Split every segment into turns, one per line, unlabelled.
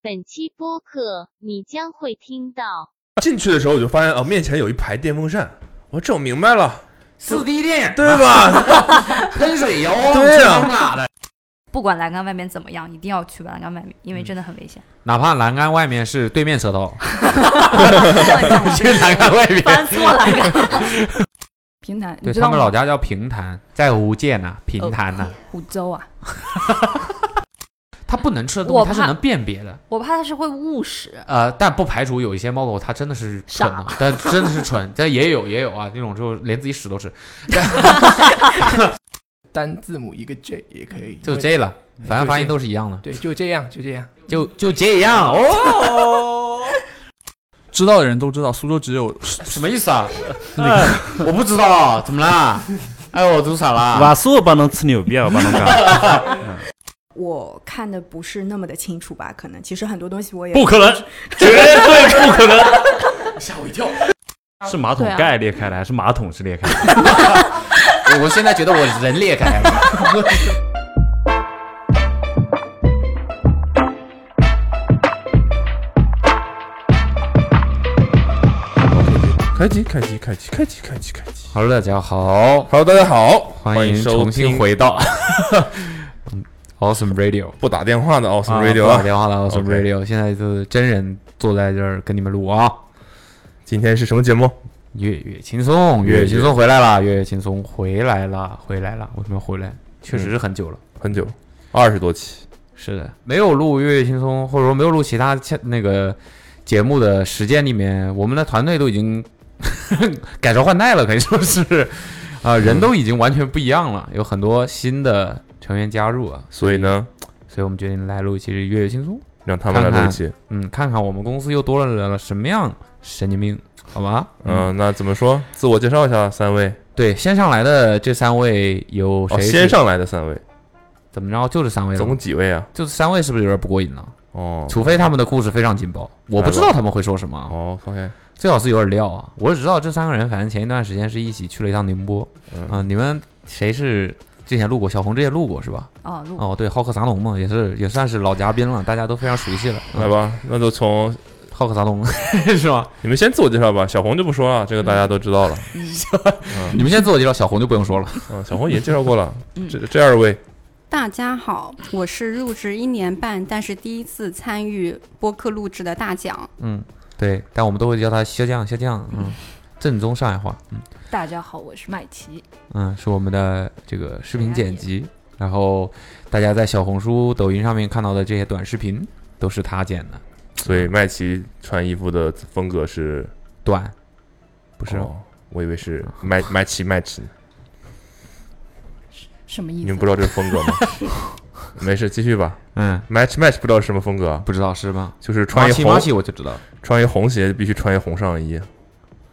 本期播客你将会听到
进去的时候我就发现啊，面前有一排电风扇，我说这我明白了，
四 D 电影，
对吧？
喷水油，
对呀
这哪的？
不管栏杆外面怎么样，一定要去栏杆外面，因为真的很危险。
哪怕栏杆外面是对面 车道，
去
去栏杆外面。
翻错栏杆，
平潭，你
对
知
他
道
们
吗？哦
老家叫平潭，在吴界呐，平潭呐，
湖州啊，
它不能吃的东
我
西它是
怕
能辨别的，
我怕它是会误食。
呃，但不排除有一些猫狗它真的是蠢的，但真的 是蠢，但也有也有啊，那种就连自己屎都吃，
单字母一个 J 也可以，嗯
就这了，反正发音都是一样的，
对，就这样，就这样。
就就这样哦，
知道的人都知道，苏州只有
什么意思 啊？我不知道，怎么啦？哎，我读傻了
瓦苏帮侬吹牛逼啊，帮侬嗯讲，
我看的不是那么的清楚吧？可能其实很多东西我也
不可能，绝对不可能。
吓我一跳！
是马桶
对啊
盖裂开了，还是马桶是裂开的？
啊
我现在觉得我人裂开了。
开机，开机，开机，开机，开机，开机。
Hello，大家好，
Hello，大家好，
欢迎
收
重新
听
回到 嗯 Awesome Radio。
不打电话的 Awesome
啊
Radio
不
啊
打电话了，Awesome
OK
Radio。现在就是真人坐在这儿跟你们录啊，
今天是什么节目？
月月轻松，
月
月
月
月轻松回来了，月月轻松回来了，回来了。为什么回来？确实是很久了。
嗯很久，二十多期，
是的，没有录月月轻松，或者说没有录其他切那个节目的时间里面，我们的团队都已经 改朝换代了，可以说是啊、
嗯
人都已经完全不一样了，有很多新的成员加入啊，
所以呢，
所以我们决定来录一期月月轻松。
让他们来
看看
录一期。
嗯，看看我们公司又多了了什么样神经病，好吧？
嗯、那怎么说？自我介绍一下，三位
对，先上来的这三位有谁
哦，
是？
先上来的三位，
怎么着？就这三位
总
了
共，几位啊？
就这三位是不是有点不过瘾了？
哦，哎
除非他们的故事非常劲爆，我不知道他们会说什么啊，
哦，OK，
最好是有点料啊。我只知道这三个人，反正前一段时间是一起去了一趟宁波
嗯
啊、你们谁是之前录过？小红之前录过是吧？
哦，路
哦，对，浩克杂龙嘛，也是也算是老嘉宾了，大家都非常熟悉了。
来
吧，
吧，那就从
浩克杂龙 是吧？
你们先自我介绍吧。小红就不说了，这个大家都知道了。
嗯
你们先自我介绍，小红就不用 说了。
嗯，小红已经介绍 过了。这这二位，
大家好，我是入职一年半，但是第一次参与播客录制的大奖。
嗯，对，但我们都会叫他肖酱，肖酱，嗯，正宗上海话，嗯
大家好，我是麦琪，
嗯，是我们的这个视频剪辑，然后大家在小红书、抖音上面看到的这些短视频都是他剪的，嗯
所以麦琪穿衣服的风格是
短，不
不
是、
哦，我以为是麦麦琪麦琪，
什么意
你
思？
们不知道这个风格 吗？没事，继续吧。
嗯，
Match Match 不知道是什么风格啊，
不知道是吗？
就是穿一
马戏马
红
戏我就知道了。
穿一红鞋必须穿一红上衣，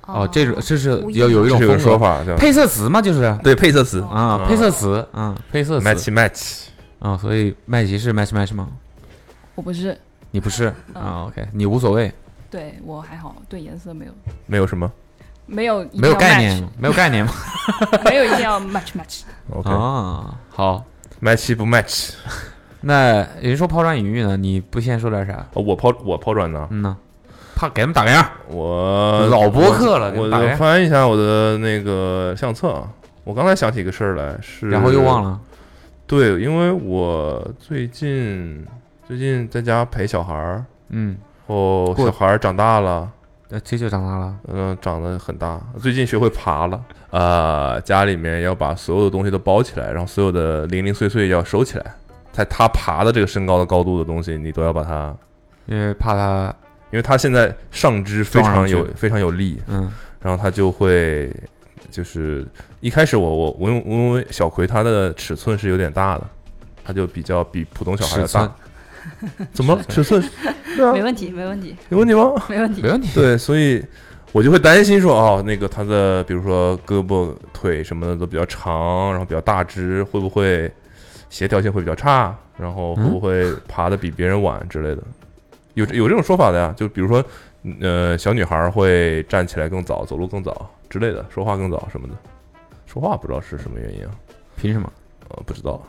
哦，这种这是
无印
有有一
这
种
是有
风
个说
格，
法叫
配色词嘛，就是
对配色词
啊，配色词，嗯，配色词
Match Match。
啊，所以麦琪是 match match 吗？
我不是，
你不是
嗯
啊？OK，你无所谓，
对我还好，对颜色没有
没有什么
没有一定
没有
要
概念，没有概 念吗？
match，没有一定要 match match。
，OK，
啊，好，
match 不 match？
那人说抛砖引玉呢，你不先说点啥？
哦我抛我抛砖呢，
嗯呐，怕给他们打个样儿。
我
老播客了
我
你打
我
开
翻一下我的那个相册啊，我刚才想起一个事儿来，是
然后又忘
了。
了，
对，因为我最近最近在家陪小孩儿，
嗯，
哦，
过
小孩儿长大了，
呃，这就长大了，
嗯、长得很大，最近学会爬了。呃，家里面要把所有的东西都包起来，然后所有的零零碎碎要收起来，在他爬的这个身高的高度的东西，你都要把它，
因为怕他，
因为他现在上肢非
撞上
常
去
有非常有力，
嗯，
然后他就会就是一开始我我我因为因为小葵他的尺寸是有点大的，他就比较比普通小孩
尺
要
寸
大。 怎么了尺寸？对啊
没，问题，没问题，
有问题吗？
没问题。
没问题，
对，所以我就会担心说，哦，那个他的比如说胳膊、腿什么的都比较长，然后比较大只，会不会协调性会比较差？然后会
嗯
不会爬的比别人晚之类的？有有这种说法的呀，就比如说，呃，小女孩会站起来更早，走路更早之类的，说话更早什么的。说话不知道是什么原因啊，
凭什么？
呃，不知道。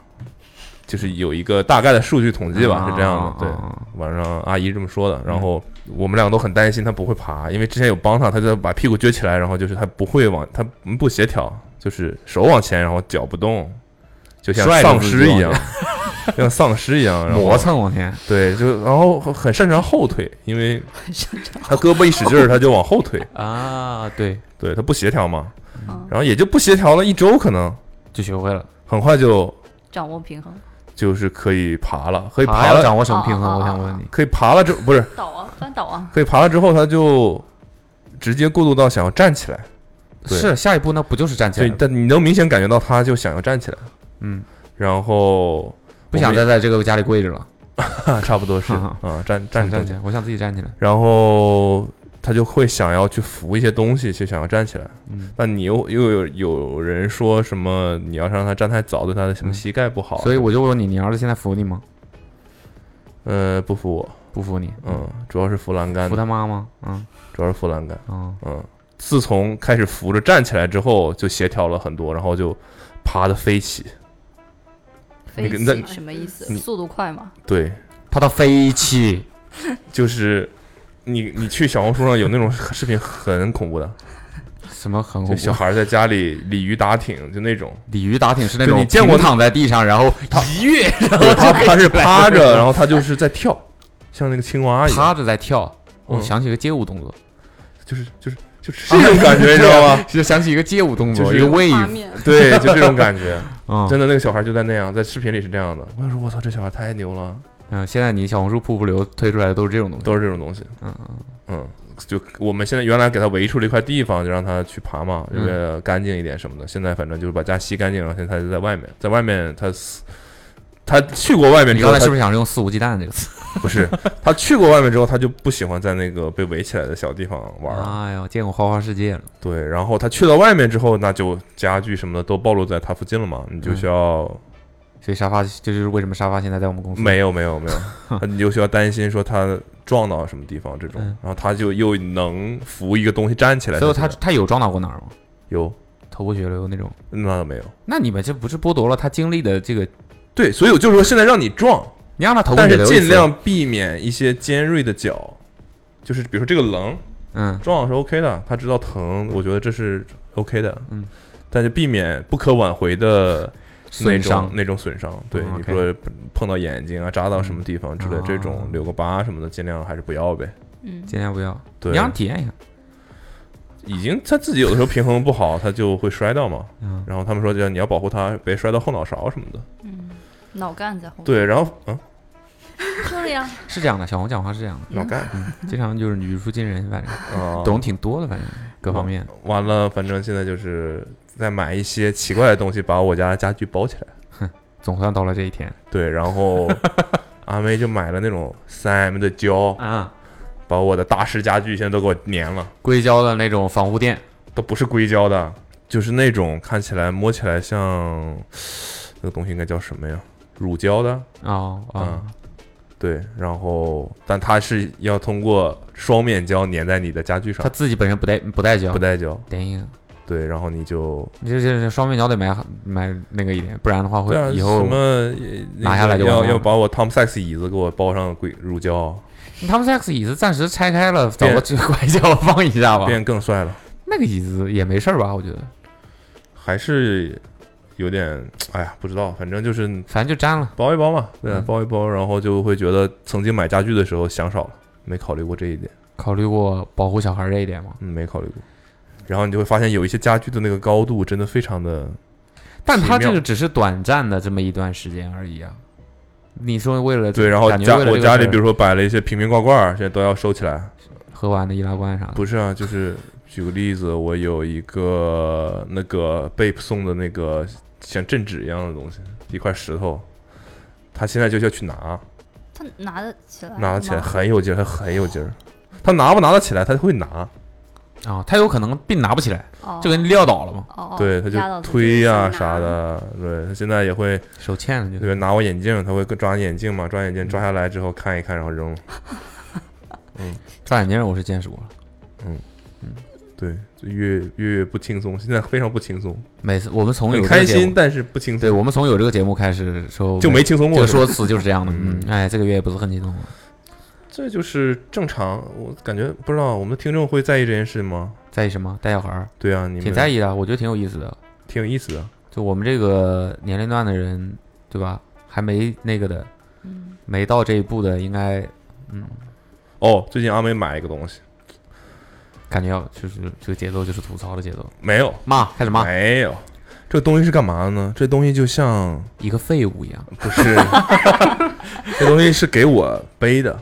就是有一个大概的数据统计吧，是这样的。对
啊，啊嗯啊
晚上阿姨这么说的，然后我们两个都很担心他不会爬，因为之前有帮他，他就把屁股撅起来，然后就是他不会往他不协调，就是手往前，然后脚不动，就像
拽着
丧
自己
尸一
往
样，像丧尸一样，然后
磨蹭往前，
对，就然后很很擅长后退，因为他胳膊一使劲儿，他就往后退，
啊，对，
对他不协调嘛
嗯，
然后也就不协调了一周，可能
就学会了。
很快就
掌握平衡，
就是可以爬了，可以
爬
爬
要
了，
掌握什么平衡？
哦哦哦
我想问你，
可以爬了之后不是
倒啊，翻倒啊，
可以爬了之后，他就直接过渡到想要站起来，对
是下一步那不就是站起来
对，
了？
但你能明显感觉到他就想要站起来，
嗯，
然后
不想再在这个家里跪着了，
差不多是
哈
啊、站站站
站站起来，我想自己站起来。
然后他就会想要去扶一些东西，去想要站起来。
嗯，
但你又又有有人说什么你要让他站太早，对他的什么
嗯
膝盖不好，啊
所以我就问你，你儿子现在服你吗？
呃不扶我，
不服你，
嗯，主要是扶栏杆
服，他妈吗？嗯
主要是扶栏杆，
嗯，
嗯。自从开始扶着站起来之后，就协调了很多，然后就爬得飞起。
飞
那个
起
那
什么意思
你？
速度快吗？
对，
他到飞起，
就是你你去小红书上有那种视频很恐怖的，
什么很恐
就小
怖？
孩在家里鲤鱼打挺，就那种，
鲤鱼打挺是那
对
种
你见过
平躺在地上，然后
一跃，
对他他是趴 着，然后他就是在跳，像那个青蛙一样，
趴着在跳。我
嗯
想起一个街舞动作，啊
就是就是就是这种感 觉，你知道吗？
就想起一个街舞动
就
作，
是
一个
画
wave。
面
对，就这种感觉，
嗯
真的那个小孩就在那样，在视频里是这样的。我想说，我操，这小孩太牛了，
嗯，现在你小红书瀑布流推出来的都是这种东西。
都是这种东西。
嗯
嗯，就我们现在原来给他围出了一块地方，就让他去爬嘛，
嗯
为了干净一点什么的。现在反正就是把家吸干净，然后现在他就在外面，在外面他死他去过外面
你
之后，
刚才
他
是不是想用“肆无忌惮”这个词？
不是他去过外面之后，他就不喜欢在那个被围起来的小地方玩儿。
哎呦，见过花花世界了。
对，然后他去到外面之后，那就家具什么的都暴露在他附近了嘛，你就需要、
嗯所以沙发，这就是为什么沙发现在在我们公司。
没有没有没有， 他你就需要担心说他撞到什么地方这种，
嗯
然后他就又能扶一个东西站起来才
所
行
以
了，
他他有撞到过哪儿吗？
有
头破血流那种？
那倒没有，
那你们这不是剥夺了他经历的这个？
对，所以我就说现在让你撞，
你让他头破
但
血
是
流一次，
尽量避免一些尖锐的角，就是比如说这个棱
嗯
撞是 OK 的，他知道疼，我觉得这是 OK 的，
嗯，
但是避免不可挽回的。
损伤
那种那种损伤，对，
嗯
你
OK
说碰到眼睛啊，扎到什么地方之类，
嗯
这种
啊
留个疤什么的，尽量还是不要呗。
嗯，
尽量不要。
对
你让他体验一下。
已经他自己有的时候平衡不好，他就会摔到嘛。
嗯，
然后他们说，就你要保护他，别摔到后脑勺什么的。
嗯脑干在后面。
对，然后嗯，
说了呀，
是这样的，小红讲话是这样的，嗯
脑干
经常就是语出惊人，反正
啊，
懂挺多的，反正各方面。
嗯完了，反正现在就是在买一些奇怪的东西，把我家家具包起来。
总算到了这一天
对，然 后阿妹就买了那种三 M 的胶，
啊，
把我的大师家具现在都给我粘了，
硅胶的那种防护垫，
都不是硅胶的，就是那种看起来摸起来像那个东西应该叫什么呀？乳胶的，嗯
哦哦，
对，然后但它是要通过双面胶粘在你的家具
他
上，
自己本身不带不带胶，
不。带胶。
等一下，
对，然后你就
你这这这双面胶得买买那个一点，不然的话会
对啊，
以后
什么呃
拿下来就完
要
了
要把我 Tom Sachs 椅子给我包上硅乳胶，
他们 X 椅子暂时拆开了，找
变
个这个拐角放一下吧。
变更帅了，
那个椅子也没事儿吧？我觉得，
还是有点哎呀，不知道，反正就是
反正就粘了。
包一包嘛，对啊，
嗯
包一包，然后就会觉得曾经买家具的时候想少了，没考虑过这一点，
考虑过保护小孩这一点吗？
嗯，没考虑过。然后你就会发现有一些家具的那个高度真的非常的，
但他
奇妙
这个只是短暂的这么一段时间而已啊。你说为了
对，然后
感觉
家
为了
我
这个
家
事
里
儿
比如说摆了一些瓶瓶罐罐儿，现在都要收起来，
喝完的易拉罐啥的，
不是啊，就是举个例子，我有一个那个被送的那个像镇纸一样的东西，一块石头，他现在就要去拿，
他拿得起来，
啊拿得起来。很有劲儿，他很有劲儿，他拿不拿得起来，他会拿，
啊、他有可能并拿不起来，
哦，
就给你撂倒了嘛，
哦，哦
对，他
压到
就
自己
推呀、
自己
啥
拿
的，对他现在也会
手欠了就。嗯
对拿我眼镜，他会抓眼镜嘛，抓眼镜抓下来之后嗯看 一看，然后扔，
抓眼镜我是见识过了，
嗯对，就月月月不轻松，现在非常不轻松，
每次我们从
很
有这个
开
节目
心，，但是不轻松，
对我们从有这个节目开始说
就没轻松
这
过。
个
是吧
说辞就是这样的。嗯
嗯，
哎，这个月也不是很激动。
这就是正常，我感觉不知道我们听众会在意这件事吗？
在意什么？带小孩儿，
对啊，你们
挺在
意，
意的，我觉得挺有意思的。
挺有意思的。
就我们这个年龄段的人，对吧？还没那个的，没到这一步的，应该嗯
哦，最近阿美买了一个东西，
感觉要就是这个节奏就是吐槽的节奏。
没有，
骂，开始骂，
没有，这东西是干嘛的呢？这东西就像
一个废物一样。
不 是，这东西是给我背的，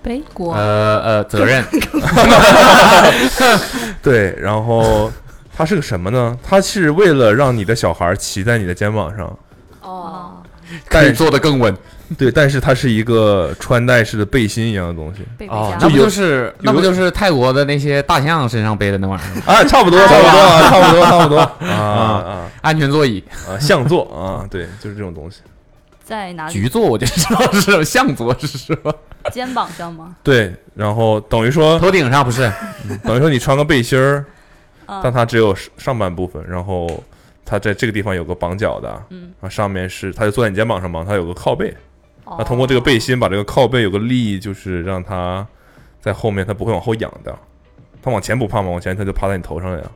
背锅
呃呃，责任
对，然后它是个什么呢？它是为了让你的小孩骑在你的肩膀上，
哦，
可以
但是
做得更稳。
对，但是它是一个穿戴式的背心一样的东西
背背
哦
夹，
那不
有
就是那不
有
就是泰国的那些大象身上背的那玩意儿吗？
啊，差不多， 差不多，啊，差不多，差不多啊啊
安全座椅，
啊， 像座啊，对，就是这种东西。
在哪里？
局座我就知道是什么，象座是什么，
肩膀上吗？
对，然后等于说，嗯
头顶上不是？
等于说你穿个背心 儿，
啊
但它只有上上半部分，然后它在这个地方有个绑脚的，
嗯，
啊，上面是它就坐在你肩膀上嘛，它有个靠背，那
哦
通过这个背心把这个靠背有个力，就是让它在后面它不会往后仰的，它往前不怕嘛，往前它就趴在你头上了呀，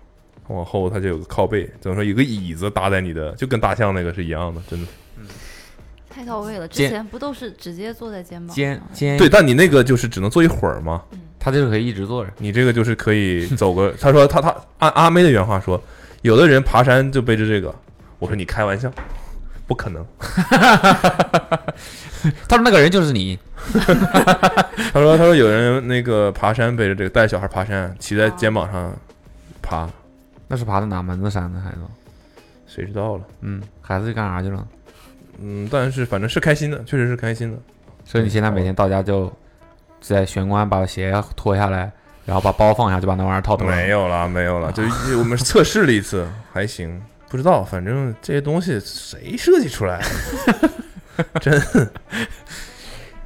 它往后它就有个靠背，等于说有个椅子搭在你的，就跟大象那个是一样的，真的。
太到位了，之
肩
前不都是直接坐在肩膀
肩
上？
肩，
对，，但你那个就是只能坐一会儿嘛，
他就是可以一直坐着。
你这个就是可以走个。他说他他按阿妹的原话说，有的人爬山就背着这个。我说你开玩笑，不可能。
他说那个人就 是你，
他说他说有人那个爬山背着这个，带小孩爬山，骑在肩膀上爬，
那是爬的哪门子山呢？孩子，
谁知道了？
嗯，孩子去干啥去了？
嗯，但是反正是开心的，确实是开心的。
所以你现在每天到家就在玄关把鞋脱下来，然后把包放下，就把那玩意儿套头上。啊
没有啦，没有啦，就我们测试了一次，还行，不知道，反正这些东西谁设计出来的？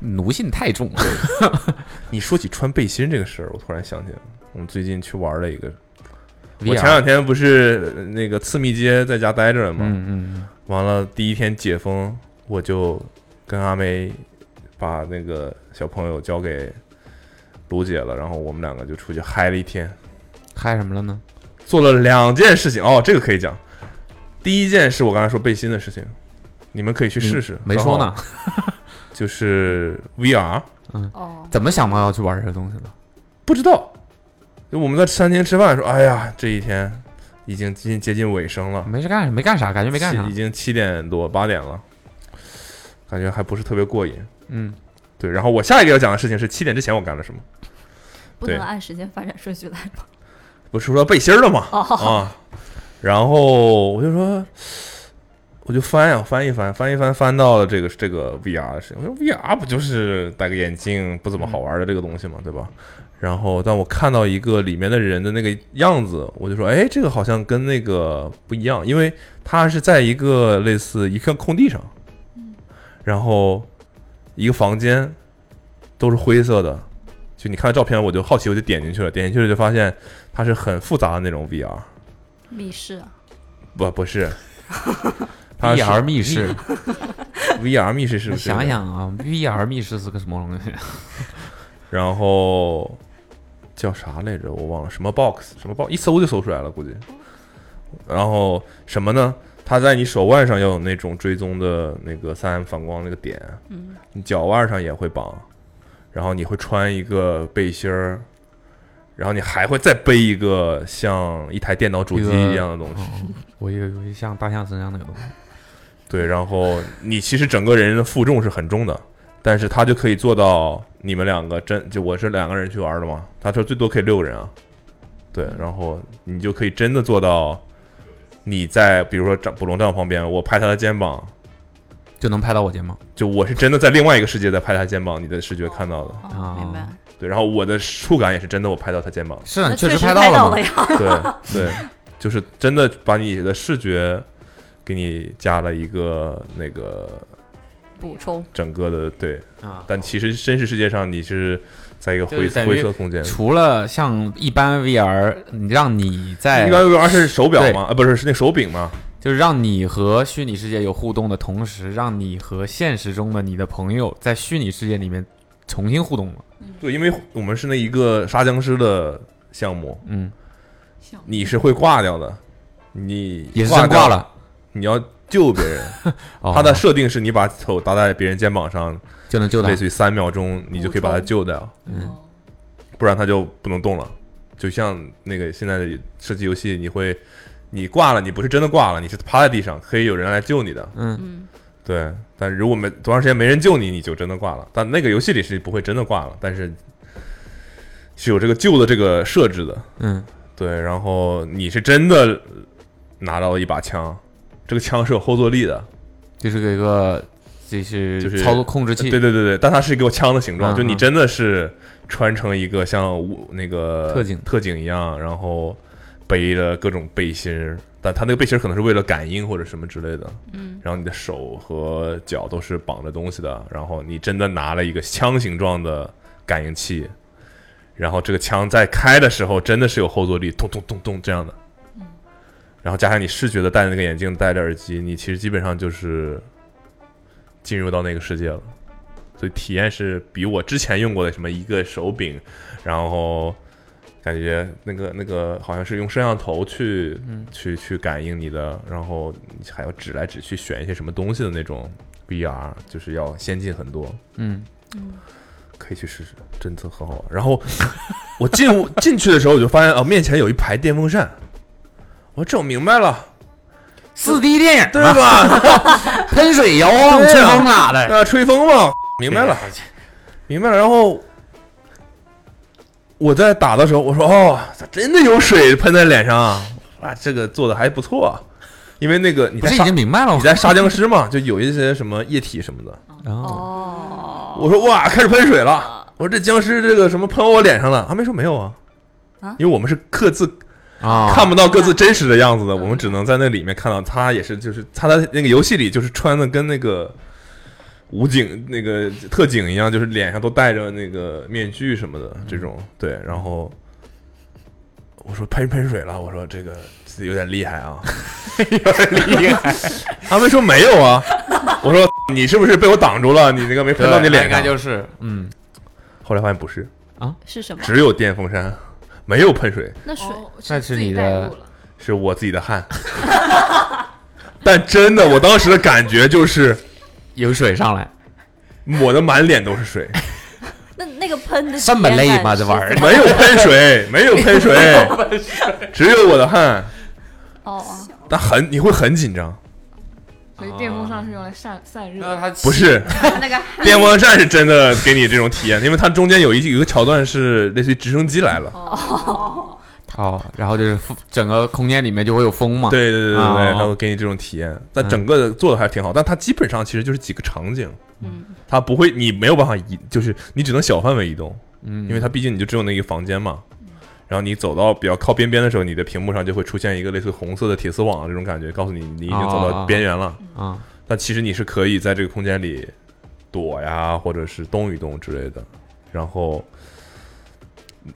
奴性太重了。
你说起穿背心这个事儿，我突然想起来了，我们最近去玩了一个。我
VR
前两天不是呃那个次密街在家待着了嘛，
嗯嗯嗯，
完了第一天解封，我就跟阿梅把那个小朋友交给卢姐了，然后我们两个就出去嗨了一天，
嗨什么了呢？
做了两件事情哦，这个可以讲。第一件是我刚才说背心的事情，你们可以去试试。
嗯 没说呢，，嗯
就是 VR，
哦，
怎么想到要去玩这个东西的？
不知道。就我们在餐厅吃饭说，哎呀，这一天已经接近接近尾声了，
没事干，没干啥，感觉没干啥
七已。经七点多八点了，感觉还不是特别过瘾。
嗯，
对，然后我下一个要讲的事情是七点之前我干了什么？
不
对
能啊按时间发展顺序来吗？
不是说背心儿了吗？
哦，
啊，然后我就说，我就翻呀、翻一翻，翻一翻，翻到了这个这个 VR 的事情。我说 VR 不就是戴个眼镜不怎么好玩的这个东西嘛，对吧？然后当我看到一个里面的人的那个样子，我就说，哎，这个好像跟那个不一样，因为它是在一个类似一片空地上，然后一个房间都是灰色的。就你看照片，我就好奇，我就点进去了。点进去了就发现它是很复杂的那种 VR，
密室啊，
不，不 是它是
VR 密室，
VR 密室是不是？
想。想啊，VR 密室是个什么东西？
然后叫啥来着？我忘了什么 box 什么 box，一搜就搜出来了，估计。然后什么呢？它在你手腕上要有那种追踪的那个三 M 反光那个点，
嗯，
你脚腕上也会绑，然后你会穿一个背心儿，然后你还会再背一个像一台电脑主机一样的东西。
哦我以为像大象身上那个东西。
对，然后你其实整个人的负重是很重的，但是他就可以做到你们两个真就我是两个人去玩的嘛，他说最多可以六个人啊，对，然后你就可以真的做到你在比如说帐捕龙帐旁边，我拍他的肩膀，
就能拍到我肩膀
就我是真的在另外一个世界在拍他肩膀，你的视觉看到的，
哦，明白。
对，然后我的触感也是真的我拍到他肩膀，
是啊，
那
你确
实
拍
到
了嘛
呀。
对对，就是真的把你的视觉给你加了一个那个
补充。
整个的对，
啊。
但其实真实世界上你是在一个
就
灰
是等于
灰色空间。
除了像一般 VR，你让你在
一般 VR 是手表吗？啊，不是，是那手柄吗？
就是让你和虚拟世界有互动的同时，让你和现实中的你的朋友在虚拟世界里面重新互动了。
对，因为我们是那一个杀僵尸的项目，
嗯，
你是会挂掉的，你
也是真挂
掉，
了。
你要救别人。
哦
它的设定是你把手搭在别人肩膀上，
就能救到
类，似于三秒钟，你就可以把他救掉，
嗯
不然他就不能动了。就像那个现在的射击游戏，你会，你挂了，你不是真的挂了，你是趴在地上，可以有人来救你的。
嗯，
嗯，
对，但如果没多长时间没人救你，你就真的挂了。但那个游戏里是不会真的挂了，但是是有这个救的这个设置的。
嗯，
对，然后你是真的拿到一把枪，这个枪是有后坐力的，
就是有一个就
就是呃
是操作控制器，
对对对对，但它是一个枪的形状，
嗯
就你
嗯
真的是穿成一个像武那个
特警
特警一样，然后背着各种背心儿，但它那个背心儿可能是为了感应或者什么之类的，
嗯，
然后你的手和脚都是绑着东西的，然后你真的拿了一个枪形状的感应器，然后这个枪在开的时候真的是有后坐力，咚咚咚咚这样的，然后加上你视觉的戴那个眼镜，戴着耳机，你其实基本上就是进入到那个世界了，所以体验是比我之前用过的什么一个手柄，然后。感觉那个那个好像是用摄像头去
嗯
去去感应你的，然后你还要指来指去选一些什么东西的那种 VR，就是要先进很多，
嗯，
可以去试试，真的很好玩。然后我进 屋进去的时候，我就发现啊，面前有一排电风扇，我说这我明白了，
四 D 电影啊
对吧？
喷水遥望
对
吹
啊
风啥的，
那吹风嘛，明白了，明白了。然后我在打的时候，我说哦，咋真的有水喷在脸上啊，啊这个做的还不错啊，因为那个你
不
在
是已
杀
经明白了
你
吗？
在杀僵尸嘛，就有一些什么液体什么的。
哦，
哦，
我说哇，开始喷水了。我说这僵尸这个什么喷我脸上了？他没说没有啊
啊，
因为我们是各自
啊，
看不到各自真实的样子的，我们只能在那里面看到他也是，就是他在那个游戏里就是穿的跟那个武警那个特警一样，就是脸上都戴着那个面具什么的这种。对，然后我说喷喷水了，我说这个有点厉害啊， 有点厉害。 他们说没有啊，我说你是不是被我挡住了？你那个没
对
喷到你脸
应该
上。
就是，嗯，
后来发现不是，
啊
是什么？
只有电风扇， 没有喷水，
那水
哦那是你的，
是我自己的汗。 但真的，我当时的感觉就是
有水上来，
抹的满脸都是 水，
那那个喷的
这么累吗？这
体验感是
玩意儿
没有喷水，没有喷水， 只有我的汗。
哦，
但很，你会很紧张，
所以电风扇是用来散散热
那
的。
他
不是？
那个
电风 扇是真的给你这种体验，因为它中间有一有一个桥段是类似于直升机来了，
哦，然后就是风整个空间里面就会有风嘛，，
对对对对
哦
对，它会给你这种体验。但整个的做的还挺好，但它基本上其实就是几个场景，
嗯，
它不会，你没有办法移，就是你只能小范围移动，
嗯，
因为它毕竟你就只有那一个房间嘛。然后你走到比较靠边边的时候，你的屏幕上就会出现一个类似红色的铁丝网这种感觉，告诉你你已经走到边缘了。
啊，
但其实你是可以在这个空间里躲呀，或者是动一动之类的。然后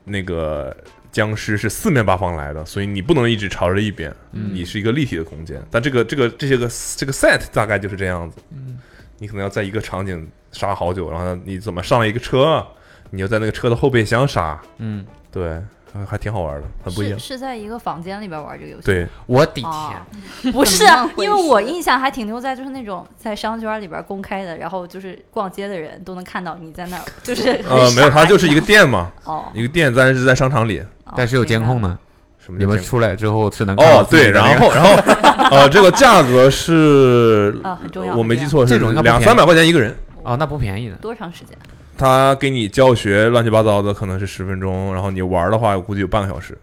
那个僵尸是四面八方来的，所以你不能一直朝着一边，
嗯
你是一个立体的空间。但这个这个这些个这个 set 大概就是这样子。
嗯
你可能要在一个场景杀好久，然后你怎么上了一个车，你就在那个车的后备箱杀，
嗯，
对，还还挺好玩的，很不一样
是。是在一个房间里边玩这个游戏。
对，
我的天
啊，， 不是
怎么回，事
因为我印象还停留在就是那种在商圈里边公开的，然后就是逛街的人都能看到你在那儿，就是
呃，没有，它就是一
个
个店嘛，
哦，
一个店，但是在商场里。
哦
但是有监控，呢，
什么
你
叫
们
监控
出来之后是能看到
哦，
自己
对，
的那个
然后 然后呃，这个价格是
啊很重要
我没记错
这
是
种应该不
两
便宜
三百块钱一个人。
哦，那不便宜的，
多长时间？
他给你教学乱七八糟的，可能是十分钟，然后你玩的话，我估计有半个小时，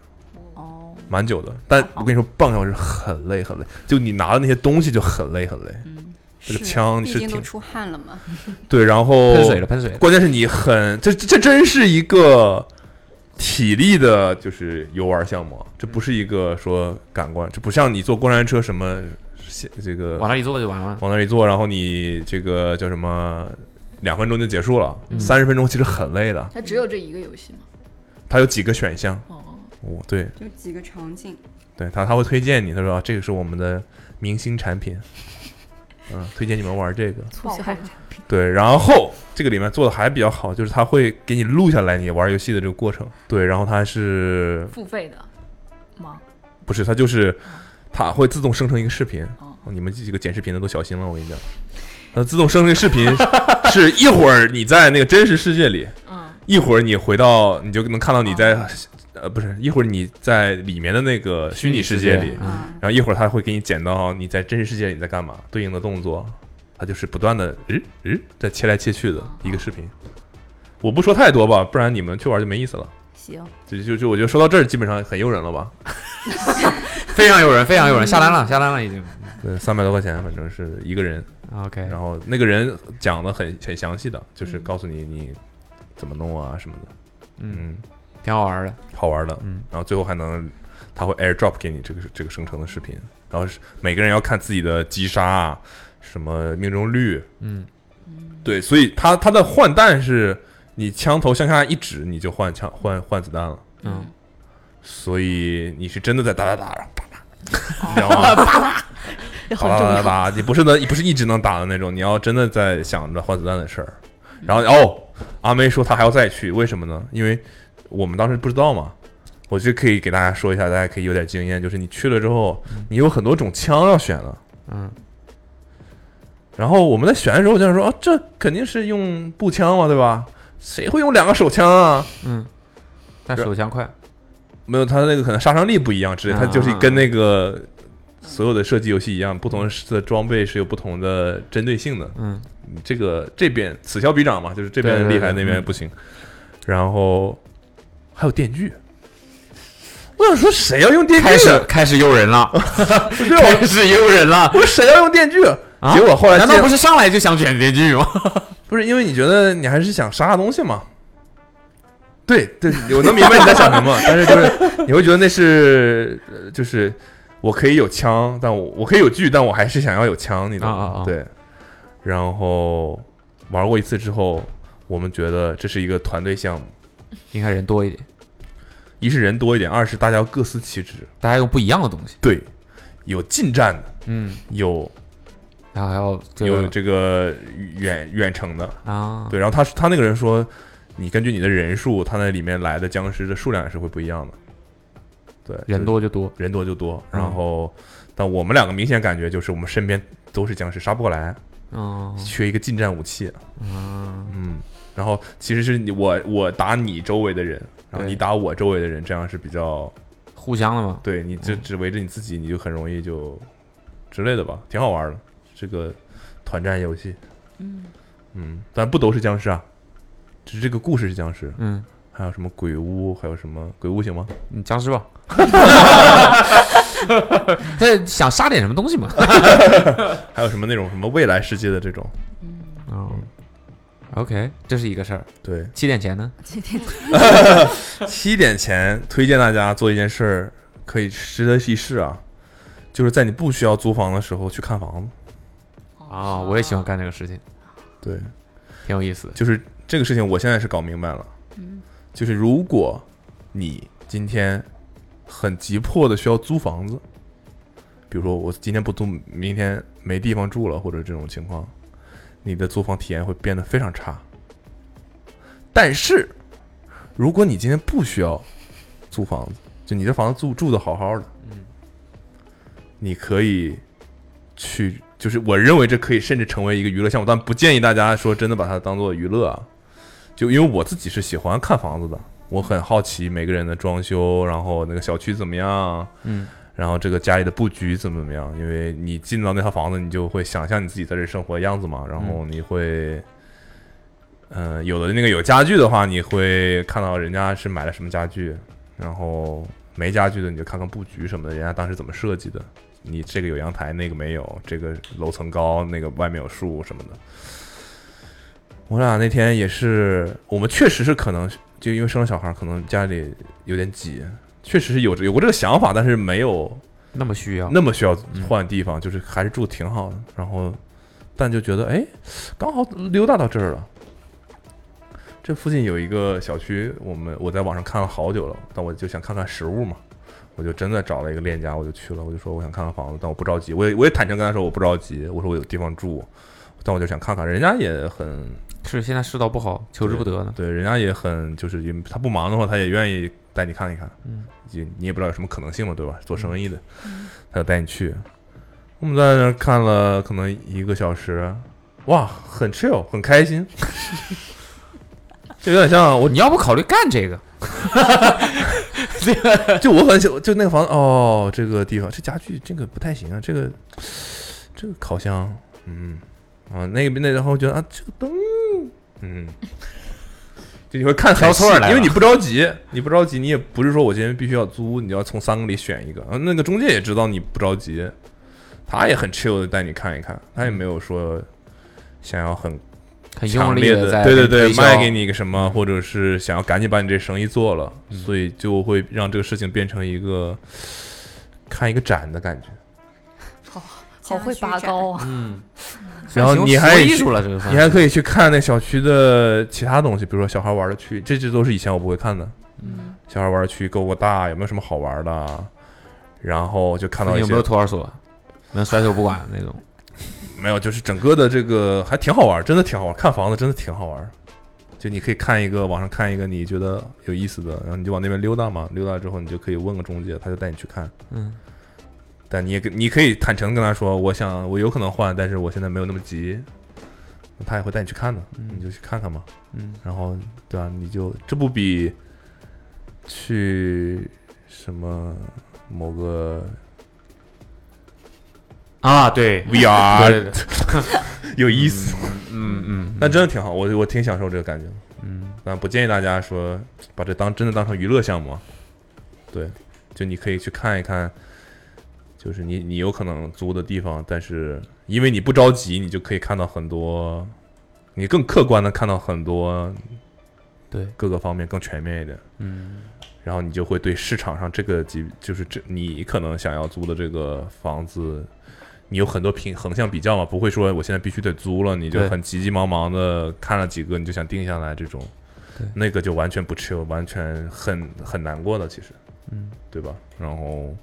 哦，
蛮久的。但我跟你说，半个小时很累很累，就你拿的那些东西就很累很累。
嗯，
这个哦枪你
毕
是
竟都
挺
出汗了 嘛，
对，然后
喷水了，喷水了，
关键是你很这这这真是一个体力的，就是游玩项目啊，这不是一个说感官，这不像你坐过山车什么现这个
往那一坐就完了。
往那一坐，然后你这个叫什么，两分钟就结束了，
嗯
三十分钟其实很累的。
它只有这一个游戏吗？
它有几个选项，
哦，
哦，对
就几个场景，
对，他他会推荐你，他说、啊这个是我们的明星产品，嗯，推荐你们玩这个。
促销
爆
对，然后这个里面做的还比较好，就是他会给你录下来你玩游戏的这个过程。对，然后它是
付费的吗？
不是它就是它会自动生成一个视频
哦，
你们这几个剪视频的都小心了，我跟你讲。它自动生成一个视频，是一会儿你在那个真实世界里，
嗯，
一会儿你回到你就能看到你在、呃不是一会儿你在里面的那个虚拟世界
虚拟世
里
界，
嗯，
然后一会儿他会给你剪到你在真实世界里你在干嘛，对应的动作，他就是不断的，嗯嗯，在切来切去的一个视频。我不说太多吧，不然你们去玩就没意思了。
行，
就就就，我觉得说到这儿基本上很诱人了吧？
非常诱人，非常诱人，下单了，下单了已经。啊
对，三百多块钱，反正是一个人，
OK，
然后那个人讲的很很详细的，就是告诉你你怎么弄啊什么的，
嗯，
嗯，
挺好玩的。
好玩的，
嗯，
然后最后还能他会 AirDrop 给你这个这个生成的视频，然后是每个人要看自己的击杀啊，什么命中率，
嗯，
对，所以它它的换弹是你枪头向下一指，你就换枪换换子弹了。
嗯，
所以你是真的在打打打打打，你知道
哦
吗？
这
打
很
打
重
打
要。
打，你不是能不是一直能打的那种，你要真的在想着换子弹的事儿。然后哦，阿妹说她还要再去，为什么呢？因为我们当时不知道嘛。我就可以给大家说一下，大家可以有点经验，就是你去了之后，你有很多种枪要选了。
嗯，
然后我们在选的时候，我就想说，啊，这肯定是用步枪嘛，对吧？谁会用两个手枪啊？
嗯但手枪快。
没有，他那个可能杀伤力不一样之类，他就是
啊
跟那个所有的射击游戏一样，不同的装备是有不同的针对性的。
嗯，
这个这边此消彼长嘛，就是这
对
边
对
厉害，
对
那边不行。然后还有电锯，我想说谁要用电锯？啊
开始开始诱人了，
不是我，
开始诱人了。
我说谁要用电锯？
啊
结果后来
难道
见
不是上来就想选电锯吗？
不是因为你觉得你还是想杀东西吗？对对，我能明 白你在想什么，但是就是你会觉得那是，呃就是我可以有枪，但我我可以有锯，但我还是想要有枪，你懂吗？
啊啊啊
对。然后玩过一次之后，我们觉得这是一个团队项目，
应该人多一点，
一是人多一点，二是大家要各司其职。
大家用不一样的东西。
对，有近战的，
嗯，
有
然后还要这
有
个
这个远远程的，
啊，
对，然后他他那个人说，你根据你的人数，他那里面来的僵尸的数量也是会不一样的。对，
人
就
多就多。
人多就多，
嗯
然后、但我们两个明显感觉就是我们身边都是僵尸，杀不过来，
嗯
缺一个近战武器。
嗯，
嗯，然后其实是你我我打你周围的人，然后
对
你打我周围的人，这样是比较
互相的嘛。嗯
对，你就只围着你自己，你就很容易就之类的吧，挺好玩的这个团战游戏。
嗯
嗯，但不都是僵尸啊，只是这个故事是僵尸。
嗯，
还有什么鬼屋，还有什么鬼屋行 吗？
你僵尸吧。他想杀点什么东西嘛？
还有什么那种什么未来世界的这种？
哦，OK，这是一个事儿。
对，
七点前呢？
七点前推荐大家做一件事儿，可以值得一试啊，就是在你不需要租房的时候去看房子。
啊，我也喜欢干这个事情，
对，
挺有意思的。嗯
就是这个事情，我现在是搞明白了，就是如果你今天很急迫的需要租房子，比如说我今天不租，明天没地方住了，或者这种情况，你的租房体验会变得非常差。但是，如果你今天不需要租房子，就你这房子住住的好好的，
嗯，
你可以去，就是我认为这可以甚至成为一个娱乐项目，但不建议大家说真的把它当做娱乐啊。就因为我自己是喜欢看房子的，我很好奇每个人的装修，然后那个小区怎么样，
嗯，
然后这个家里的布局怎么怎么样。因为你进到那套房子，你就会想象你自己在这生活的样子嘛，然后你会。嗯、有的那个有家具的话，你会看到人家是买了什么家具，然后没家具的你就看看布局什么的，人家当时怎么设计的。你这个有阳台，那个没有，这个楼层高，那个外面有树什么的。我俩那天也是，我们确实是可能就因为生了小孩，可能家里有点挤，确实是有有过这个想法，但是没有
那么需要，嗯
那么需要换地方，就是还是住挺好的。然后，但就觉得哎，刚好溜达到这儿了。这附近有一个小区，我们我在网上看了好久了，但我就想看看实物嘛，我就真的找了一个链家，我就去了，我就说我想看看房子，但我不着急，我也我也坦诚跟他说我不着急，我说我有地方住，但我就想看看，人家也很
是现在世道不好，求之不得呢。
对，人家也很就是也他不忙的话，他也愿意带你看一看，
嗯，
也你也不知道有什么可能性嘛，对吧？做生意的，他就带你去。我们在那儿看了可能一个小时，哇，很 chill，很开心，就有点像我
你要不考虑干这个？
就我很喜就那个房子哦，这个地方这家具这个不太行啊，这个这个烤箱，嗯啊那边那然后觉得啊这个灯，嗯，就你会看很
挑错
细
儿来了
因为你不着急，你不着急，你也不是说我今天必须要租，你要从三个里选一个，啊那个中介也知道你不着急，他也很 chill 的带你看一看，他也没有说想要很
很
强
用力
烈
的
的
在
对对对
推销
卖给，你一个什么，或者是想要赶紧把你这生意做了，
嗯
所以就会让这个事情变成一个看一个展的感觉。
好会拔高啊！
嗯，
然后
行
你还
说艺术了，这个算
你还可以去看那小区的其他东西，比如说小孩玩的区，这这都是以前我不会看的。
嗯，
小孩玩的区够不够大？有没有什么好玩的？然后就看到
你
一
有
些
没有托儿所？能甩手不管那种，
没有，就是整个的这个还挺好玩，真的挺好玩。看房子真的挺好玩，就你可以看一个网上看一个你觉得有意思的，然后你就往那边溜达嘛。溜达之后，你就可以问个中介，他就带你去看。
嗯，
但你也跟你可以坦诚地跟他说，我想我有可能换，但是我现在没有那么急。他也会带你去看的，你就去看看嘛。
嗯，
然后对啊，你就这不比去什么某个
啊，对，
VR
对对对，
有意思？
嗯嗯，
但真的挺好，我我挺享受这个感觉的。
嗯
但不建议大家说把这当真的当成娱乐项目啊。对，就你可以去看一看，就是你你有可能租的地方，但是因为你不着急，你就可以看到很多，你更客观的看到很多，
对
各个方面更全面一点。
嗯
然后你就会对市场上这个级，就是这你可能想要租的这个房子，你有很多平横向比较嘛，不会说我现在必须得租了，你就
对
很急急忙忙的看了几个你就想定下来这种
对，
那个就完全不 chill，完全很很难过的，其实，
嗯，
对吧？然后，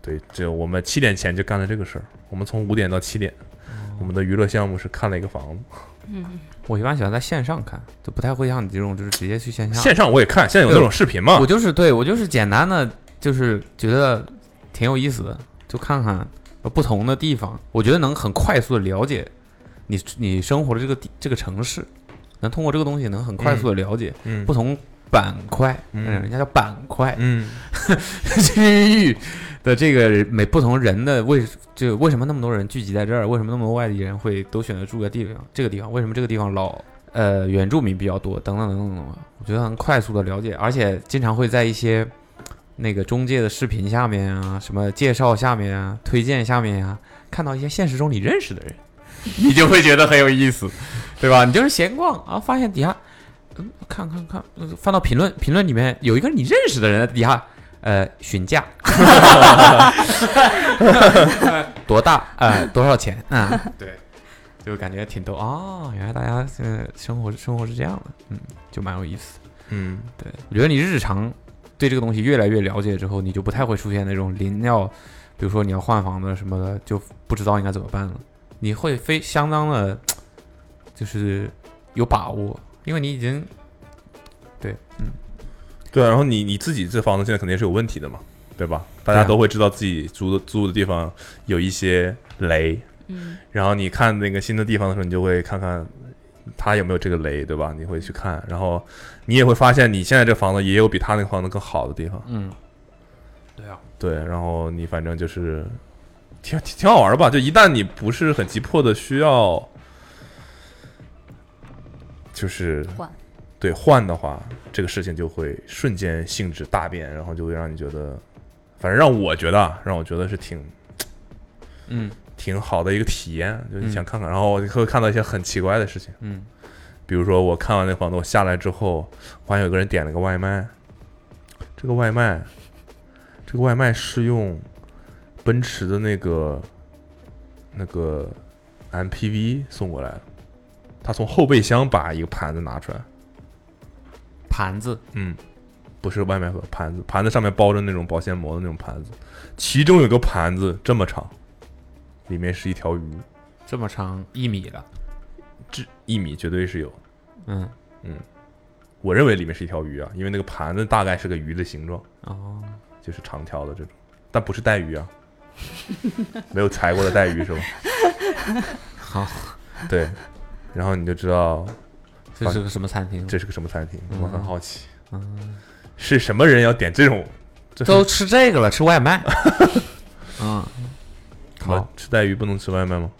对，这我们七点前就干了这个事儿，我们从五点到七点，我们的娱乐项目是看了一个房子，
哦我一般喜欢在线上看，就不太会像你这种，就是直接去线下。
线上我也看，现在有那种视频嘛
我，就是对我就是简单的，就是觉得挺有意思的，就看看不同的地方，我觉得能很快速的了解你你生活的这个地这个城市，能通过这个东西能很快速的了解
嗯
不同板块，
嗯
人家叫板块
嗯
区域的这个每不同人的为就为什么那么多人聚集在这儿，为什么那么多外地人会都选择住个地方这个地方，为什么这个地方老呃原住民比较多，等等等等等等，我觉得很快速的了解，而且经常会在一些那个中介的视频下面啊，什么介绍下面啊，推荐下面啊，看到一些现实中你认识的人， 你就会觉得很有意思，对吧？你就是闲逛啊，发现底下。嗯，看看看，呃翻到评论，评论里面有一个你认识的人在底下，呃，询价，多大？呃，多少钱？啊、对，就感觉挺逗哦，原来大家现在生活生活是这样的，嗯，就蛮有意思。
嗯，
对，我觉得你日常对这个东西越来越了解之后，你就不太会出现那种临要，比如说你要换房子什么的，就不知道应该怎么办了。你会非相当的，就是有把握，因为你已经对，嗯，
对啊，然后你你自己这房子现在肯定是有问题的嘛，对吧？大家
对啊
都会知道自己租的租的地方有一些雷，
嗯，
然后你看那个新的地方的时候，你就会看看它有没有这个雷，对吧？你会去看，然后你也会发现你现在这房子也有比他那个房子更好的地方，
嗯，
对。然后你反正就是挺挺挺好玩儿吧，就一旦你不是很急迫的需要，就是
换
对换的话，这个事情就会瞬间性质大变，然后就会让你觉得，反正让我觉得啊，让我觉得是挺
嗯
挺好的一个体验，就你想看看，然后你会看到一些很奇怪的事情，
嗯，
比如说我看完那房子，我下来之后，我发现有个人点了个外卖，这个外卖，这个外卖是用奔驰的那个那个 MPV 送过来了，他从后备箱把一个盘子拿出来，
盘子
嗯，不是外卖盒，盘子，盘子上面包着那种保鲜膜的那种盘子，其中有个盘子这么长，里面是一条鱼，
这么长一米了，
这一米绝对是有，
嗯，
我认为里面是一条鱼啊，因为那个盘子大概是个鱼的形状，
哦，
就是长条的这种，但不是带鱼 啊，没有裁过的带鱼是吧？
好，
对，然后你就知道
这是个什么餐厅？
这是个什么餐厅，
嗯
我很好奇，
嗯
是什么人要点这种？这
都吃这个了，吃 外卖。嗯，
啊好
好，
吃带鱼不能吃外卖吗？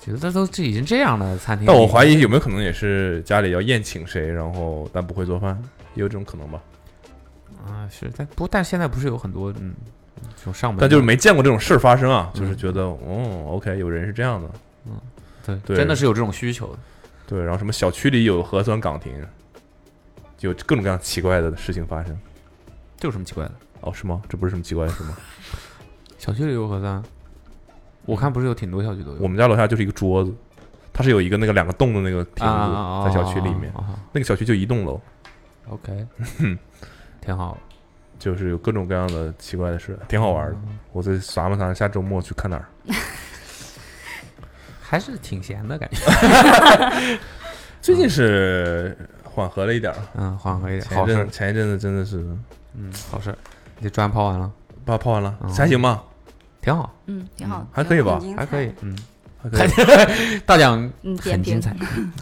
觉得都这已经这样了，餐厅。
但我怀疑有没有可能也是家里要宴请谁，然后但不会做饭，也有这种可能吧。
啊，是，但不，但现在不是有很多嗯，这种上门的，
但就是没见过这种事儿发生啊，就是
嗯
觉得哦，OK，有人是这样的，嗯
对，
对
真的是有这种需求的。
对，然后什么小区里有核酸岗亭，有各种各样奇怪的事情发生。
这有什么奇怪的？
哦，是吗？这不是什么奇怪的 事吗？
小区里有核酸，
嗯
我看不是有挺多小区都有。
我们家楼下就是一个桌子，它是有一个那个两个洞的那个亭
啊
子
啊啊，
在小区里面，
啊啊啊
那个小区就一栋楼，
OK，挺 好，
就是有各种各样的奇怪的事，挺好玩的。
嗯
我再撒吧撒，下周末去看哪儿？
还是挺闲的感觉。
最近是缓和了一点儿，
嗯，缓和一点，
前一
好事
阵
儿，
前一阵子真的是
嗯，好事儿。你砖抛完了，
把它泡完了，
嗯
还行吧，
挺好，
嗯，挺好的。
还可以吧，
还可以，嗯，
还可以。
大奖
嗯，
很
点评
精 彩，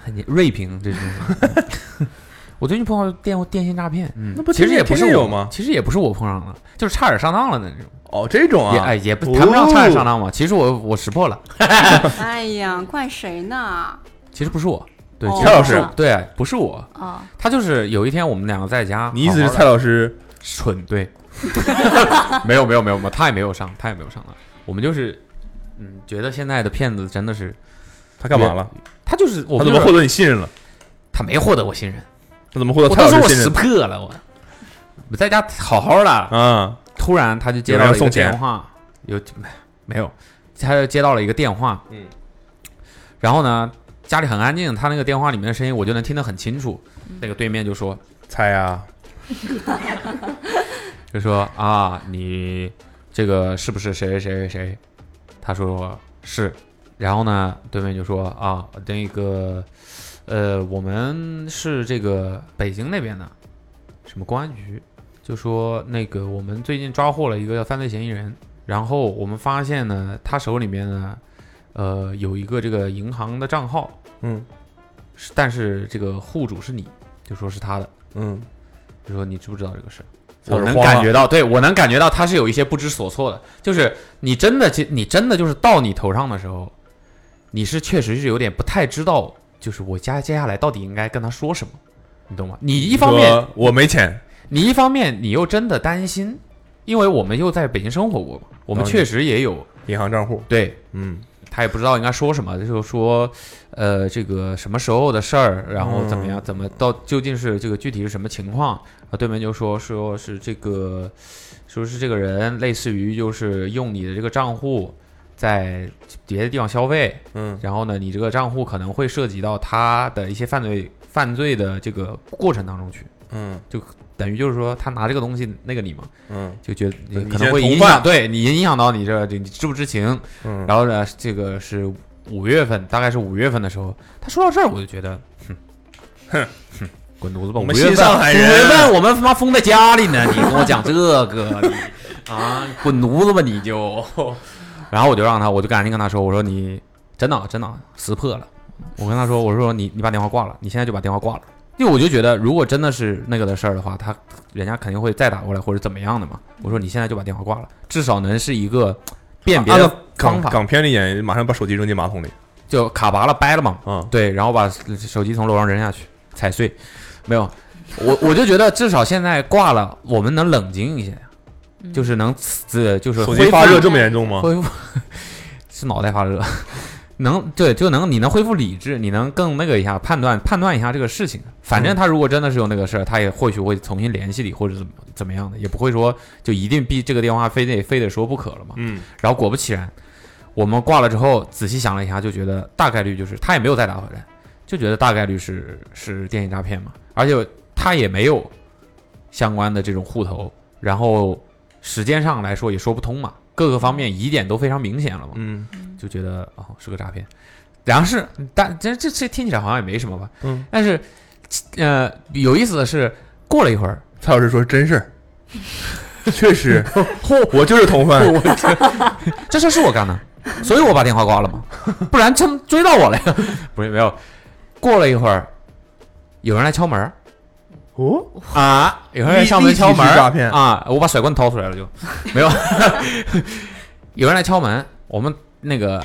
很精锐评这是。 我最近碰到电电信诈骗，嗯，
那不
其实
天
也不
天
是
天
我
有吗
其实也不是我碰上了，就是差点上当了的那种，
哦，这种
也
啊
哎，也不
哦
谈不上差点上当嘛。其实我我识破了，
哎呀，怪谁呢？
其实不是我，对，
哦
其实
蔡老
不是
师
我对，不是我，
啊，
他就是有一天我们两个在家，
哦你意思是
好好
蔡
地
老师
蠢？对， 没有没有没有没有，他也没有上，他也没有上当，我们就是嗯，觉得现在的骗子真的是
他干嘛了？
他就是我
他怎
们就
么
是
获得你信任了？
他没获得我信任。
他怎么获得
我
蔡
都说
老
我
师信
识
任？
破了，我我在家好好的，
啊，
突然他就接
有
到
人要
了一
送
个
钱
电话，有没有？他就接到了一个电话，
嗯，
然后呢，家里很安静，他那个电话里面的声音我就能听得很清楚。那个对面就说
猜啊，
就说啊，你这个是不是谁谁谁谁谁？他说是，然后呢，对面就说啊，那个呃，我们是这个北京那边的什么公安局，就说那个我们最近抓获了一个犯罪嫌疑人，然后我们发现呢，他手里面呢，呃，有一个这个银行的账号，
嗯
是但是这个户主是你，就说是他的，
嗯，
就说你知不知道这个事儿？
我
我
是
能
慌
感
了
觉到，对我能感觉到他是有一些不知所措的。就是你真的，你真的就是到你头上的时候，你是确实是有点不太知道，就是我家接下来到底应该跟他说什么，你懂吗？你一方面，
说我没钱，
你一方面你又真的担心，因为我们又在北京生活过嘛，我们
当然
确实也有
哦银行账户，
对
嗯，
他也不知道应该说什么，就说，呃，这个什么时候的事儿，然后怎么
嗯
样，怎么到究竟是这个具体是什么情况？啊，对面就说说是这个，说是这个人类似于就是用你的这个账户在别的地方消费，
嗯，
然后呢，你这个账户可能会涉及到他的一些犯罪犯罪的这个过程当中去，
嗯
等于就是说他拿这个东西那个你嘛，
嗯
就觉得
你
可
先
能会
同
影
犯
响对你影响到你这你知不知情。
嗯，
然后呢，这个是五月份，大概是五月份的时候，他说到这儿，我就觉得，哼，哼，哼，滚犊子
我
吧！五
们
月
新
份，
上海
五月
人，啊
份我们他妈封在家里呢，你跟我讲这个，你啊，滚犊子吧你 就。然后我就让他，我就赶紧跟他说，我说你真的啊真的识破了。我跟他说，我说你你把电话挂了，你现在就把电话挂了，因为我就觉得如果真的是那个的事儿的话，他人家肯定会再打过来或者怎么样的嘛。我说你现在就把电话挂了，至少能是一个辨别
按
的
照
方
港
法。
港片里演，马上把手机扔进马桶里，
就卡拔了掰了嘛，
啊，
对，然后把手机从楼上扔下去踩碎，没有，我我就觉得至少现在挂了，我们能冷静一些，就是能自就是
手
恢
机
复
发热这么严重吗？
恢复是脑袋发热，能对就能你能恢复理智，你能更那个一下判断判断一下这个事情。反
嗯
正他如果真的是有那个事儿，他也或许会重新联系你或者怎么怎么样的，也不会说就一定必这个电话非得非得说不可了嘛。
嗯，
然后果不其然，我们挂了之后仔细想了一下，就觉得大概率就是他也没有再打回来，就觉得大概率是是电信诈骗嘛，而且他也没有相关的这种户头，然后时间上来说也说不通嘛，各个方面疑点都非常明显了嘛，
嗯
就觉得哦是个诈骗。然后是，但这这这听起来好像也没什么吧，
嗯，
但是呃有意思的是，过了一会儿，
蔡老师说真事 儿，确实，我就是同犯，
这事儿是我干的，所以我把电话挂了嘛，不然真追到我了呀。 不是没有，过了一会儿，有人来敲门儿
哦，
啊，有人来上门敲
立
门
即
儿
是诈骗
啊，我把甩棍掏出来了就 没有，有人来敲门，我们那个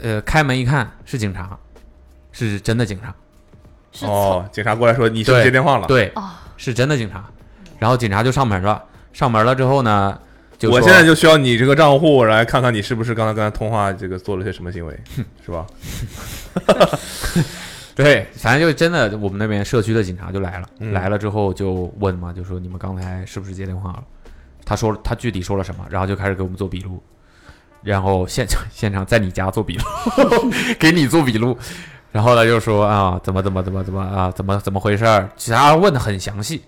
呃开门一看是警察，是真的警察，
是从
哦，警察过来说你是不是
对
接电话了，
对，
哦
是真的警察，然后警察就上门了，上门了之后呢，就
我
说
现在就需要你这个账户来看看你是不是刚才跟他通话这个做了些什么 行为，是吧？
对，反正就真的，我们那边社区的警察就来了，
嗯
来了之后就问嘛，就说你们刚才是不是接电话了？他说他具体说了什么，然后就开始给我们做笔录，然后现场现场在你家做笔录， 给你做笔录，然后他就说啊，怎么怎么怎么怎么啊，怎么怎么回事儿？其他问的很详细，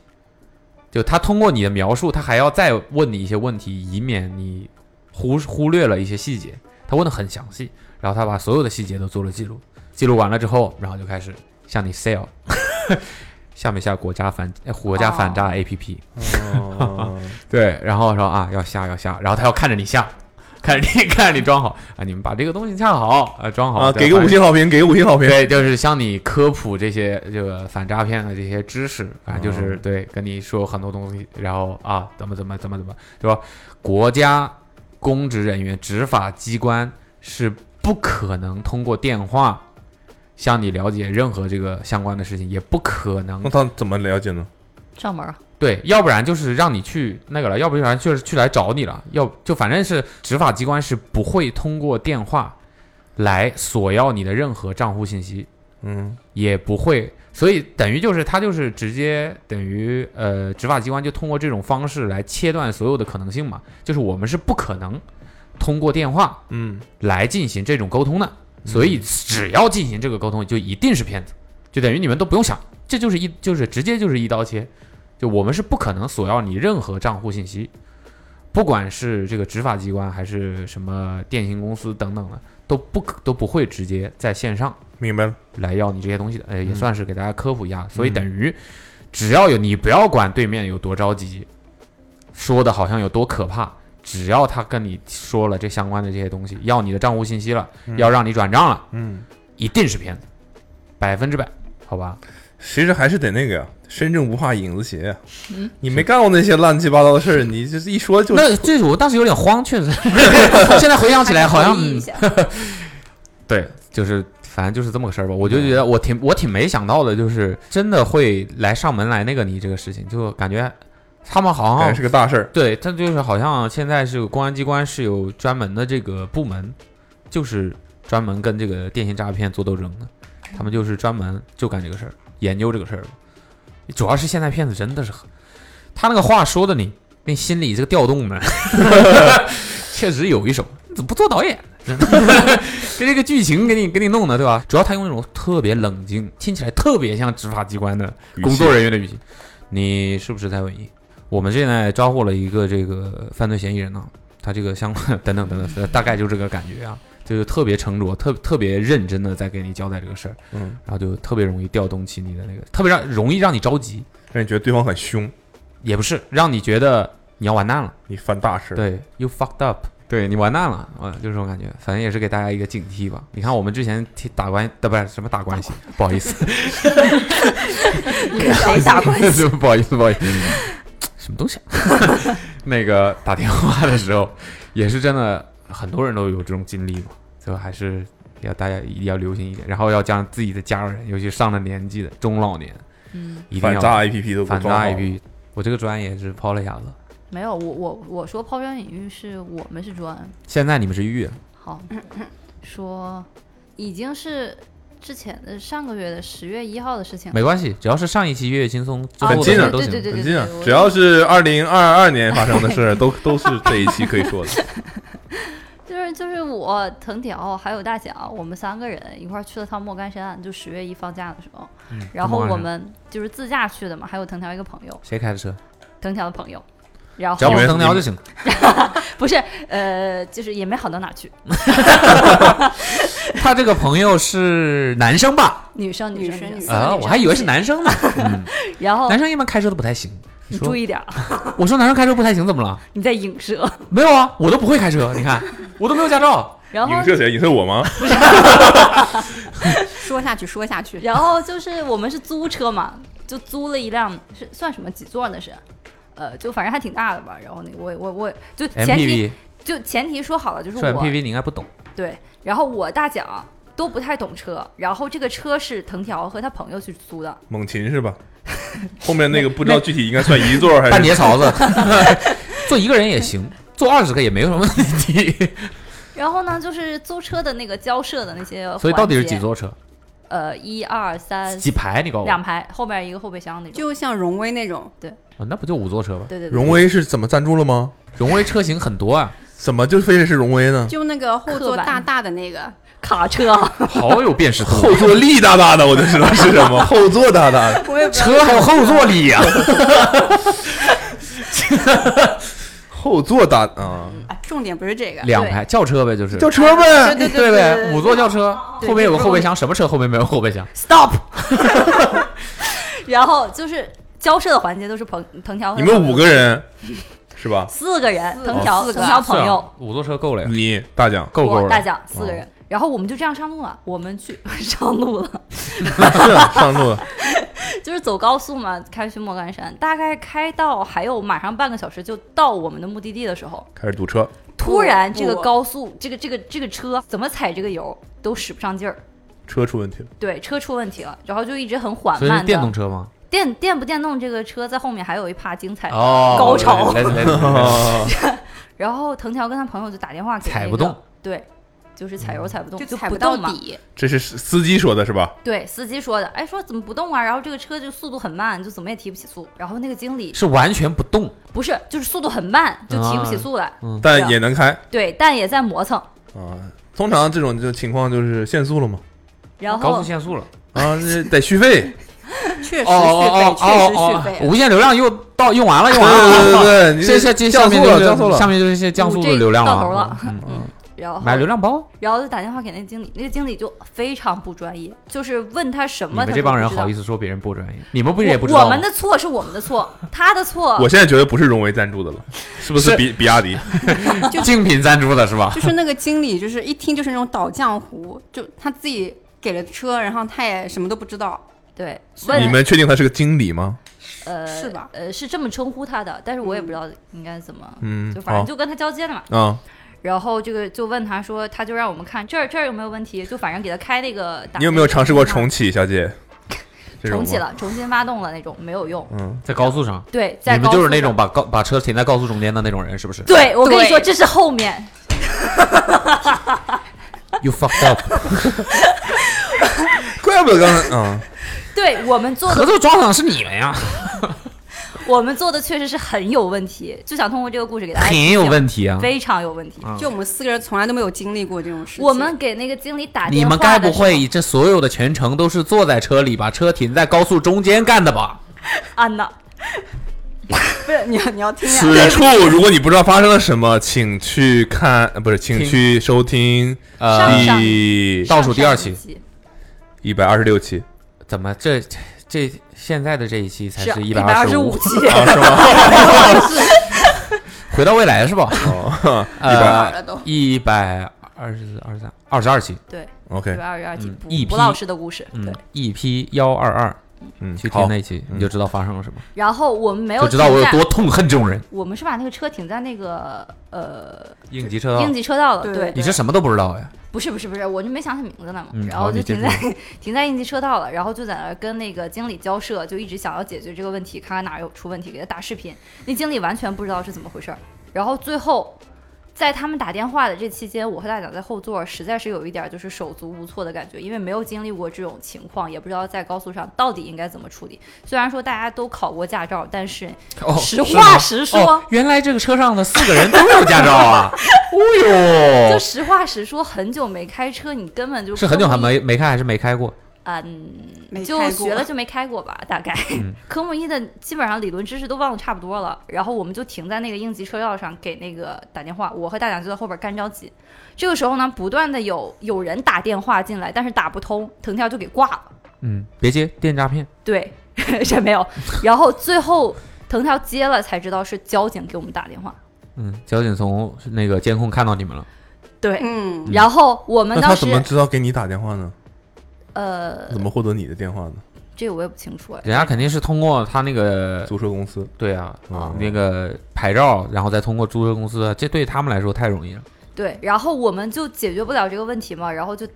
就他通过你的描述，他还要再问你一些问题，以免你忽忽略了一些细节。他问的很详细，然后他把所有的细节都做了记录。记录完了之后，然后就开始向你 sell，下面下国家反呃国
啊
家反诈 APP，、
哦，
嗯 对，然后说啊要下要下，然后他要看着你下，看着你 看着你装好啊，你们把这个东西下好啊装好
啊，
再
给个
反
五星好评，给个五星好评，
对，就是向你科普这些这个反诈骗的这些知识啊，就是
哦
对跟你说很多东西，然后啊怎么怎么怎么怎么，对吧？国家公职人员、执法机关是不可能通过电话向你了解任何这个相关的事情，也不可能
那他怎么了解呢？
上门儿，啊
对，要不然就是让你去那个了，要不然就是去来找你了，要就反正是执法机关是不会通过电话来索要你的任何账户信息。
嗯，
也不会，所以等于就是他就是直接等于呃，执法机关就通过这种方式来切断所有的可能性嘛，就是我们是不可能通过电话
嗯，
来进行这种沟通的，所以只要进行这个沟通，就一定是骗子，就等于你们都不用想，这就是一就是直接就是一刀切，就我们是不可能索要你任何账户信息，不管是这个执法机关还是什么电信公司等等的，都不可都不会直接在线上。
明白了。
来要你这些东西的，呃，也
嗯
算是给大家科普一下。所以等于只要有你不要管对面有多着急，说的好像有多可怕，只要他跟你说了这相关的这些东西，要你的账户信息了，要让你转账了，
嗯，
一定是骗子，百分之百，好吧？
其实还是得那个呀，深圳不怕影子斜呀。你没干过那些乱七八糟的事儿，你就是一说就
嗯那这我当时有点 慌，确实，现在回想起来好像
还是回忆一
嗯
下
对，就是反正就是这么个事儿吧。我就
嗯
觉得我挺我挺没想到的，就是真的会来上门来那个你这个事情，就感觉他们好
感
像
觉是个大事儿。
对，它就是好像现在是有公安机关是有专门的这个部门，就是专门跟这个电信诈骗做斗争的，他们就是专门就干这个事儿，研究这个事儿的。主要是现在骗子真的是很，他那个话说的你那心里这个调动呢， 确实有一手，你怎么不做导演呢？ 跟这个剧情给你给你弄的，对吧？主要他用那种特别冷静，听起来特别像执法机关的工作人员的语气。你是不是在伪艺？我们现在抓获了一个这个犯罪嫌疑人呢、他这个相关 等等等等，大概就这个感觉啊，就是特别沉着，特特别认真的在给你交代这个事儿，
嗯，
然后就特别容易调动起你的那个，特别让容易让你着急，
让你觉得对方很凶，
也不是让你觉得你要完蛋了，
你犯大事。，
对，you fucked up，对你完蛋了，啊，就这种感觉，反正也是给大家一个警惕吧。你看我们之前提打关，呃，不是什么打关系，不好意思，
谁打过？
不好意思，不好意思，什么东西、啊？ 那个打电话的时候，也是真的，很多人都有这种经历嘛，就还是要大家一定要留心一点，然后要将自己的家人，尤其上了年纪的中老年，
嗯，
一定
反
要
诈 APP 都给我
反
装
诈
好
APP。我这个专业是抛了一下子，
没有，我我我说抛砖引玉是我们是砖，嗯
现在你们是预约，
好，说已经是之前的上个月的十月一号的事情了。
没关系，只要是上一期《月月轻松》做
很
过
近
的
啊
都
对
行。
对对
很近
对对
啊，只要是二零二二年发生的事儿，都都是这一期可以说的。
就是就是我藤条还有大奖，我们三个人一块儿去了趟莫干山，就十月一放假的时候，
嗯
然后
莫干
我
山
们就是自驾去的嘛，还有藤条一个朋友，
谁开的车？
藤条的朋友，然
只要
后
不是藤条就行。
不是呃，就是也没好到哪 去，
他这个朋友是男生吧？
女生
女
生
生
女
女
生，
生
啊，我还以为是男生呢。嗯
然后
男生一般开车都不太行。
你
说
注意点儿，
我说男生开车不太行，怎么了？
你在影 射，
没有啊，我都不会开 车，你看，我都没有驾照。
然后
影射谁？影射我吗？
说下去说下去，
然后就是我们是租车嘛，就租了一辆是算什么几座呢是，呃，就反正还挺大的吧。然后那个我我我就前提
MPV
就前提说好了，就是
说
我
MPV 你应该不懂，
对，然后我大奖都不太懂车，然后这个车是藤条和他朋友去租的，
猛禽是吧？ 后面那个不知道具体应该算一座还
半
是
截 槽子，坐一个人也行，坐二十个也没有什么问 题。
然后呢就是租车的那个交涉的那些环节，
所以到底是几？座车？
呃，一二三，
几排？你告诉我
两，排，后面一个后备箱那种。
就像荣威那种，
啊那不就五座车吗？
对对对，
荣威是怎么赞助了吗？
啊荣威车型很多啊，
怎么就非得是荣威呢？
就那个后座大大的那个，
卡车，啊
好有辨识度。
后座力大大的，我就知道是 什么，后座大大的。
我也不知道
车还有后坐力呀、
后座大啊，
哎重点不是这个，
两排轿车呗，就是
叫车
啊
呗。
对
对
对
呗，五座轿车，
对
后面有个后备箱，什么车后面没有后备箱？
然后就是交涉的环节都是藤藤条和
你
他朋
们
友
五个人是吧？
四个人，藤
哦
条
四个
藤条朋友，
啊五座车够了呀，
你大哦奖
够够
我大
了。
奖四个人，然后我们就这样上路了，我们去 上路 了，
是啊上路了，
就是走高速嘛，开去莫干山，大概开到还有马上半个小时就到我们的目的地的时候，
开始堵车，
突然这个
不
高速这个这个这个车怎么踩这个油都使不上劲儿。
车出问题了。
对，车出问题了，然后就一直很缓
所以
慢
是
的。
电动车吗？
电电不电动这个车在后面还有一趴精彩的
哦
高潮
来来来来来，
然后藤条跟他朋友就打电话给、那个，
踩不动，
对，就是踩油踩不动，
就
就
踩
不
到
动嘛。
底，
这是司机说的是吧？
对，司机说的，哎，说怎么不动啊？然后这个车就速度很慢，就怎么也提不起速。然后那个经理
是啊完全不动，嗯
不是，就是速度很慢，就提不起速来。
但也能开
对，啊但也在磨蹭。
啊。通常这种就情况就是限速了嘛，
然
高
后
速限速了。
啊，这得续费。
确实续
哦哦
费，
哦哦
确实续
哦，
费。
无限流量又到用完了，用完
对
了。
对对，你
这下接下
降
面
速了，降速
就是下
了。
面就是一些降速
我
的
这
流量
到头
了
了。
嗯嗯
然后
买流量包，
然后就打电话给那个经理，那个经理就非常不专业，就是问他什
你
么，
们这帮人好意
思。
思说别人不专业？你们不是也不知
我
道
我
吗
们？的错是我们的 错，他的错
我现在觉得不是荣威赞助的了，是不是比比亚 迪？
竞品赞助的是
啊
吧？
就是那个经理，就是一听就是那种倒浆糊，就他自己给了车，然后他也什么都不知道，
对，
你
问
们确定他是个经理吗？
呃
是吧
呃是这么称呼他的，但是
嗯
我也不知道应该怎么，
嗯
就反正就跟他交接了嘛。
啊，
然后这个就问他说，他就让我们看这儿这儿有没有问题，就反正给他开那个打。
你有没有尝试过重启，小姐？这种
重
吗
启？了，重新发动了那种，没有用。
嗯，
在高速上，
对，
你
在
们
高
就是
速
那
上
种把高把车停在高速中间的那种人，是不是
对，我跟你
对
说，这是后面，
？You fucked up。
怪不得刚才啊，
对我们做
合
的，
作装厂是你们呀，
我们做的确实是很有问题，就想通过这个故事给大家
很
提
有
醒
问题啊！
非常有问题。
就我们四个人从来都没有经历过这种事情。
我们给那个经理打电话，
你们该不会这所有的全程都是坐在车里，把车停在高速中间干的吧？
安 娜？
不是你要你要听呀，
此处如果你不知道发生了什么，请去看，呃不是，请
听
去收听
呃
上，上
第
倒数第二
上一
期，
期
一百二十六期
怎么这这这现在的这一期才
是
一
百
二
十
五？
期，
啊，是吗？
啊 回到未来是吧？
哦，一百
哪儿了
呃
都，
一百二十二三二十二期，嗯
对，一
OK，
百二十二期，卜
一批
卜老师的故事。对
嗯，一 P 幺二二，
嗯，
去听
好，
那期
嗯
你就知道发生了什么，
然后我们没有
就知道我有
停在
多痛恨这种人。
我们是把那个车停在那个呃
应急车道
应，急车道了，
对
对，
你是什么都不知道呀？
不是不是不是，我就没想起名字来嘛，
嗯
然
好
后就
你接
停
着
在 停在应急车道了，然后就在那儿跟那个经理交涉，就一直想要解决这个问题，看看哪儿有出问题，给他打视频。那经理完全不知道是怎么回事儿，然后最后在他们打电话的这期间，我和大蒋在后座，实在是有一点就是手足无措的感觉，因为没有经历过这种情况，也不知道在高速上到底应该怎么处理。虽然说大家都考过驾照，但 是
哦，
实话实说，
哦，原来这个车上的四个人都有驾照啊！哦
就
呦，
实话实说，很久没开车，你根本就是
很久还没没开还是没开过？
嗯，
没
就
开过
学了就没开过吧，大概。
嗯
科目一的基本上理论知识都忘得差不多了，然后我们就停在那个应急车道上给那个打电话，我和大蒋就在后边干着急。这个时候呢，不断的有有人打电话进来，但是打不通，藤条就给挂了。
嗯，别接电诈骗。
对， 真没有。然后最后藤条接了才知道是交警给我们打电话。
嗯，交警从那个监控看到你们了，
对，
嗯，
然后我们
那他
当
怎么
时
知道给你打电话呢？
呃，
怎么获得你的电话呢？
这个我也不清楚哎。
人家肯定是通过他那个
租车公司
对啊
啊
那个牌照，然后再通过租车公司，这对他们来说太容易了。
对，然后我们就解决不了这个问题嘛，然后就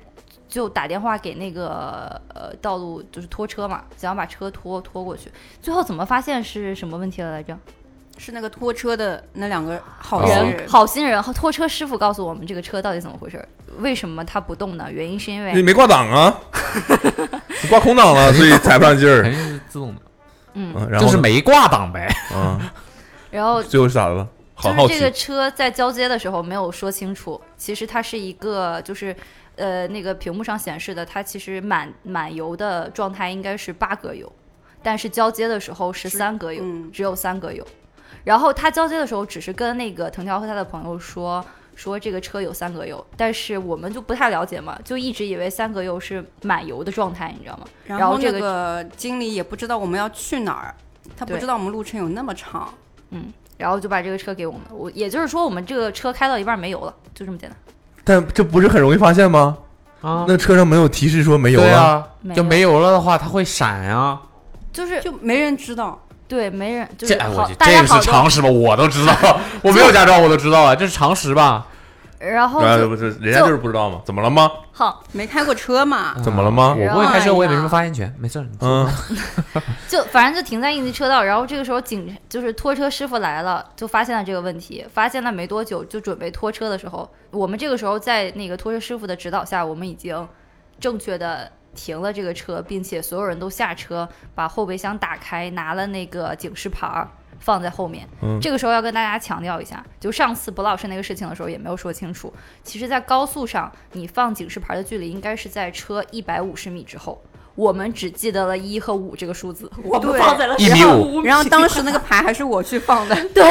就打电话给那个呃道路就是拖车嘛，想要把车拖拖过去。最后怎么发现是什么问题了来着？
是那个拖车的那两个好
哦
人，
好心人和拖车师傅告诉我们这个车到底怎么回事儿，为什么它不动呢？原因是因
你
为
没挂档 啊，你挂空档 了，所以踩不上劲
肯
儿。
定是自动的，
嗯，
嗯，然后
哎就
呢
是没挂档呗。
啊，
然 后
最后是咋的了？好好
就是
奇
这个车在交接的时候没有说清楚，其实它是一个就是。呃，那个屏幕上显示的，它其实满满油的状态应该是八格油，但是交接的时候是
是
三格油，
嗯，
只有三个有。然后他交接的时候，只是跟那个藤条和他的朋友说说这个车有三格油，但是我们就不太了解嘛，就一直以为三格油是满油的状态，你知道吗？
然
然后
后
这
那
个
个经理也不知道我们要去哪儿，他不
对嗯
知道我们路程有那么长，
然后就把这个车给我们，我也就是说我们这个车开到一半没油了，就这么简单。
但这不是很容易发现吗？
啊
那车上没有提示说没油
对
了，
啊
没，
就
了
没油了的话，它会闪啊。
就是
就没人知道。
对，没人就
这
是
哎，我
好
去，，
大
这
家
个
好
是
多，
常识吧？我都知道，我没有驾照我都知道啊，这是常识吧？
然后
啊
然后啊
哦就嗯
不是人家就是不知道嘛？怎么了吗？
好，
没开过车嘛，
怎么了吗
我不会
哎
开车，我也没什么发言权，没事儿。你
嗯，
就反正就停在应急车道，然后这个时候警就是拖车师傅来了，就发现了这个问题，发现了没多久就准备拖车的时候，我们这个时候在那个拖车师傅的指导下，我们已经正确的停了这个车，并且所有人都下车，把后备箱打开，拿了那个警示牌儿放在后面。
嗯
这个时候要跟大家强调一下，就上次卜老师那个事情的时候也没有说清楚，其实，在高速上你放警示牌的距离应该是在车一百五十米之后。我们只记得了一和五这个数字， 我们
对
放在了
一米五，
然后当时那个牌还是我去 放的，
对，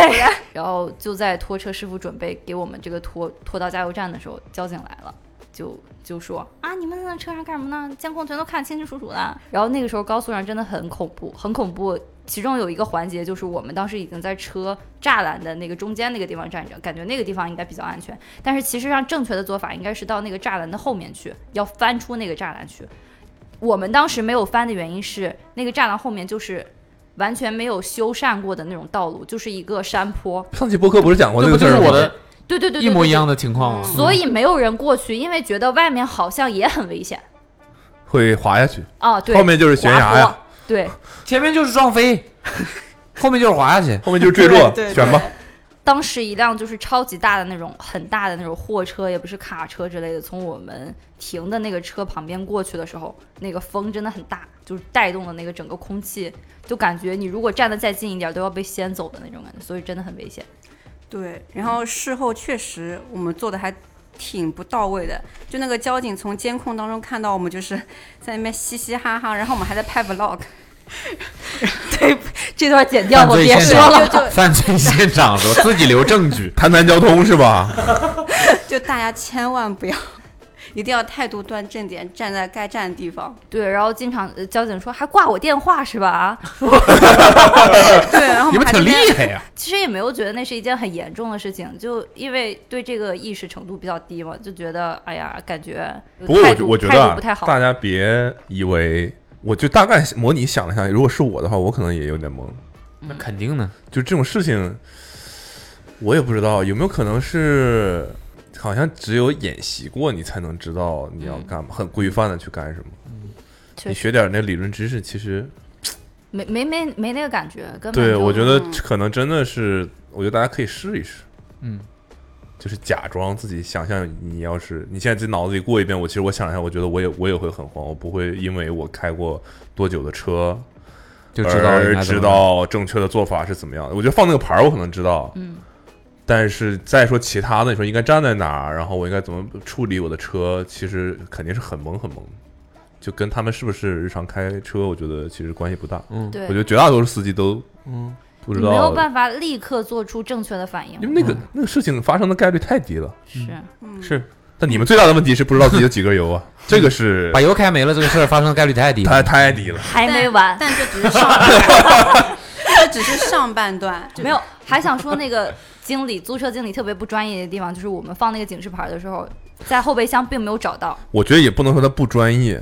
然后就在拖车师傅准备给我们这个拖拖到加油站的时候，交警来了，就就说啊，你们在那车上干什么呢？监控全都看得清清楚楚的。然后那个时候高速上真的很恐怖，很恐怖。其中有一个环节就是我们当时已经在车栅栏的那个中间那个地方站着，感觉那个地方应该比较安全。但是其实上正确的做法应该是到那个栅栏的后面去，要翻出那个栅栏去。我们当时没有翻的原因是，那个栅栏后面就是完全没有修缮过的那种道路，就是一个山坡。
上期播客不是讲过
这
这
不
个事
就
儿
是
吗
我的
对对对
一模一样
的。
的情况啊吗？
所以没有人过去，因为觉得外面好像也很危险
会滑下去，
啊。对，
后面就是悬崖
滑
呀，
坡。对，
前面就是撞飞， 后面就是滑下去。
后面就是坠落，选吧。，
当时一辆就是超级大的那种很大的那种货车，也不是卡车之类的，从我们停的那个车旁边过去的时候，那个风真的很大，就是带动了那个整个空气，就感觉你如果站得再近一点，都要被掀走的那种感觉，所以真的很危险。
对，然后事后确实我们做的还挺不到位的，就那个交警从监控当中看到我们就是 在那边嘻嘻哈哈，然后我们还在拍 vlog，
这段剪掉
犯
吧，
罪
别
现
说 了。
场，犯罪现 场说自己留证据
谈谈交通是吧？
就大家千万不要，一定要态度端正点，站在该站的地方。
对，然后经常呃交警说还挂我电话是吧？啊，
对，然后我
你
们
们
还在
挺
那
厉
边
害呀！
其实也没有觉得那是一件很严重的事情，就因为对这个意识程度比较低嘛，就觉得哎呀，感觉
不过我
态
觉
度
我觉
态
得
度不太
啊
好。
大家别以为，我就大概模拟想了想，如果是我的话，我可能也有点懵。
嗯
那肯定呢，
就这种事情，我也不知道有没有可能是，好像只有演习过你才能知道你
嗯
要干嘛，很规范的去干什么。
确
你
实
学点那理论知识，其实
没没没没那个感觉，根本
对
就
我觉得
嗯
可能真的是，我觉得大家可以试一试。
嗯，
就是假装自己想象，你要是你现在在脑子里过一遍，我其实我想一下，我觉得我也我也会很慌，我不会因为我开过多久的车
就知道应
而
该怎
知
么办
道正确的做法是怎么样的。我觉得放那个牌儿我可能知道，
嗯，
但是再说其他的，你说应该站在哪儿，然后我应该怎么处理我的车，其实肯定是很懵很懵，就跟他们是不是日常开车，我觉得其实关系不大。
嗯
对
我觉得绝大多数司机都
嗯，
不
你
知
没有
道，
办法立刻做出正确的反应
因，为那个那个事情发生的概率太低了。
是
嗯，
是
但你们最大的问题是不知道自己有几根油 啊，这个是
嗯把油开没了这个事儿发生的概率太低了。
太太低了。
还没完。
但这只是上半段， 这只是上半 段。
没有，还想说那个经理，租车经理特别不专业的地方，就是我们放那个警示牌的时候，在后备箱并没有找到，
我觉得也不能说他不专业，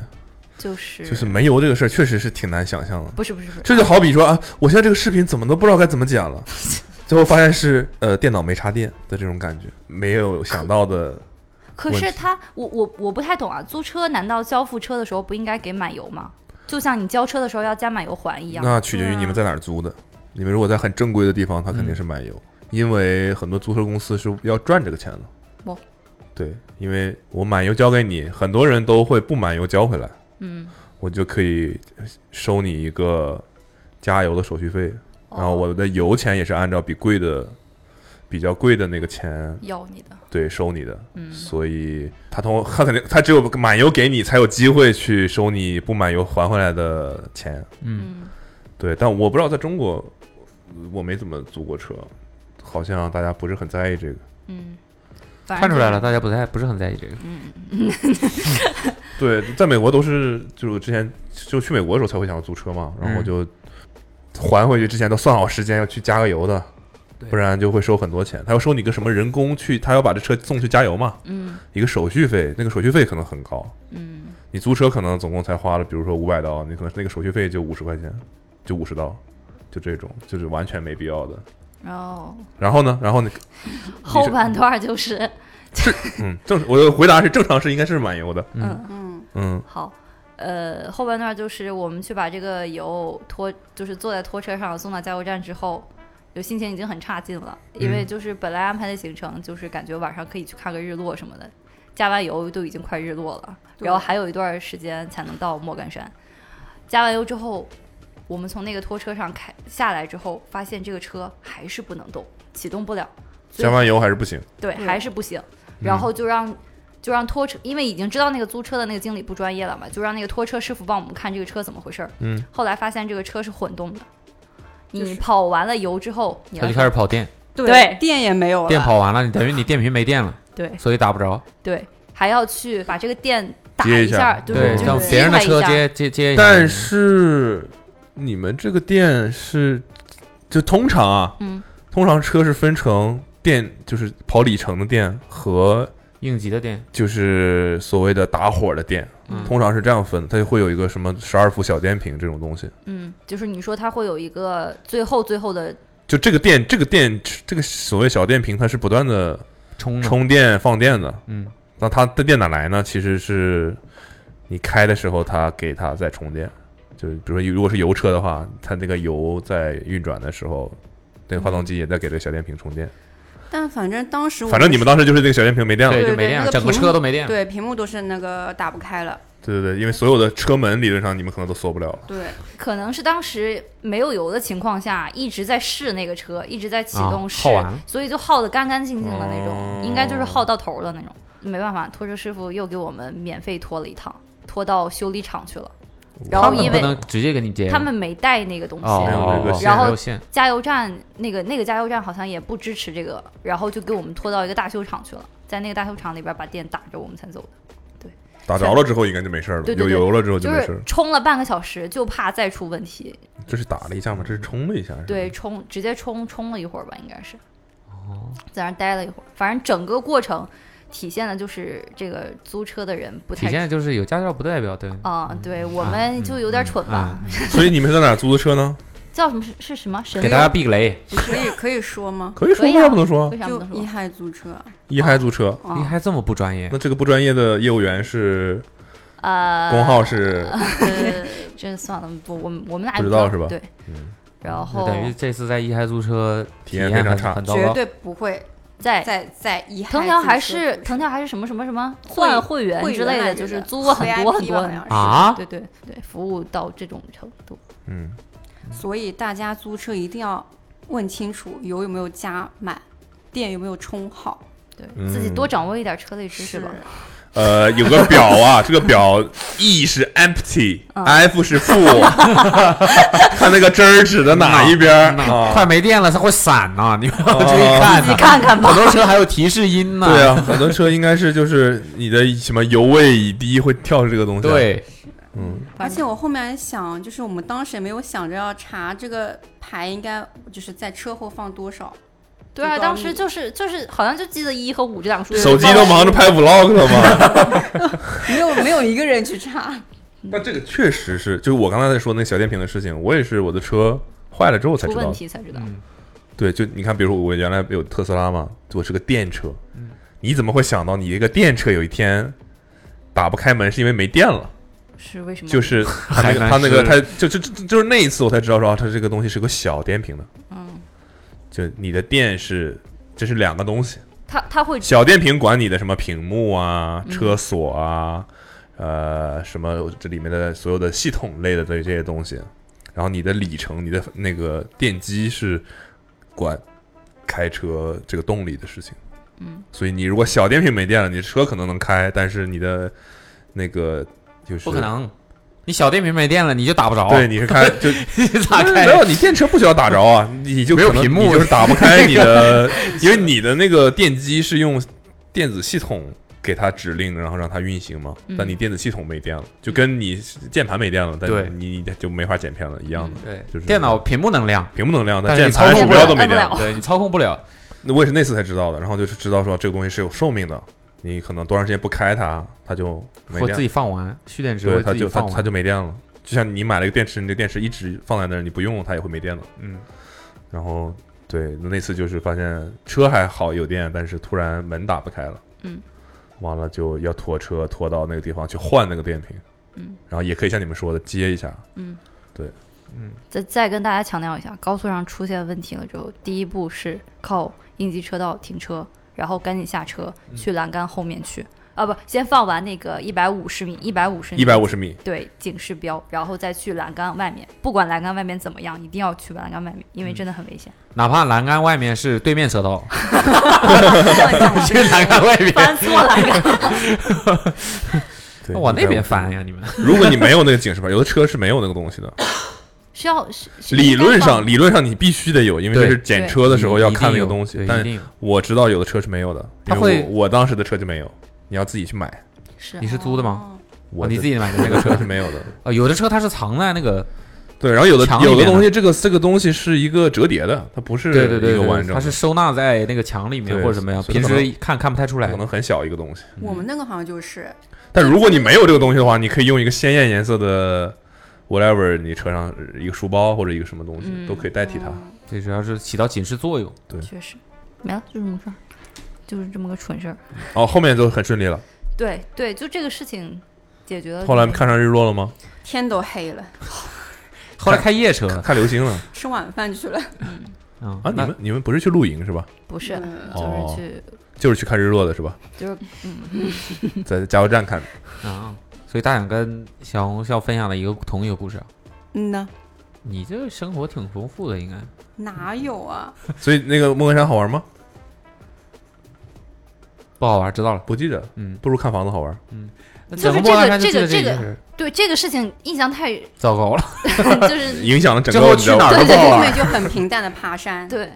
就是
就是没油这个事儿确实是挺难想象的。
不是不是不是，
这就好比说啊，我现在这个视频怎么都不知道该怎么剪 了，最后发现是呃电脑没插电的这种感觉，没有想到 的。
可
问
是
题
他我我我不太懂啊，租车难道交付车的时候不应该给满油吗？就像你交车的时候要加满油环一样，
那取决于
对啊
你们在哪儿租的，你们如果在很正规的地方，它肯定是
嗯
满油，因为很多租车公司是要赚这个钱的。
哦
对，因为我满油交给你，很多人都会不满油交回来。
嗯，
我就可以收你一个加油的手续费，
哦
然后我的油钱也是按照比贵的、比较贵的那个钱
要你的，
对收你的，
嗯
所以他通他肯定他只有满油给你才有机会去收你不满油还回来的钱，
嗯，
嗯，
对，但我不知道在中国我没怎么租过车，好像大家不是很在意这个，
嗯，反正
看出来了，大家不太不是很在意这个。
嗯
对，在美国都是就是我之前就去美国的时候才会想要租车嘛，然后
嗯
就还回去之前都算好时间要去加个油的，
对
不然就会收很多钱。他要收你个什么人工去，他要把这车送去加油嘛，
嗯
一个手续费，那个手续费可能很高。
嗯
你租车可能总共才花了，比如说五百刀，你可能那个手续费就五十块钱，就五十刀，就这种就是完全没必要的。
啊
然
然后
后呢，然后你
后半段就是
嗯，正我的回答是正常是应该是满油的，
嗯
嗯，
嗯，
好，呃，后半段就是我们去把这个油拖，就是坐在拖车上送到加油站之后，就心情已经很差劲了，因
嗯
为就是本来安排的行程就是感觉晚上可以去看个日落什么的，加完油都已经快日落了，然后还有一段时间才能到莫干山。加完油之后，我们从那个拖车上开下来之后，发现这个车还是不能动，启动不了。
加完油还是不行。
对，还是不行。然
嗯
后就让就让拖车，因为已经知道那个租车的那个经理不专业了嘛，就让那个拖车师傅帮我们看这个车怎么回事儿。
嗯，
后来发现这个车是混动的，
就
你
是
跑完了油之后，你
他
要
就开始跑电，
对
电也没有了，
电跑完了，你等于你电瓶没电了，
对
所以打不着。
对，还要去把这个电打
接一
下
下
儿，就是
对，
就
像
是
别人的
击它
车
一下儿。
接接接一下。
但是你们这个店是，就通常啊，
嗯，
通常车是分成电，就是跑里程的店和
应急的电，
就是所谓的打火的店，
嗯
通常是这样分的，它就会有一个什么十二伏小电瓶这种东西。
嗯，就是你说它会有一个最后最后的，
就这个电，这个电，这个所谓小电瓶，它是不断的
充呢，
充电放电的。
嗯，
那它的电哪来呢？其实是你开的时候，它给它在充电。就是比如说，如果是油车的话，它那个油在运转的时候，那个发动机也在给这个小电瓶充电。
但反正当时我
反正你们当时就是这个小电瓶没电了。
对，
对
就没
对
电
那
了，
个
整个
屏
车
幕
都没电了。
对屏幕都是那个打不开了，
对对对，因为所有的车门理论上你们可能都锁不了了。
对，
可能是当时没有油的情况下，一直在试那个车，一直在启
啊
动试，
耗完了
所以就耗得干干净净的那种，
哦
应该就是耗到头了那种。没办法，拖车师傅又给我们免费拖了一趟，拖到修理厂去了。
哦
然
他
后
们
因
不
为
能直接给你接。
他们没带那个东西，
哦
没有
哦，
这个
哦
线
然
没
后
有线，
加油站那个那个加油站好像也不支持这个，然后就给我们拖到一个大修厂去了，在那个大修厂里边把电打着，我们才走的。
打着了之后应该就没事儿了，
对对对
有油了之后就
就
没事儿
是
了。
充了半个小时，就怕再出问题，
这是打了一下嘛，这是冲了一下。是吧
对，，冲直接冲冲了一会儿吧，应该是，
哦
在那儿待了一会儿，反正整个过程体现的就是这个租车的人不
体
太
现就是有驾照不代表对。
啊、对我
啊
们就有点
嗯
蠢吧，
啊
所以你们在哪儿租的车呢？
叫什么是是什么神
给大家避个 雷，
可 以可以说吗？
可以说
可
吗？
以啊
不能说
为啥不
就
能
一
说？
害租车，
一嗨租车。
哦
你还这么不专业
那，这个不专业的业务员是
呃，
工号 是
呃，这算了，不，我们我们俩也
不知道是吧
对，
嗯
然
那
后
等于这次在一嗨租车
体验
验
非常
很
差
很糟
绝
糕。
对不会
在
在在遗憾。
藤条还是藤条还是什么什么什么
会
换会员
会
之
员
类
来
的，
着
就是
的
租过很多
VIP
很多
吧好像
很
是
多
啊
对对对，服务到这种程度，
嗯，
所以大家租车一定要问清楚油有没有加满，电有没有充好。
对、
嗯
自己多掌握一点车类知识吧。
呃，有个表啊，这个表 E 是
嗯
empty，F 是负， 看那个针儿指的哪一边儿啊？
快没电了，它会闪呐、你 们要
哦
注意看
自己
呐、
看看吧
很。多车还有提示音呢、
对啊，很多车应该是就是你的什么油位已低会跳这个东西。，啊
对，
嗯，
而且我后面想，就是我们当时也没有想着要查这个牌，应该就是在车后放多少。
对啊，
就
当
高
时
密
就是就是好像就记得一和五这两个数字。
手机都忙着拍 vlog 了嘛。
没有没有一个人去查，
那这个确实是，就是我刚才在说那个小电瓶的事情，我也是我的车坏了之后才
出
知道
问
的。
题才知道。
对，就你看，比如说我原来有特斯拉嘛，我是个电车，你怎么会想到你一个电车有一天打不开门是因为没电了？
是为什么？
就是他那
海
个
南
他那个
是
他就就就就是那一次我才知道说啊，它这个东西是个小电瓶的，
嗯，
就你的电是这是两个东西，
他他会嗯
小电瓶管你的什么屏幕啊、车锁啊，呃，什么这里面的所有的系统类的这这些东西，然后你的里程、你的那个电机是管开车这个动力的事情。
嗯，
所以你如果小电瓶没电了，你车可能能开，但是你的那个就是
不可能，你小电瓶没电了你就打不着，
对，，你是开就
你 咋
没
开？
有，你电车不需要打着啊，你就
没有
可能
屏幕
你就是打不开你 的，因为你的那个电机是用电子系统给它指令，然后让它运行嘛。
嗯
但你电子系统没电了，就跟你键盘没电了，但
对嗯
你你就没法剪片了一样的。
对
就是
电脑屏幕能亮，
屏幕能亮，但
但是
键
你
盘
操
鼠
控不
标
了
都没
按不
电
了。
对你操控不了，
那我也是那次才知道的，然后就是知道说这个东西是有寿命的，你可能多长时间不开它，它就没
我
电
自己放完蓄电池，
对，
我
它
自己
就它
放
它
完。
就没电了。就像你买了一个电池，你的电池一直放在那儿，你不用它也会没电的。
嗯，
然后对，那次就是发现车还好有电，但是突然门打不开了。
嗯，
完了就要拖车拖到那个地方去换那个电瓶。
嗯，
然后也可以像你们说的接一下。
嗯，
对，
嗯，
再再跟大家强调一下，高速上出现问题了之后，第一步是靠应急车道停车，然后赶紧下车
嗯
去栏杆后面去。啊不，先放完那个一百五十米，一百五十米，
一百五十米。
对警示标，然后再去栏杆外面。不管栏杆外面怎么样，一定要去栏杆外面，因
嗯
为真的很危险。
哪怕栏杆外面是对面车道， 去栏杆外面，
翻错栏杆，
对，
往那边翻
翻。
呀！你们
如果你没有那个警示牌，有的车是没有那个东 西的。
是要是是
理
应该
论
放
上，理论上你必须得有，因为这
对
是检
对
车的时候要
一定
看那个
有
东西
对。一
但
定有
我知道有的车是没有的，
它
因为
会
我我当时的车就没有，你要自己去买。
是啊
你是租的吗？
哦
我
哦你
的
自己买的 那个车
车是没有的。
啊，有的车它是藏在那个，
对，然后有的
墙里
有的
面的
东西，这个这个东西是一个折叠的，它不是
对对对
一个
对
完整的，
它是收纳在那个墙里面
对
或者怎么样，
所以
平
可
时看看不太出来
可。能很小一个东西。
我们那个好像就是
但如果你没有这个东西的话，你可以用一个鲜艳颜色的 whatever，你车上呃一个书包或者一个什么东西、
嗯
都可以代替它。
最主要是起到警示作用。
确实没了，就这么个事儿，就是这么个蠢事儿。
哦，后面就很顺利了。
对对，就这个事情解决了。
后来看上日落了吗？
天都黑了，
后来开夜车了，
看流星了
吃晚饭去了。
嗯
啊
啊！你们你们不是去露营是吧？
不是，
嗯
就
哦
是去
就是去看油落的是吧？
就是嗯
在加油站看的。
啊，所以大想跟小红笑分享了一个同一个故事啊。
嗯呐，
你这个生活挺丰富 的，应该
哪有啊？
所以那个莫根山好玩吗？
不好玩，知道了。
不记得，
嗯，
不如看房子好玩。
那
就是
整
这
莫
个
干山就
这个
记得
这
这
个对这个事情印象太就
糟 糕了，
是
影响了整
之后
个你知道
去哪儿
吗
都不好啊
后
玩
面就很平淡的爬山，
对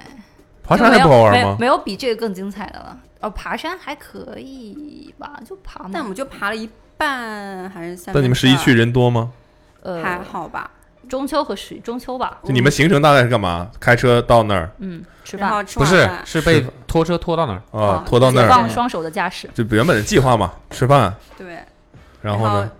爬
就
山
没
还
有
不好
没
玩
有
吗？
没有比这个更精彩的了。哦，爬山还可以吧，就爬
但我
嘛。
们就爬了一半还是三分之二。
但你们十一去人多吗？
还
呃，
好吧？
中秋和十中秋吧，
就你
嗯
们行程大概是干嘛？开车到那儿
嗯，吃
然
饭，
啊后吃
不
晚
是
啊
饭，
是被拖车拖到哪儿？
啊
啊，
拖到那
解
儿
放双手的架势。
就原本的计划嘛，吃饭，
对，
然后呢，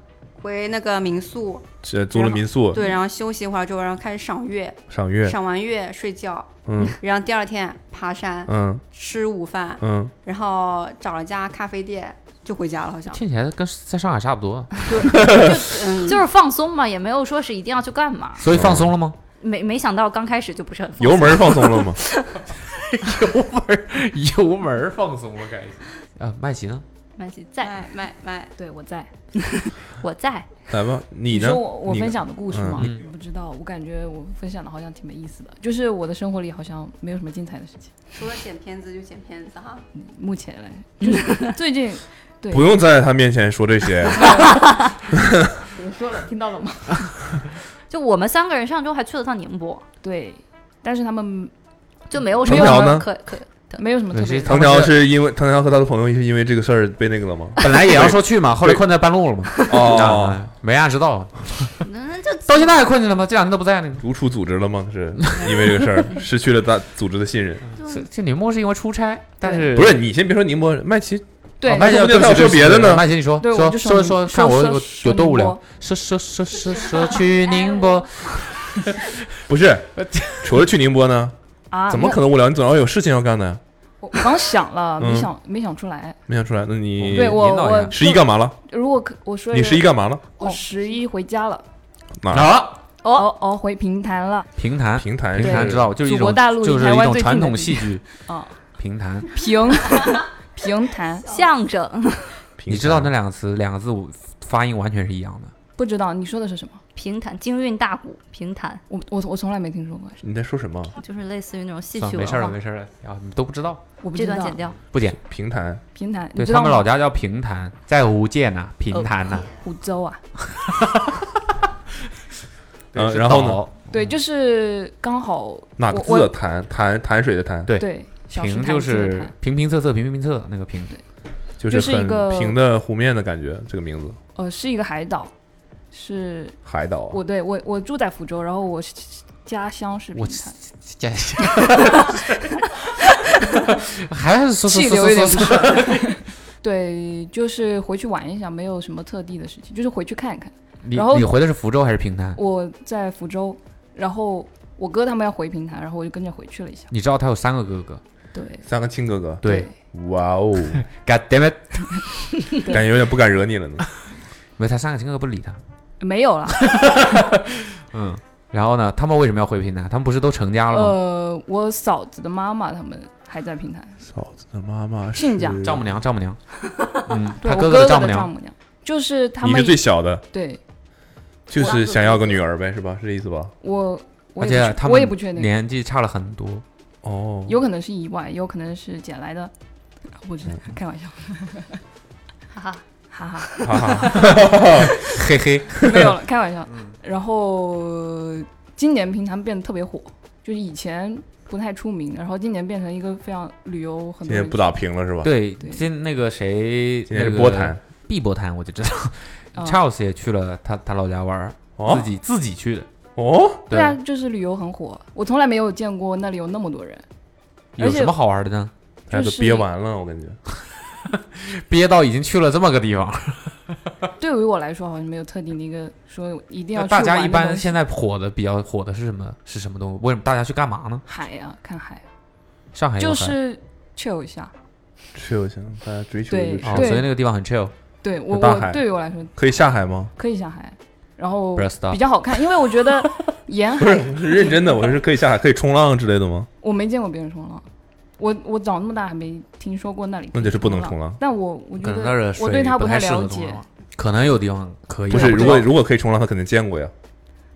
回那个民宿，
这租了民宿，
对，然后休息一会儿之后，然后开始赏月，
赏月，
赏完月睡觉，
嗯
然后第二天爬山，
嗯
吃午饭，
嗯，
然后找了家咖啡店就回家了，好像
听起来跟在上海差 不多，
嗯
就是放松嘛，也没有说是一定要去干嘛。
所以放松了吗？
没没想到刚开始就不是很放松
油门放松了吗？
油门儿油门儿放松了，感觉啊，麦琪呢？
麦琪在，
卖卖卖，
对我 在。
我在，
来吧，你
你
呢
说？我我
你呢
分享的故事吗？
嗯
我不知道，我感觉我分享的好像挺没意思的，就是我的生活里好像没有什么精彩的事情。
除了剪片子就剪片子哈。
目前来， 就是最近对
不用在他面前说 这些，
我说了，听到了吗？
就我们三个人上周还去了趟宁波，
对，但是他们
就没有什
藤
么
条呢？
可可
没有什么特
对
别
谁
的。
他
藤
们
条
是
是因为藤条和他的朋友是因为这个事儿被那个了吗？
本来也要 说去嘛，后来困在半路了嘛，
哦，
啊，没按时到，
嗯，就
到现在还困着呢吗？这两天都不在呢。
独处组织了吗？是因为这个事儿 失去了大组织的信任？
这这宁波是因为出差，但是
不是，你先别说宁波人，麦琪
对
哦麦琪，
那
对不
那
起，
说别的呢
麦琪，你说
对，
说
我就
说
说
说，
你
看我
说
有
说
有多无
宁
聊
波。
说说说说说去宁波，
不是，除了去宁波呢，
啊，
怎么
那
可能无聊？你总要有事情要干的呀。
我我刚想了，没
嗯
想没想出来。
没想出来，那你
对我
引导一下
我
十一干嘛了？
如果可我说
你十一干嘛了？
我十一回家了，
哪儿？
啊，
哦哦回平潭了
评弹，
平潭
评
是
弹知道，就是一
祖国
种
大陆
就是
离台
一
湾
种
最近
传
的
统
地
戏剧
啊，
评弹。
平平潭，
相声
平潭
你知道那两个词两个字我发音完全是一样的。
不知道你说的是什么？
平潭京韵大鼓平潭，
我我我从来没听说过，
你在说什么？
就是类似于那种戏
算
曲
了，
文
没事儿了，
化
没。事儿了，啊，你都不知道，
我不
这
知道
段剪掉，
不剪。
平潭
平潭，
对
你知
他
道
们
吗
老家叫平潭，在福建呐，
哦
平潭呐。
湖州啊，
对
嗯
是
然后呢
岛
对，就是刚好
哪个
我
字？潭潭潭水的潭，
对
对，小石
平
潭
就
这个
是
潭
平平仄仄平平平仄那个平。
就
就是是一
很
个
平的湖面的感觉。这个名字，
呃是一个海岛，是
海岛啊。
我对我我住在福州，然后我是家乡是平
我
潭，
加一下， 还是说说
气流
说说
有点
说
不
说，
对，就是回去玩一下，没有什么特地的事情，就是回去看一看。
你
然后
你回的是福州还是平潭？
我在福州，然后我哥他们要回平潭，然后我就跟着回去 了一下。
你知道他有三个哥哥，
对
三个亲哥哥，
对
哇哦，
，God damn it，
感觉有点不敢惹你了呢。
没他三个亲哥哥不理他。
没 有啦。
嗯，然后呢，他们为什么要回平潭？他们不是都成家了吗？
呃，我嫂子的妈妈他们还在平潭，
嫂子的妈妈
是亲家
丈母娘，丈母娘，嗯，
对
他
我
哥
哥
的
丈
丈母
娘，
娘，
就是他
你
们
是最小的，
对
就是想要个女儿呗，是吧？是这意思吧？
我，我也不
而且啊
确
他们
我也不确定，
年纪差了很多。
哦，
有可能是意外，有可能是捡来的，不知道，
嗯
开玩笑，
哈哈，
哈哈。
哈 哈，
嘿嘿，
没 有了，开玩笑。
嗯
然后今年平潭变得特别火，就是以前不太出名，然后今年变成一个非常旅游很多
今天
人
不打平了是吧？
对，
对
今那个谁，
今
那
天
个
是波潭，
碧波潭，我就知道、
啊
Charles 也去了他他老家玩儿，
哦
自己自己去的。
哦，
对啊，就是旅游很火。我从来没有见过那里有那么多人，
有
而且
什么好玩的呢？
大哎家都
就是
憋完了，我感觉。
憋到已经去了这么个地方，
对于我来说好像没有特定的一个说一 定要
那
去
大家
玩
一
的
般
东西
现在火的比较火的是什么？是什么东西？为什么大家去干嘛呢？
海啊，看海啊，
上海
就
有海
是 chill 一下。
chill 行，大家追求
对
的就是
哦，
对
所以那个地方很 chill，
对我
有大
我
海
对于我来说
可以下海吗？
可以下海，然后
不是 stop
比较好看，因为我觉得沿
不是，
海
我是认真的，我是可以下海，可以冲浪之类的吗？
我没见过别人冲浪，我我长那么大还没听说过那里
那就是不能
冲浪
冲。浪。
但我我觉
可能
得
那儿的水
我对它
不
太
太适
了
合冲
解
浪，，可能有地方可以。
不是，
我知
如果
道
如果可以冲浪，他肯定见过呀。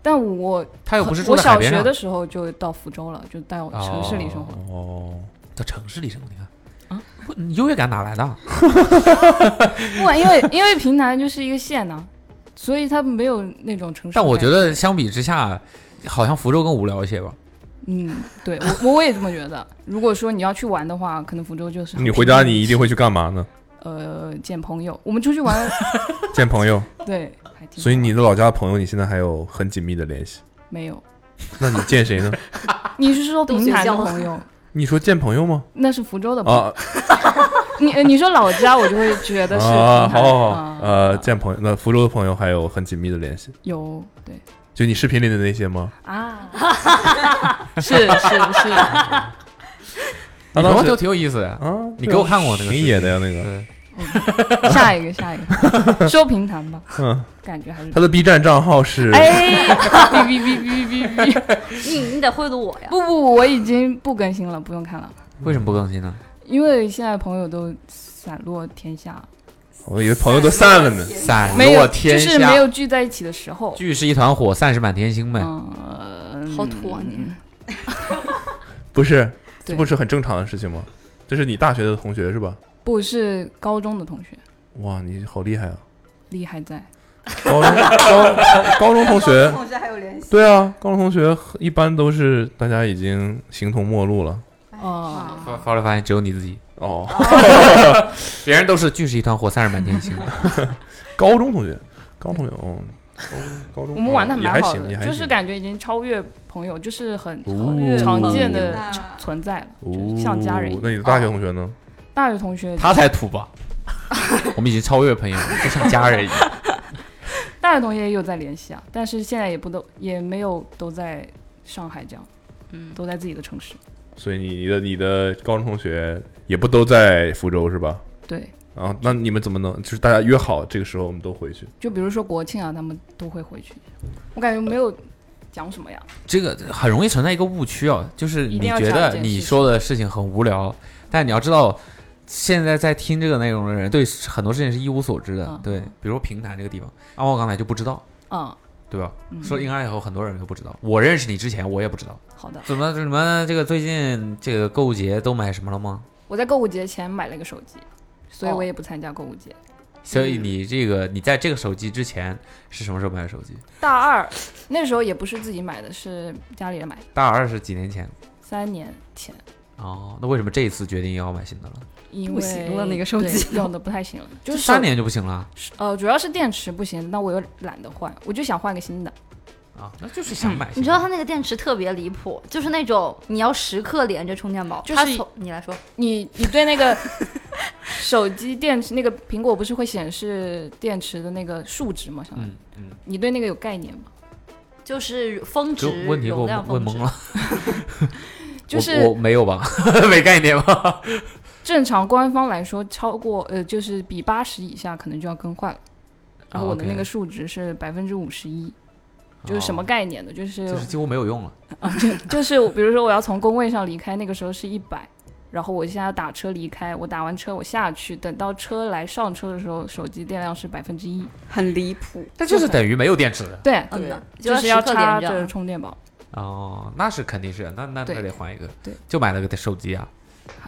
但我
他又不是住
我
在海
小
边
学
上
的，时候就到福州了，就到城市里生活。
哦，
在哦城市里生活，你看啊，不你优越感哪来的？
不管因为因为平潭就是一个县呐、所以它没有那种城市。
但我觉，得相比之下，好像福州更无聊一些吧。
嗯，对我我我也这么觉得。如果说你要去玩的话，可能福州就是
你回家你一定会去干嘛呢？
呃见朋友，我们出去玩，
见朋友。
对，还挺好
所以你的老家的朋友，你现在还有很紧密的联系。
没有。
那你 见谁呢？
你是说
都
平
学
潭的
校了
朋友？
你说见朋友吗？
那是福 州的朋友。
啊
你呃你说老家，我就会觉得是平
啊，好
潭。
好好
啊，
呃，见朋友，那福州的朋友还有很紧密的联系，
有对
就你视频里的那些吗？
啊，是是是，
你
啊，
朋
当
友
时
就挺有意思的，
啊，
你给我看过那个视
挺
频
野的呀，那个
对，
嗯 下一个，下一个， 说平潭 吧，
嗯，
感觉还是
他的 B 站账号是
哎，哔哔哔哔哔哔，
你你得贿赂我呀！
不不，我已经不更新了，不用看了，
为什么不更新呢？
因为现在朋友都散落天下，
我以为朋友都散了呢。
散
没
落
有，
天
就是
下
没，有聚在一起的时候，
聚是一团火，散是满天星呗。
嗯，
好土啊你！
不是，这
对
不是很正常的事情吗？这是你大学的同学是吧？
不是高中的同学，
哇，你好厉害啊！
厉害在，
高 中高高高中同学，
同学还有联系，
对啊，高中同学一般都是大家已经形同陌路了。
哦，
发后来发现只有你自己，
哦，
别 人都是聚是一团火，散是满天星。
高中同学，高中同学，哦，高高中
我们玩的
也
蛮
还
好
行，也
的，
还行，
就是感觉已经超越朋友，就是很
哦
很常见的
那
存在了，就是
哦，
像家人一
那
样。
你的大学同学呢？
大学同学，
他才土 吧？我们已经超越朋友，了，就像家人 一样。
大学同学也有在联系啊，但是现在也不都也没有都在上海这样，
嗯，
都在自己的城市。
所以你你的你的高中同学也不都在福州是吧？
对，
啊，那你们怎么能就是大家约好这个时候我们都回去？
就比如说国庆啊，他们都会回去。我感觉没有讲什么呀，
这个很容易存在一个误区哦，就是你
一定要
觉
讲一
得
件
你
事
说的事情很无聊，但你要知道，现在在听这个内容的人对很多事情是一无所知的。
嗯
对，比如说平潭这个地方，阿旺刚才就不知道，
嗯，
对吧？
嗯
说应该以后哎很多人都不知道，我认识你之前我也不知道。
好的。
怎么怎么这个最近这个购物节都买什么了吗？
我在购物节前买了个手机，所以
哦
我也不参加购物节。
所以你这个你在这个手机之前是什么时候买的手机？
大二那时候也不是自己买的，是家里人买的，
大二是几年前
三年前。
哦，那为什么这一次决定要买新的了？
因为
不行了那个手
对
机
用的不太行了，就
这
是
三
手
年就不行了
呃，主要是电池不行，那我又懒得换，我就想换个新的。
啊？那就是想买新的。
嗯你知道它那个电池特别离谱，就是那种你要时刻连着充电宝，
就是
它从你来说，
你你对那个手机电池那个苹果不是会显示电池的那个数值吗？相当于
嗯嗯，
你对那个有概念吗？
就是峰
就
值
问题给
容
我
量
问
峰值
懵。了，
就
我
是
我没有吧， 没概念吧？
正常官方来说，超过呃就是比八十以下可能就要更换了。
啊
然后我的那个数值是百分之五十一，就是什么
哦？
概念呢？就是
就是几乎没有用了。
就是我比如说我要从工位上离开，那个时候是一百，然后我现在要打车离开，我打完车我下去，等到车来上车的时候，手机电量是百分之一。
很离谱。
那就是等于没有电池的
对，
嗯呐，
就是
要
要
时刻连
插
着
着。充电宝，
哦，那是肯定是，那那
对
那得换一个，
对，
就买了个手机啊。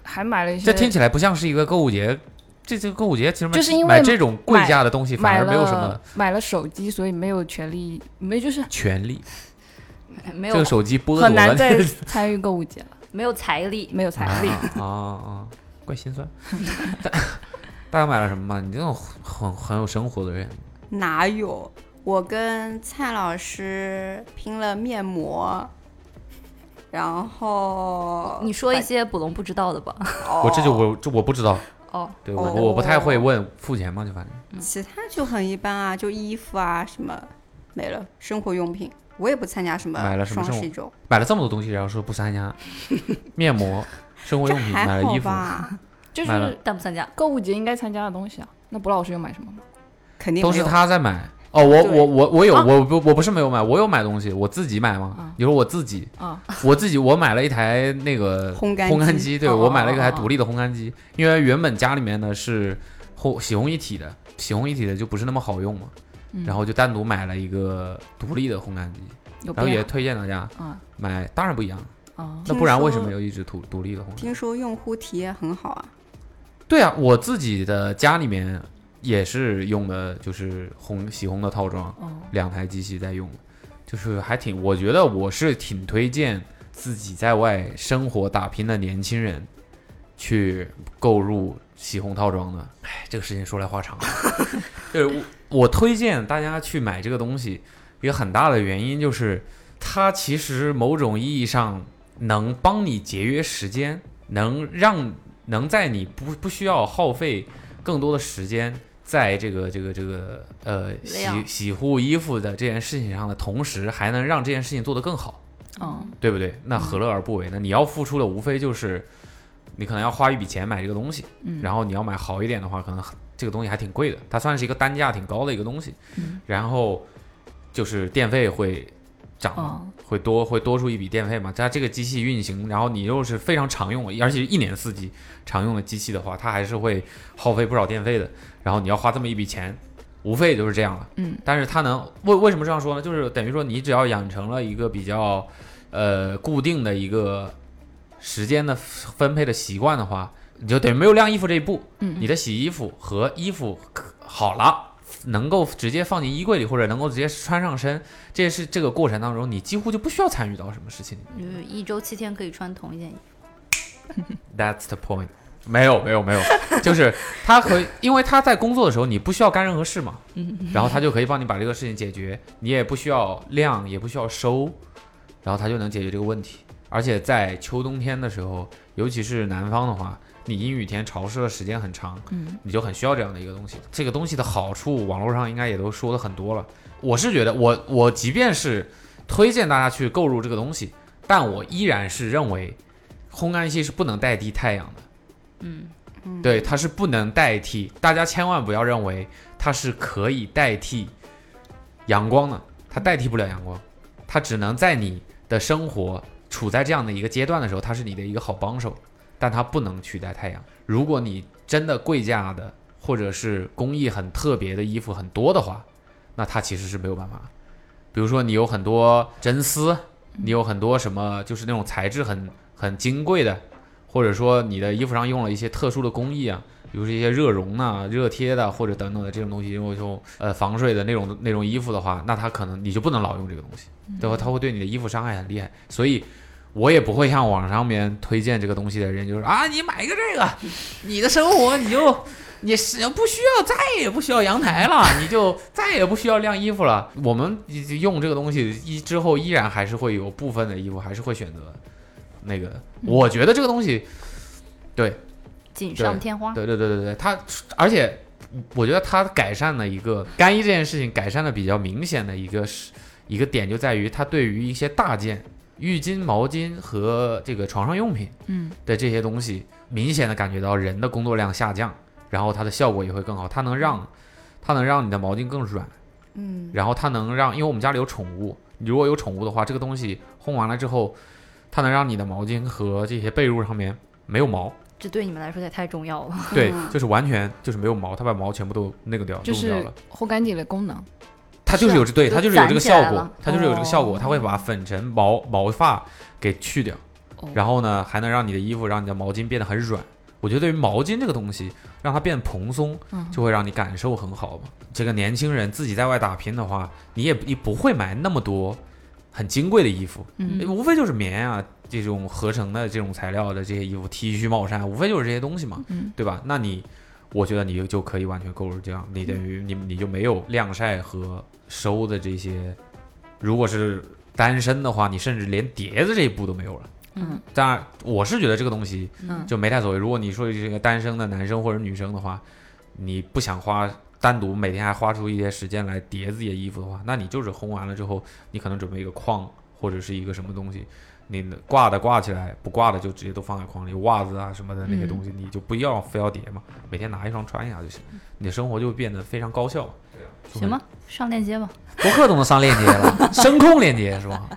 还还买了一些。
这听起来不像是一个购物节，这这个购物节其实买
就是因为
买这种贵价的东西反
买
而
了
没有什么
买了手机，所以没有权利，没就是
权利，
没
这
有
个手机剥夺
很
了
难 再
你
参与购物节了，
没有财力，
没有财 力。
啊啊，怪心酸。 大大家买了什么吗？你这种很很有生活的人，
哪有？我跟蔡老师拼了面膜，然后
你说一些捕龙不知道的吧？
我这就我这我不知道，
哦，
对我
哦
我不太会问付钱嘛，就反正
嗯
其他就很一般啊，就衣服啊什么没了，生活用品我也不参加什么
买了什么
呃双
生活
十一周，
买了这么多东西，然后说不参 加，面膜、生活
这
用品，嗯买
还
了
好
衣服，
吧？
就
买了
是
但不参加。
购物节应该参加的东西啊。那卜老师有买什么吗？
肯定
都
没
是
有
他在买。哦，
对
我我我我有我不我不是没有买，我有买东西，我自己买嘛
啊。
你说我自己，
啊，
我自己我买了一台那个
烘干
烘干
机
机，对
哦
我买了一台
哦哦
独立的烘干机，因为原本家里面呢是烘洗烘一体的，洗烘一体的就不是那么好用嘛，
嗯
然后就单独买了一个独立的烘干机，
有
然后也
变
推荐大家
啊
买，当然不一样，
啊，
那
听
不然为什
说
么有一直独独立的烘干机？
听说用户体验很好啊，
对啊，我自己的家里面也是用的，就是烘洗烘的套装，
哦，
两台机器在用，就是还挺，我觉得我是挺推荐自己在外生活打拼的年轻人去购入洗烘套装的。哎，这个事情说来话长了，就是我我推荐大家去买这个东西，一个很大的原因就是它其实某种意义上能帮你节约时间，能让能在你不不需要耗费更多的时间在这个这个这个呃洗
量
洗护衣服的这件事情上的同时，还能让这件事情做得更好，
嗯，
对不对？那何乐而不为呢？你要付出的无非就是你可能要花一笔钱买这个东西，
嗯
然后你要买好一点的话，可能很这个东西还挺贵的，它算是一个单价挺高的一个东西，
嗯
然后就是电费会涨嘛，
哦
会多会多出一笔电费嘛。它这个机器运行，然后你又是非常常用，而且一年四季常用的机器的话，它还是会耗费不少电费的。然后你要花这么一笔钱，无非就是这样了。
嗯，
但是它能为为什么这样说呢？就是等于说你只要养成了一个比较呃固定的一个时间的分配的习惯的话，你就等于没有晾衣服这一步。
嗯
你的洗衣服和衣服好了，能够直接放进衣柜里，或者能够直接穿上身，这是这个过程当中你几乎就不需要参与到什么事情。
就是一周七天可以穿同一件衣服。
That's the point。没有没有没有， 就是他可以，因为他在工作的时候你不需要干任何事嘛，
嗯
然后他就可以帮你把这个事情解决，你也不需要晾，也不需要收，然后他就能解决这个问题。而且在秋冬天的时候，尤其是南方的话，你阴雨天潮湿的时间很长，
嗯
你就很需要这样的一个东西。这个东西的好处，网络上应该也都说的很多了。我是觉得我，我即便是推荐大家去购入这个东西，但我依然是认为，烘干机是不能代替太阳的。
嗯，
嗯，
对，它是不能代替。大家千万不要认为它是可以代替阳光的，它代替不了阳光，它只能在你的生活处在这样的一个阶段的时候，它是你的一个好帮手，但它不能取代太阳。如果你真的贵价的或者是工艺很特别的衣服很多的话，那它其实是没有办法。比如说你有很多真丝，你有很多什么就是那种材质很很金贵的，或者说你的衣服上用了一些特殊的工艺啊，比如是一些热熔呐、热贴的或者等等的这种东西，因为种呃防水的那种那种衣服的话，那它可能你就不能老用这个东西，对吧？它会对你的衣服伤害很厉害，所以。我也不会像网上面推荐这个东西的人，就是啊，你买一个这个，你的生活你就你是不需要再也不需要阳台了，你就再也不需要晾衣服了。我们用这个东西一之后，依然还是会有部分的衣服还是会选择那个。我觉得这个东西
嗯锦
对
上添花。
对对对对对，它而且我觉得它改善了一个干衣这件事情改善的比较明显的一个是一个点就在于它对于一些大件浴巾、毛巾和这个床上用品
嗯
的这些东西，明显的感觉到人的工作量下降，然后它的效果也会更好，它能让它能让你的毛巾更软，
嗯，
然后它能让，因为我们家里有宠物，你如果有宠物的话，这个东西烘完了之后，它能让你的毛巾和这些被褥上面没有毛。
这对你们来说也太重要了。嗯
对，就是完全就是没有毛，它把毛全部都那个掉，
嗯就
弄掉
是
了。
烘干机的功能。
它就是有
啊
这，对，
都
它就是有这个
啊攒起来
效果
了，
它就是有这个效果，
哦
它会把粉尘、毛毛发给去掉
哦，
然后呢，还能让你的衣服、让你的毛巾变得很软。我觉得对于毛巾这个东西，让它变蓬松，
嗯
就会让你感受很好嘛。这个年轻人自己在外打拼的话，你也你不会买那么多很金贵的衣服，
嗯
无非就是棉啊这种合成的这种材料的这些衣服，T 恤、帽衫，无非就是这些东西嘛，
嗯
对吧？那你，我觉得你就就可以完全购入这样，你等于你你就没有晾晒和收的这些，如果是单身的话，你甚至连叠的这一步都没有了。
嗯，
当然，我是觉得这个东西
嗯
就没太所谓。如果你说是一个单身的男生或者女生的话，你不想花单独每天还花出一些时间来叠自己的衣服的话，那你就是烘完了之后，你可能准备一个框或者是一个什么东西，你挂的挂起来，不挂的就直接都放在框里，袜子啊什么的那些东
嗯
西，你就不要非要叠嘛，每天拿一双穿一下就行，你的生活就会变得非常高效。
啊
就
行
会
吧，上链接吧。
博客都能上链接了， 声控链接是吧？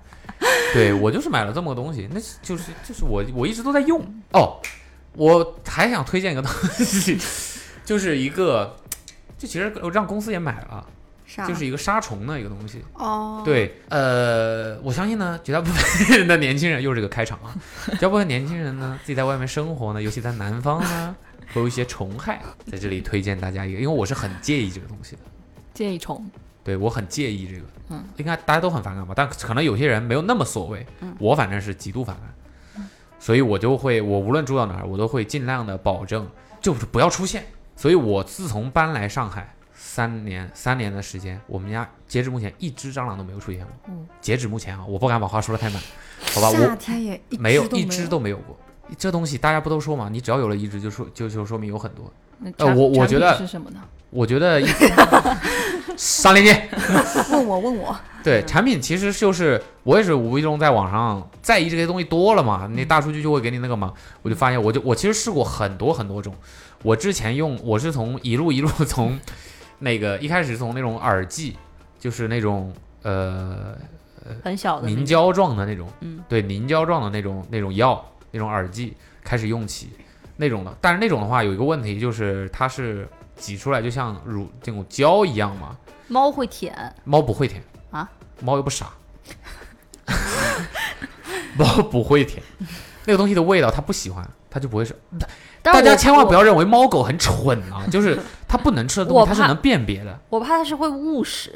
对我就是买了这么个东西，那就是就是我我一直都在用哦。我还想推荐一个东西， 就是一个，这其实让公司也买了，
啥？
就是一个杀虫的一个东西。
哦，，
对，呃，我相信呢，绝大部分的年轻人又是一个开场 啊，绝大部分年轻人呢，自己在外面生活呢，尤其在南方呢，会有一些虫害，在这里推荐大家一个，因为我是很介意这个东西的。
建议虫。
对我很介意这个，
嗯，
应该大家都很反感吧，但可能有些人没有那么所谓，
嗯
我反正是极度反感，所以我就会，我无论住到哪儿，我都会尽量的保证就是不要出现。所以我自从搬来上海三年，三年的时间，我们家截止目前一只蟑螂都没有出现过。
嗯
截止目前啊，我不敢把话说的太满，好吧，
夏
我
天也一
没有
只都
一只都没有过。这东西大家不都说嘛，你只要有了一只，就说就就说明有很多。
那
呃我我
产
觉
品
得
是什么呢？
我觉得一，上链接。
问我问我，
对，产品其实就是我也是无意中在网上在意这些东西多了
嗯
嘛，那大数据就会给你那个嘛，我就发现我就我其实试过很多很多种，我之前用我是从一路一路 从那个一开始是从那种耳机，就是那种呃
很小的那
凝
种，
胶状的那种，
嗯，
对凝胶状的那种那种药那种耳机开始用起那种的，但是那种的话有一个问题就是它是挤出来就像乳这种胶一样嘛，
猫会舔，
猫不会舔
啊，
猫又不傻，猫不会舔，那个东西的味道它不喜欢，它就不会是。
但
大
是
家
我
千万不要
我
认为猫狗很蠢啊，就是它不能吃的东
我
西它是
怕
能辨别的，
我怕它是会误食，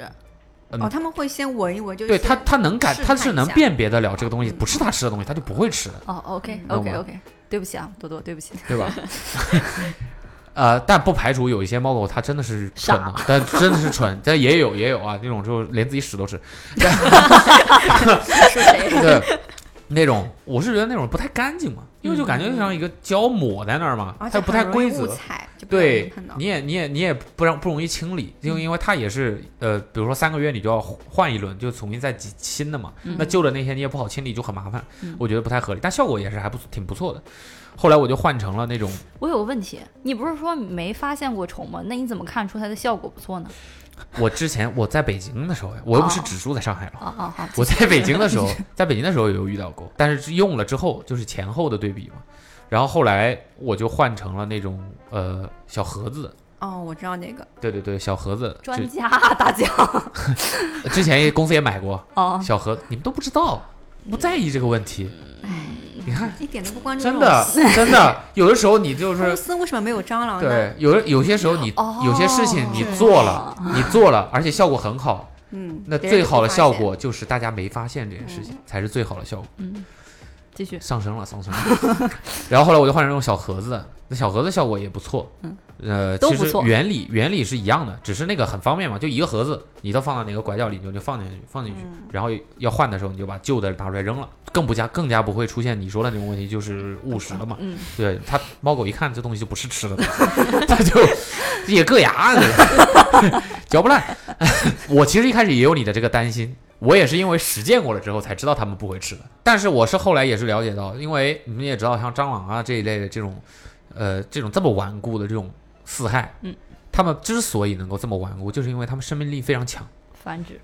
嗯
哦，他们会先闻一闻，就是
对它它能感
试，
它
探
是
一
能
下
辨别得了这个
嗯
东西不是它吃的东西，它就不会吃的，
哦，OK
嗯
OK
懂吗
OK，对不起啊，多多，对不起，
对吧？呃，但不排除有一些猫狗它真的是蠢啊，但真的是蠢，但也有也有啊，那种就连自己屎 都吃，
是谁？
对，那种我是觉得那种不太干净嘛，因为就感觉就像一个胶抹在那儿嘛，
而且
它又不太
啊很容易
规
误
则。
踩，就不容易
对
碰到，
你也你也你也不让不容易清理，就因为它也是呃，比如说三个月你就要换一轮，就重新再挤新的嘛。
嗯
那旧的那些你也不好清理，就很麻烦
嗯，
我觉得不太合理。但效果也是还不挺不错的。后来我就换成了那种，
我有个问题，你不是说没发现过虫吗？那你怎么看出它的效果不错呢？
我之前我在北京的时候呀，我又不是
哦
只住在上海嘛，
哦哦好，
我在北京的时候，在北京的时候有遇到过，但是用了之后就是前后的对比嘛。然后后来我就换成了那种呃小盒子，
哦，我知道那个，
对对对，小盒子。
专家啊大家
就之前也公司也买过
哦，
小盒，你们都不知道，不在意这个问题。
嗯
你看，
一点都不关注这
真
种
的真的，有的时候你就
公
是
司为什么没有蟑螂呢？
对，有有些时候你
哦
有些事情你做了，你做了，而且效果很好，
嗯，
那
别人
最
不
好的
发
效
现，
果就是大家没发现这件事情，才是最好的效果。
嗯，继续，
上升了，上升了。 然后后来我就换成用小盒子，那小盒子效果也不错。
嗯，
呃，
都
其
不
实
错
原理原理是一样的，只是那个很方便嘛，就一个盒子，你都放到哪个拐角里，你就放进去，放进去。
嗯
然后要换的时候，你就把旧的拿出来扔了，更不加更加不会出现你说的那种问题，就是误食了嘛。
嗯，
对，它猫狗一看这东西就不是吃 的东西，它就也硌牙， 嚼不烂。我其实一开始也有你的这个担心，我也是因为实践过了之后才知道它们不会吃的。但是我是后来也是了解到，因为你们也知道，像蟑螂啊这一类的这种，呃，这种这么顽固的这种四害，
嗯，
它们之所以能够这么顽固，就是因为它们生命力非常强。
繁殖，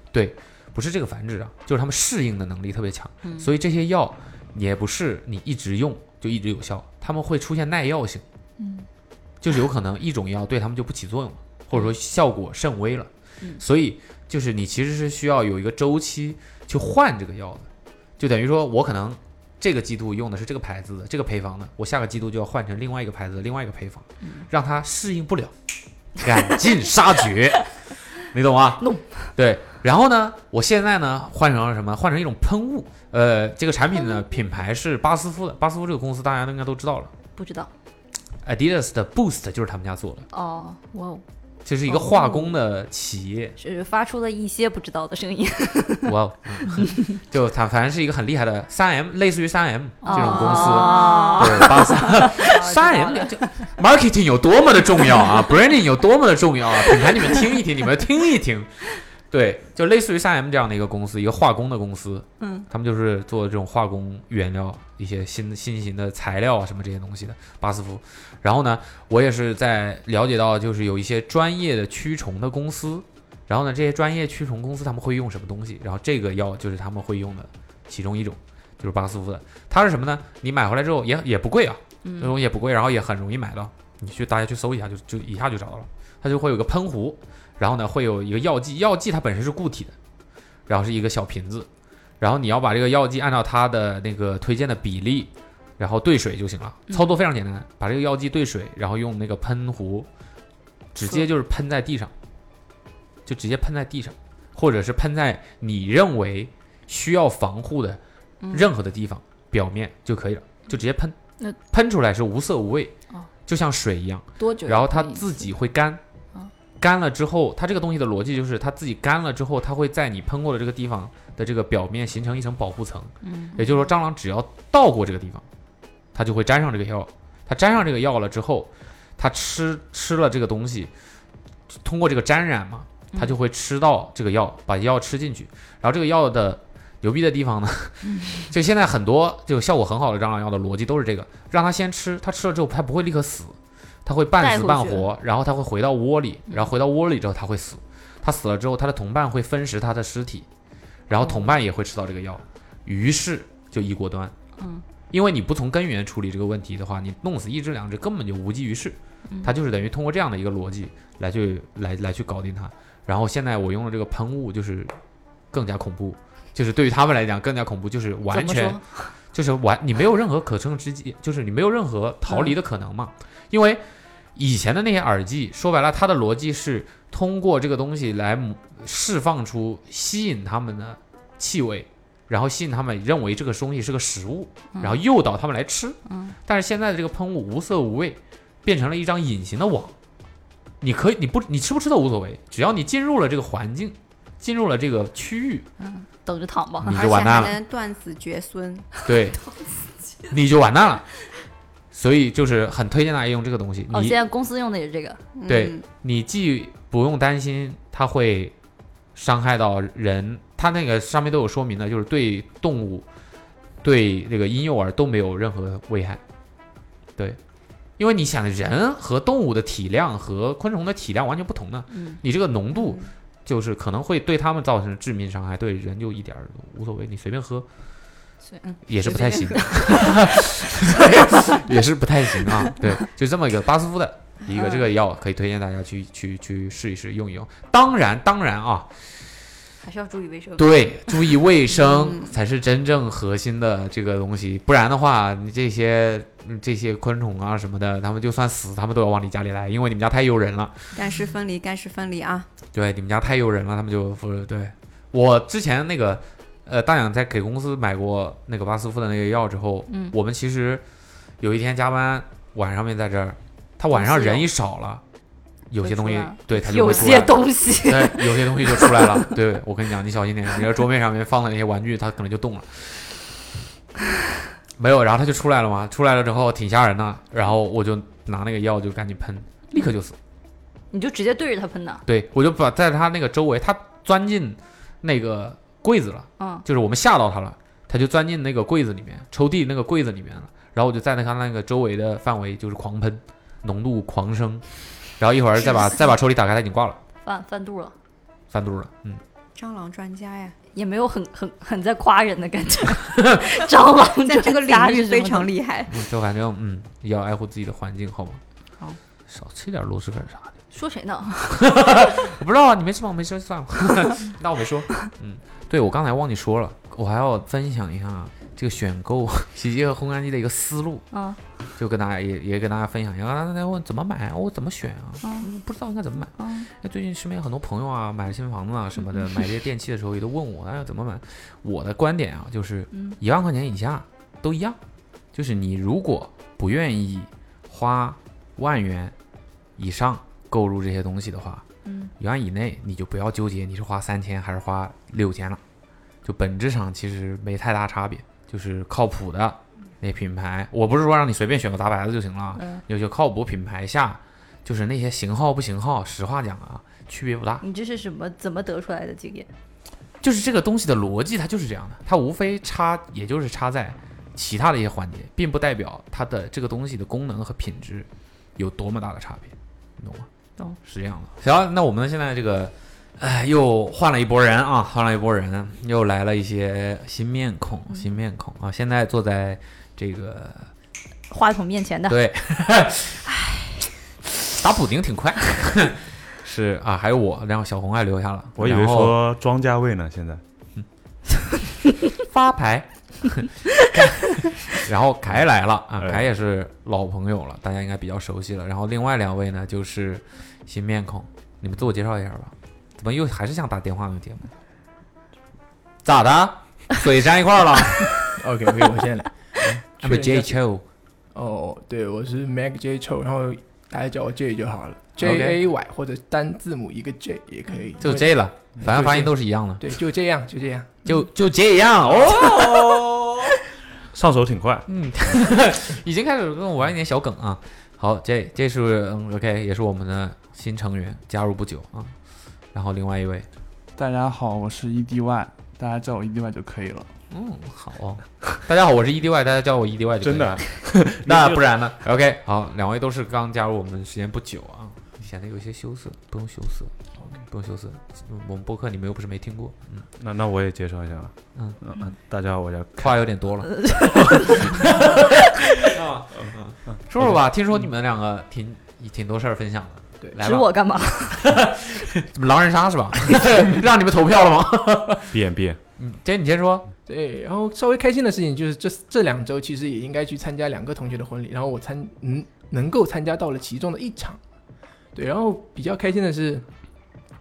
不是这个繁殖啊，就是它们适应的能力特别强，
嗯
所以这些药也不是你一直用就一直有效，它们会出现耐药性，
嗯，
就是有可能一种药对它们就不起作用了，或者说效果甚微了，
嗯
所以就是你其实是需要有一个周期去换这个药的，就等于说我可能这个季度用的是这个牌子的这个配方的，我下个季度就要换成另外一个牌子的另外一个配方，
嗯
让它适应不了，赶尽杀绝，你懂吗？对，然后呢，我现在呢换成了什么？换成一种喷雾。呃，这个产品呢品牌是巴斯夫的，巴斯夫这个公司大家都应该都知道了
不知道
，Adidas 的 Boost 就是他们家做的，
哦，哇哦，
这是一个化工的企业。
是发出了一些不知道的声 音，
哇哦，嗯就它反正是一个很厉害的三 M，类似于三 M 这种公司。
哦
对，巴斯三 M 这 marketing 有多么的重要啊 ，branding 有多么的重要啊，品牌你们听一听，你们听一听。 对，就类似于三 M 这样的一个公司，一个化工的公司，
嗯，
他们就是做这种化工原料、一些新新型的材料啊什么这些东西的。巴斯夫，然后呢，我也是在了解到，就是有一些专业的驱虫的公司，然后呢，这些专业驱虫公司他们会用什么东西，然后这个药就是他们会用的其中一种，就是巴斯夫的。它是什么呢？你买回来之后也也不贵啊，那种也不贵，然后也很容易买到。你去大家去搜一下，就就一下就找到了。它就会有个喷壶，然后呢会有一个药剂，药剂它本身是固体的，然后是一个小瓶子，然后你要把这个药剂按照它的那个推荐的比例，然后兑水就行了。操作非常简单，把这个药剂兑水，然后用那个喷壶，直接就是喷在地上，就直接喷在地上，或者是喷在你认为需要防护的
嗯
任何的地方、表面就可以了，就直接喷。
那
喷出来是无色无味，
哦
就像水一样。
多久？
然后它自己会干
哦，
干了之后，它这个东西的逻辑就是它自己干了之后，它会在你喷过的这个地方的这个表面形成一层保护层。
嗯，
也就是说，蟑螂只要到过这个地方，它就会沾上这个药。它沾上这个药了之后，它吃吃了这个东西，通过这个沾染嘛，它就会吃到这个药，把药吃进去。然后这个药的牛逼的地方呢，就现在很多就效果很好的蟑螂药的逻辑都是这个，让它先吃，它吃了之后它不会立刻死，它会
带
半死
回
半
去
活，然后它会回到窝里，然后回到窝里之后它会死，它死了之后它的同伴会分食它的尸体，然后同伴也会吃到这个药，于是就一锅端。
嗯，
因为你不从根源处理这个问题的话，你弄死一只两只根本就无济于事。
嗯
它就是等于通过这样的一个逻辑来去来来去搞定它。然后现在我用了这个喷雾，就是更加恐怖，就是对于他们来讲更加恐怖，就是完
怎么
全
说？
就是完你没有任何可乘之机，就是你没有任何逃离的可能嘛。因为以前的那些耳机，说白了，它的逻辑是通过这个东西来模释放出吸引他们的气味，然后吸引他们认为这个东西是个食物，
嗯
然后诱导他们来吃。
嗯
但是现在的这个喷雾无色无味，变成了一张隐形的网。你可以，你不，你吃不吃都无所谓，只要你进入了这个环境，进入了这个区域，
嗯等着躺吧。
你
而
就
且
完
还
蛋了。
能断子绝孙。
对，你就完蛋了。所以就是很推荐大家用这个东西。
哦，现
你
在公司用的也是这个，
对
嗯，
你既不用担心它会伤害到人，它那个上面都有说明的，就是对动物、对这个婴幼儿都没有任何危害。对，因为你想人和动物的体量和昆虫的体量完全不同呢，
嗯
你这个浓度就是可能会对它们造成致命伤害，对人就一点儿无所谓，你随便喝。
所以嗯，
也是不太行， 也是不太行啊。对，就这么一个巴斯夫的一个这个药，可以推荐大家去去去试一试，用一用。当然，当然啊，
还是要注意卫生。
对，注意卫生才是真正核心的这个东西，不然的话，你这些嗯这些昆虫啊什么的，它们就算死，它们都要往你家里来，因为你们家太诱人了。
干湿分离，干湿分离啊！
对，你们家太诱人了，他们就不是对。我之前那个，呃，大养在给公司买过那个巴斯夫的那个药之后，
嗯
我们其实有一天加班，晚上没在这儿，他晚上
公司有
人一少了，有些东西
会出来
对他就
有
会出
些
来
东西，
对，有些东西就出 来了。对我跟你讲，你小心点，你这桌面上面放的那些玩具，它可能就动了。没有，然后它就出来了嘛，出来了之后挺吓人的，然后我就拿那个药就赶紧喷，立刻就死。
你就直接对着它喷的。
对，我就把在他那个周围，他钻进那个柜子了，
嗯，
就是我们吓到他了，他就钻进那个柜子里面，抽屉那个柜子里面了。然后我就在那他那个周围的范围就是狂喷，浓度狂升，然后一会儿再把再把抽屉打开，他已经挂了，
犯犯肚了，
翻肚了。嗯，
蟑螂专家呀，
也没有很很很在夸人的感 觉。 蟑螂
在这个领域非常
厉
厉害。
嗯就反正嗯，要爱护自己的环境，好吗？
好，
少吃点螺蛳粉啥的。
说谁 呢？
我不知道啊，你没吃饱没事算了， 那我没说。嗯，对我刚才忘记说了，我还要分享一下这个选购洗衣机和烘干机的一个思路，
嗯，
就跟大家也也跟大家分享一下。刚才大家问怎么买，我怎么选啊？嗯不知道应该怎么买。
嗯
那最近身边很多朋友啊，买了新房子啊什么的，买这些电器的时候也都问我，哎呀怎么买？我的观点啊，就是
嗯
一万块钱以下都一样，就是你如果不愿意花万元以上购入这些东西的话，
嗯，
一万以内你就不要纠结你是花三千还是花六千了，就本质上其实没太大差别，就是靠谱的那品牌，我不是说让你随便选个杂牌子就行了啊，
嗯
有些靠谱品牌下，就是那些型号不型号，实话讲啊，区别不大，
你这是什么怎么得出来的经验？
就是这个东西的逻辑它就是这样的，它无非差也就是差在其他的一些环节，并不代表它的这个东西的功能和品质有多么大的差别，你懂吗？
懂，
是这样的。行，那我们现在这个，哎，又换了一波人啊，换了一波人，又来了一些新面孔，新面孔啊，现在坐在这个
话筒面前的，
对， 打补丁挺快， 是啊，还有我，然后小红还留下了，
我以为
然后
说庄家位呢，现在
发牌。然后凯来了啊，
哎
凯也是老朋友了，大家应该比较熟悉了。然后另外两位呢，就是新面孔，你们自我介绍一下吧。怎么又还是想打电话那个节目？咋的？ 嘴粘一块儿 了
OK OK，我先 来。
？I'm
确
a
认
J
一下
Cho，
哦，对，我是 Mac J Cho，然后大家叫我 J 就好了
OK
，J A Y 或者单字母一个 J 也可以。
就
对
J 了，反
就
正发音
J
都是一样的，
对，就这样，就这样。
就就这样哦。
上手挺快，
嗯， 已经开始跟我玩一点小梗啊。好，这这是嗯 OK，也是我们的新成员，加入不久啊。然后另外一位，
大家好，我是 EDY，大家叫我 EDY 就可以了。
嗯，好、大家好，我是 EDY，大家叫我 EDY 就可以
真的
了。 那不然呢？OK，好，两位都是刚加入我们时间不久啊，显得有些羞涩，不用羞涩，不用羞涩。嗯我们播客你们又不是没听过，嗯，
那那我也介绍一下吧。
嗯
嗯嗯，大家好，我叫
话有点 多了。哦啊
嗯
说说吧，听说你们两个挺挺多事儿分享的，
对
来
指
吧，
我干嘛？
怎么狼人杀是吧？ 让你们投票了吗？
变变。
嗯，姐你先说，
对，然后稍微开心的事情就是这这两周其实也应该去参加两个同学的婚礼，然后我参嗯能够参加到了其中的一场，对，然后比较开心的是，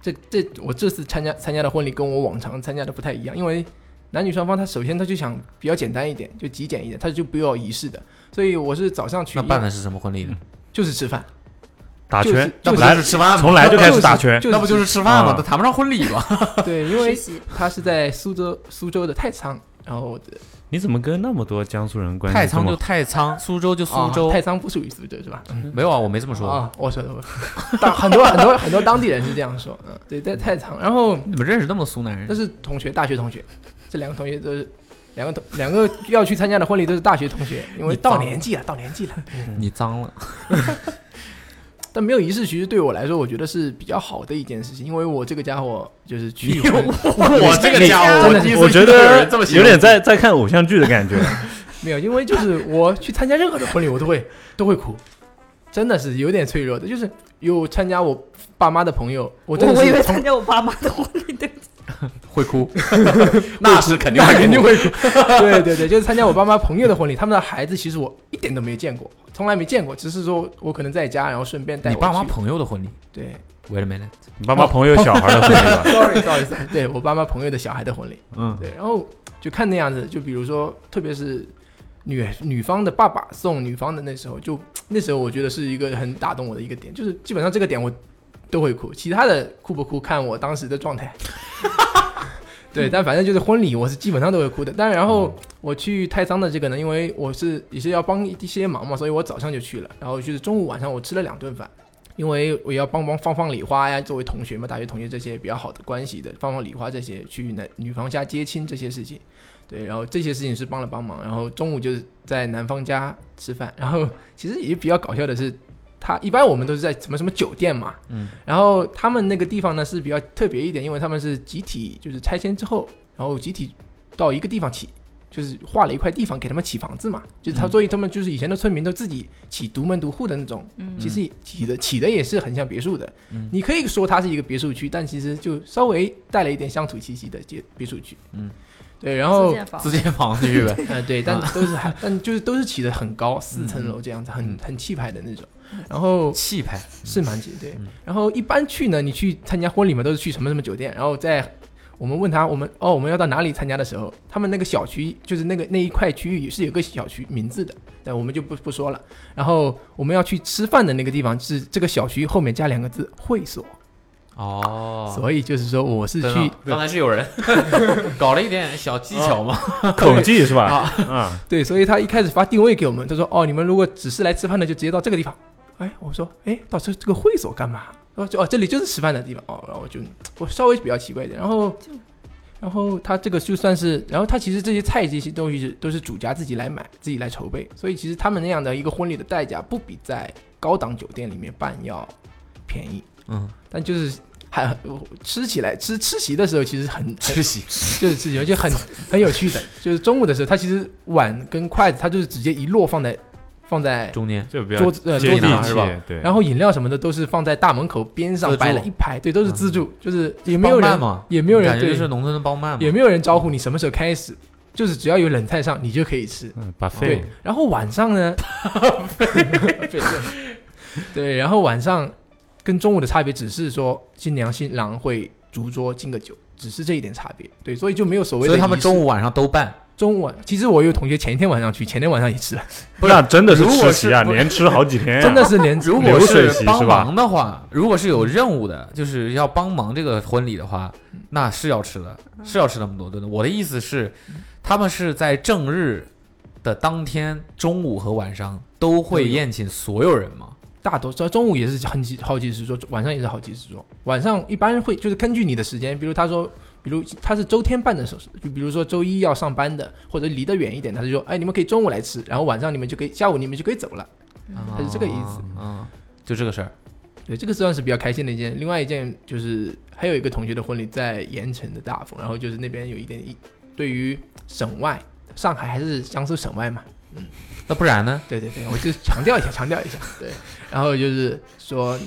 这这我这次参加参加的婚礼跟我往常参加的不太一样，因为男女双方他首先他就想比较简单一点，就极简一点，他就不要仪式的，所以我是早上去
那办的是什么婚礼呢？
就是吃饭，
打
就是
拳，
就是
来
吃饭
从来就开始打拳，
就
那不就是吃饭吗
啊？
那谈不上婚礼吧？
对，因
实
为
习
他是在苏州苏州的太仓，然后
你怎么跟那么多江苏人关系
太
这
仓
么
就太仓，苏州就苏州
啊，太仓不属于苏州是吧？嗯
没有啊，我没这么说。
啊，我说的， 我说当很多很多很多当地人是这样说，嗯，对，在太仓，然后
你怎么认识那么多苏南
这
人？
是同学，大学同学，这两个同学都是两个同两个要去参加的婚礼都是大学同学，因为
你脏
到年纪了，到年纪了，
你脏了，
但没有仪式，其实对我来说，我觉得是比较好的一件事情，因为我这个家伙就是去婚，
我这个家
我
伙，第一次
我觉
听到有
得
人这么形
有
容
点在在看偶像剧的感觉。
没有，因为就是我去参加任何的婚礼，我都会 都会哭，真的是有点脆弱的，就是有参加我爸妈的朋友，我真
我
的
我以为
是从
参 加我爸妈的婚礼，对不起，
会哭，那是肯定会哭
肯定会哭。 对对对，就是参加我爸妈朋友的婚礼，他们的孩子其实我一点都没见过，从来没见过，只是说我可能在家，然后顺便带
你
我
爸妈
去
朋友的婚礼
对
，Wait a minute，哦
你爸妈朋友小孩的婚 礼吧？
，sorry sorry，对我爸妈朋友的小孩的婚礼，
嗯，
对，然后就看那样子，就比如说，特别是女女方的爸爸送女方的那时候，就那时候我觉得是一个很打动我的一个点，就是基本上这个点我都会哭，其他的哭不哭看我当时的状态。 对，但反正就是婚礼，我是基本上都会哭的。但然后我去太仓的这个呢，因为我是也是要帮一些忙嘛，所以我早上就去了，然后就是中午晚上我吃了两顿饭，因为我要帮忙放放礼花呀，作为同学嘛，大学同学这些比较好的关系的，放放礼花这些，去男女方家接亲这些事情，对，然后这些事情是帮了帮忙，然后中午就是在男方家吃饭，然后其实也比较搞笑的是，他一般我们都是在什么什么酒店嘛，
嗯，
然后他们那个地方呢是比较特别一点，因为他们是集体就是拆迁之后，然后集体到一个地方起，就是划了一块地方给他们起房子嘛，
嗯
就是他所以他们就是以前的村民都自己起独门独户的那种，
嗯
其实起的起的也是很像别墅的
嗯，
你可以说它是一个别墅区，但其实就稍微带了一点乡土气息的别别墅区，
嗯，
对，然后
自建房
自建房去呗。
呃，对，但
啊
都是还， 但就是都是起的很高，四层楼这样子，很
嗯
很气派的那种。然后
气派，
是蛮挤，对
嗯。
然后一般去呢，你去参加婚礼嘛，都是去什么什么酒店，然后在我们问他我们哦我们要到哪里参加的时候，他们那个小区就是那个那一块区域也是有个小区名字的，但我们就不不说了。然后我们要去吃饭的那个地方是这个小区后面加两个字会所，
哦，
所以就是说我是
真
去
的刚才 是有人搞了一点小技巧嘛，
口技是吧？啊，
对，所以他一开始发定位给我们，他说：“哦，你们如果只是来吃饭的，就直接到这个地方。”哎，我说：“哎，到这这个会所干嘛？”然后就哦，这里就是吃饭的地方哦。然后我就我稍微比较奇怪一点，然后然后他这个就算是，然后他其实这些菜这些东西是都是主家自己来买，自己来筹备，所以其实他们那样的一个婚礼的代价不比在高档酒店里面办要便宜，
嗯，
但就是。还吃起来吃吃席的时候，其实很很
吃席，
就是自己，而且 很很有趣的，就是中午的时候，他其实碗跟筷子，他就是直接一摞放在放在，
中间
这比较
桌子呃
接
桌子
地
上
气
是吧？
对，
然后饮料什么的都是放在大门口边
自
上
助
摆了一排，对，都是自助，就是也没有
嗯帮
人
办嘛，
也没有人
感觉
对
就是农村的帮办嘛，
也没有人招呼你什么时候开始，就是只要有冷菜上你就可以吃，
嗯，把费
对，然后晚上 呢， 对对，然后晚上跟中午的差别只是说新娘新郎会烛桌敬个酒，只是这一点差别，对，所以就没有所谓的
所以他们
仪式
中午晚上都办。
中午晚，其实我有同学前一天晚上去，前天晚上也吃了，
那 真的是
如
吃
果
席啊，
是不
连吃好几天啊，
真的是连
如
流
果
水席
是
是
帮
吧
忙的话，如果是有任务的，就是要帮忙这个婚礼的话，
嗯
那是要吃的，是要吃那么多顿的。我的意思是，他们是在正日的当天中午和晚上都会宴请所有人嘛？
大多数中午也是很几好几十桌，晚上也是好几十桌。晚上一般会就是根据你的时间，比如他说，比如他是周天办的手，就比如说周一要上班的，或者离得远一点，他就说，哎，你们可以中午来吃，然后晚上你们就可以，下午你们就可以走了。
他
它是这个意思
啊，就这个事儿。
对，这个算是比较开心的一件。另外一件就是还有一个同学的婚礼在盐城的大丰，然后就是那边有一点一对于省外，上海还是江苏省外嘛，嗯
那不然呢？
对对对，我就强调一下，强调一下。对，然后就是说，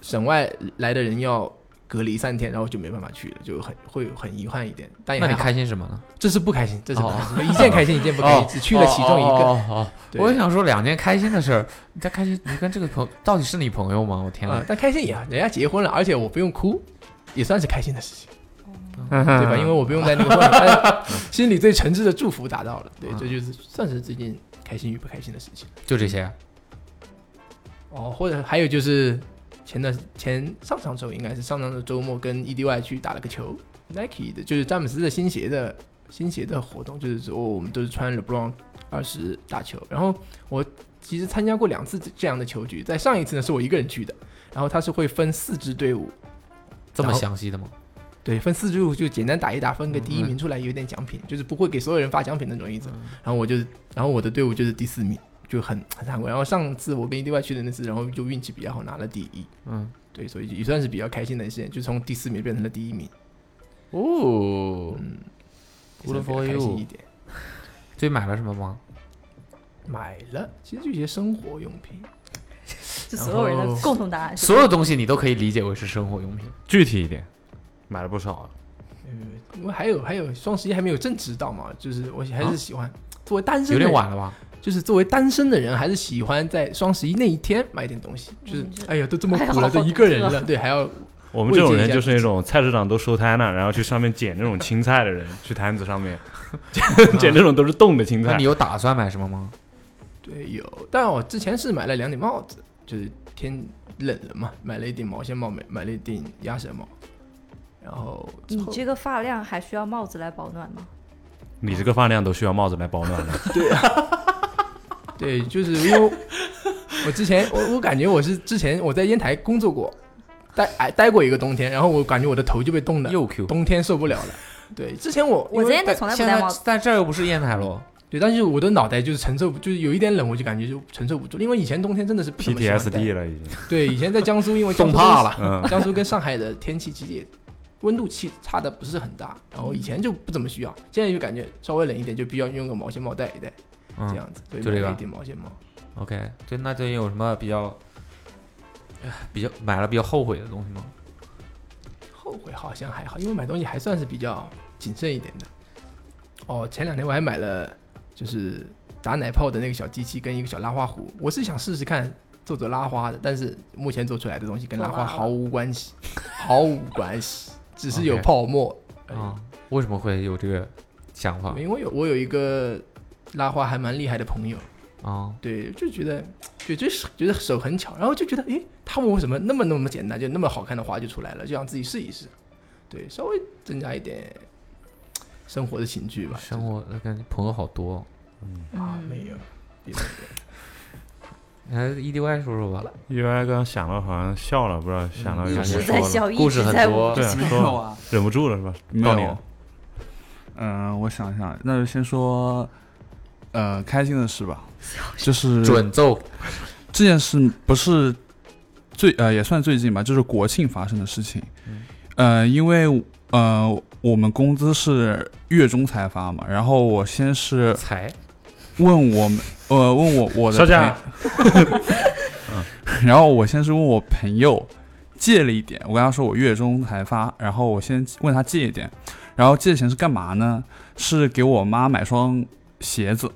省外来的人要隔离三天，然后就没办法去了，就很会很遗憾一点。但也
那
还
你
好
开心什么呢？
这是不开心，这是不
哦
开心，一件开心一件不开心，只去了其中一个。
哦哦哦哦
对
我也想说两件开心的事儿，你在开心，你跟这个朋友到底是你朋友吗？我天
啊
哪！，
但开心也，人家结婚了，而且我不用哭，也算是开心的事情，对
对
嗯
吧？因为我不用在那个婚礼， 但是心里最诚挚的祝福达到了，对，这就是算是最近开心与不开心的事情。
就这些，
哦，或者还有就是前段前上上周应该是上上周周末跟 EDY 去打了个球，Nike 的就是詹姆斯的新鞋的新鞋的活动，就是说我们都是穿 LeBron 二十打球，然后我其实参加过两次这样的球局，在上一次呢是我一个人去的，然后他是会分四支队伍，
这么
然后
详细的吗？嗯
对，分四支队伍就简单打一打，分个第一名出来有点奖品，就是不会给所有人发奖品那种意思。然后我就，然后我的队伍就是第四名，就很很惭愧。然后上次我跟一对外去的那次，然后就运气比较好拿了第一，
嗯，
对，所以也算是比较开心的一件，就从第四名变成了第一名，
哦，
嗯，
Good
也算比较
for
开
you
心一点。
最近买了什么吗？
买了，其实就一些生活用品，
就所有人
然
的
后
共同答案是
所有东西你都可以理解为是生活用品。
具体一点，买了不少。
嗯，因为还有还有双十一还没有正值到嘛，就是我还是喜欢、作为单身
有
的人
点晚了吧？
就是作为单身的人，还是喜欢在双十一那一天买点东西。就是哎呀，都这么
哎呀
苦了，
好
都一个人了，对，还要
我们这种人就是那种菜市场都收摊了，然后去上面捡那种青菜的人，去摊子上 面捡捡那种都是冻的青
那
菜
你。有打算买什么吗？
对有。但我之前是买了两顶帽子，就是天冷了嘛，买了一顶毛线帽，买买了一顶鸭舌帽。然后
你这个发量还需要帽子来保暖吗？
你这个发量都需要帽子来保 暖的。
对，就是因为我之前我我感觉我是之前我在烟台工作过，待哎待过一个冬天，然后我感觉我的头就被冻的，
又 Q。
冬天受不了了。对，之前
哦
我
我在
因为
烟台从来不
现
戴
在
帽子，
但这儿又不是烟台喽，
对，但是我的脑袋就是承受不，就是有一点冷，我就感觉就承受不住，因为以前冬天真的是不怎么喜欢戴
PTSD 了已经，
对，以前在江苏，因为江苏
冻怕
跟
了
嗯，
江苏跟上海的天气其实也温度气差的不是很大，然后以前就不怎么需要，现在就感觉稍微冷一点就必要用个毛线帽戴一戴，这
嗯
样子，所以
就这个
买了一顶毛线帽。
，OK，对，那最近有什么比较，唉比较买了比较后悔的东西吗？
后悔好像还好，因为买东西还算是比较谨慎一点的。哦，前两天我还买了就是打奶泡的那个小机器跟一个小拉花壶，我是想试试看做做拉花的，但是目前做出来的东西跟拉
做
花
拉花
毫无关系，毫无关系，只是有
OK
泡沫而已
啊，为什么会有这个想
啊
法
因为我有我有一个拉花还蛮厉害的朋友，
哦
啊？
对，就觉得就觉得手觉得手很巧，然后就觉得诶，他们为什么那么那么简单就那么好看的花就出来了，就想自己试一试，对，稍微增加一点生活的情趣吧。
生活感觉朋友好多哦，
啊，没有，也没有
来 EDY 哎说说吧，
因为刚刚想到好像笑了，不知道想到
嗯
有什
一直
是
么
是
说
在
了，
笑，
故
一
事
直
很
在
多
捂
对啊，
没有
说
啊，
忍不住了是吧？
没
到你
有
了。
嗯，我想一想，那就先说，呃，开心的事吧，就是
准奏
这件事不是最呃也算最近吧，就是国庆发生的事情。
嗯
呃，因为呃我们工资是月中才发嘛，然后我先是
才
问我们呃问我我的
稍假
然后我先是问我朋友借了一点，我跟他说我月中才发，然后我先问他借一点，然后借的钱是干嘛呢？是给我妈买双鞋子，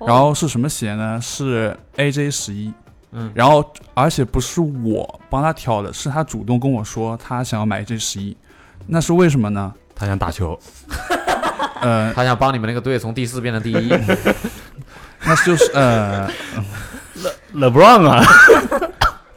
然后是什么鞋呢？是 AJ 十一，
嗯
然后而且不是我帮他挑的，是他主动跟我说他想要买 AJ 十一，那是为什么呢？
他想打球，
呃，
他想帮你们那个队从第四变成第一，
那就是 呃。
LeBron 啊，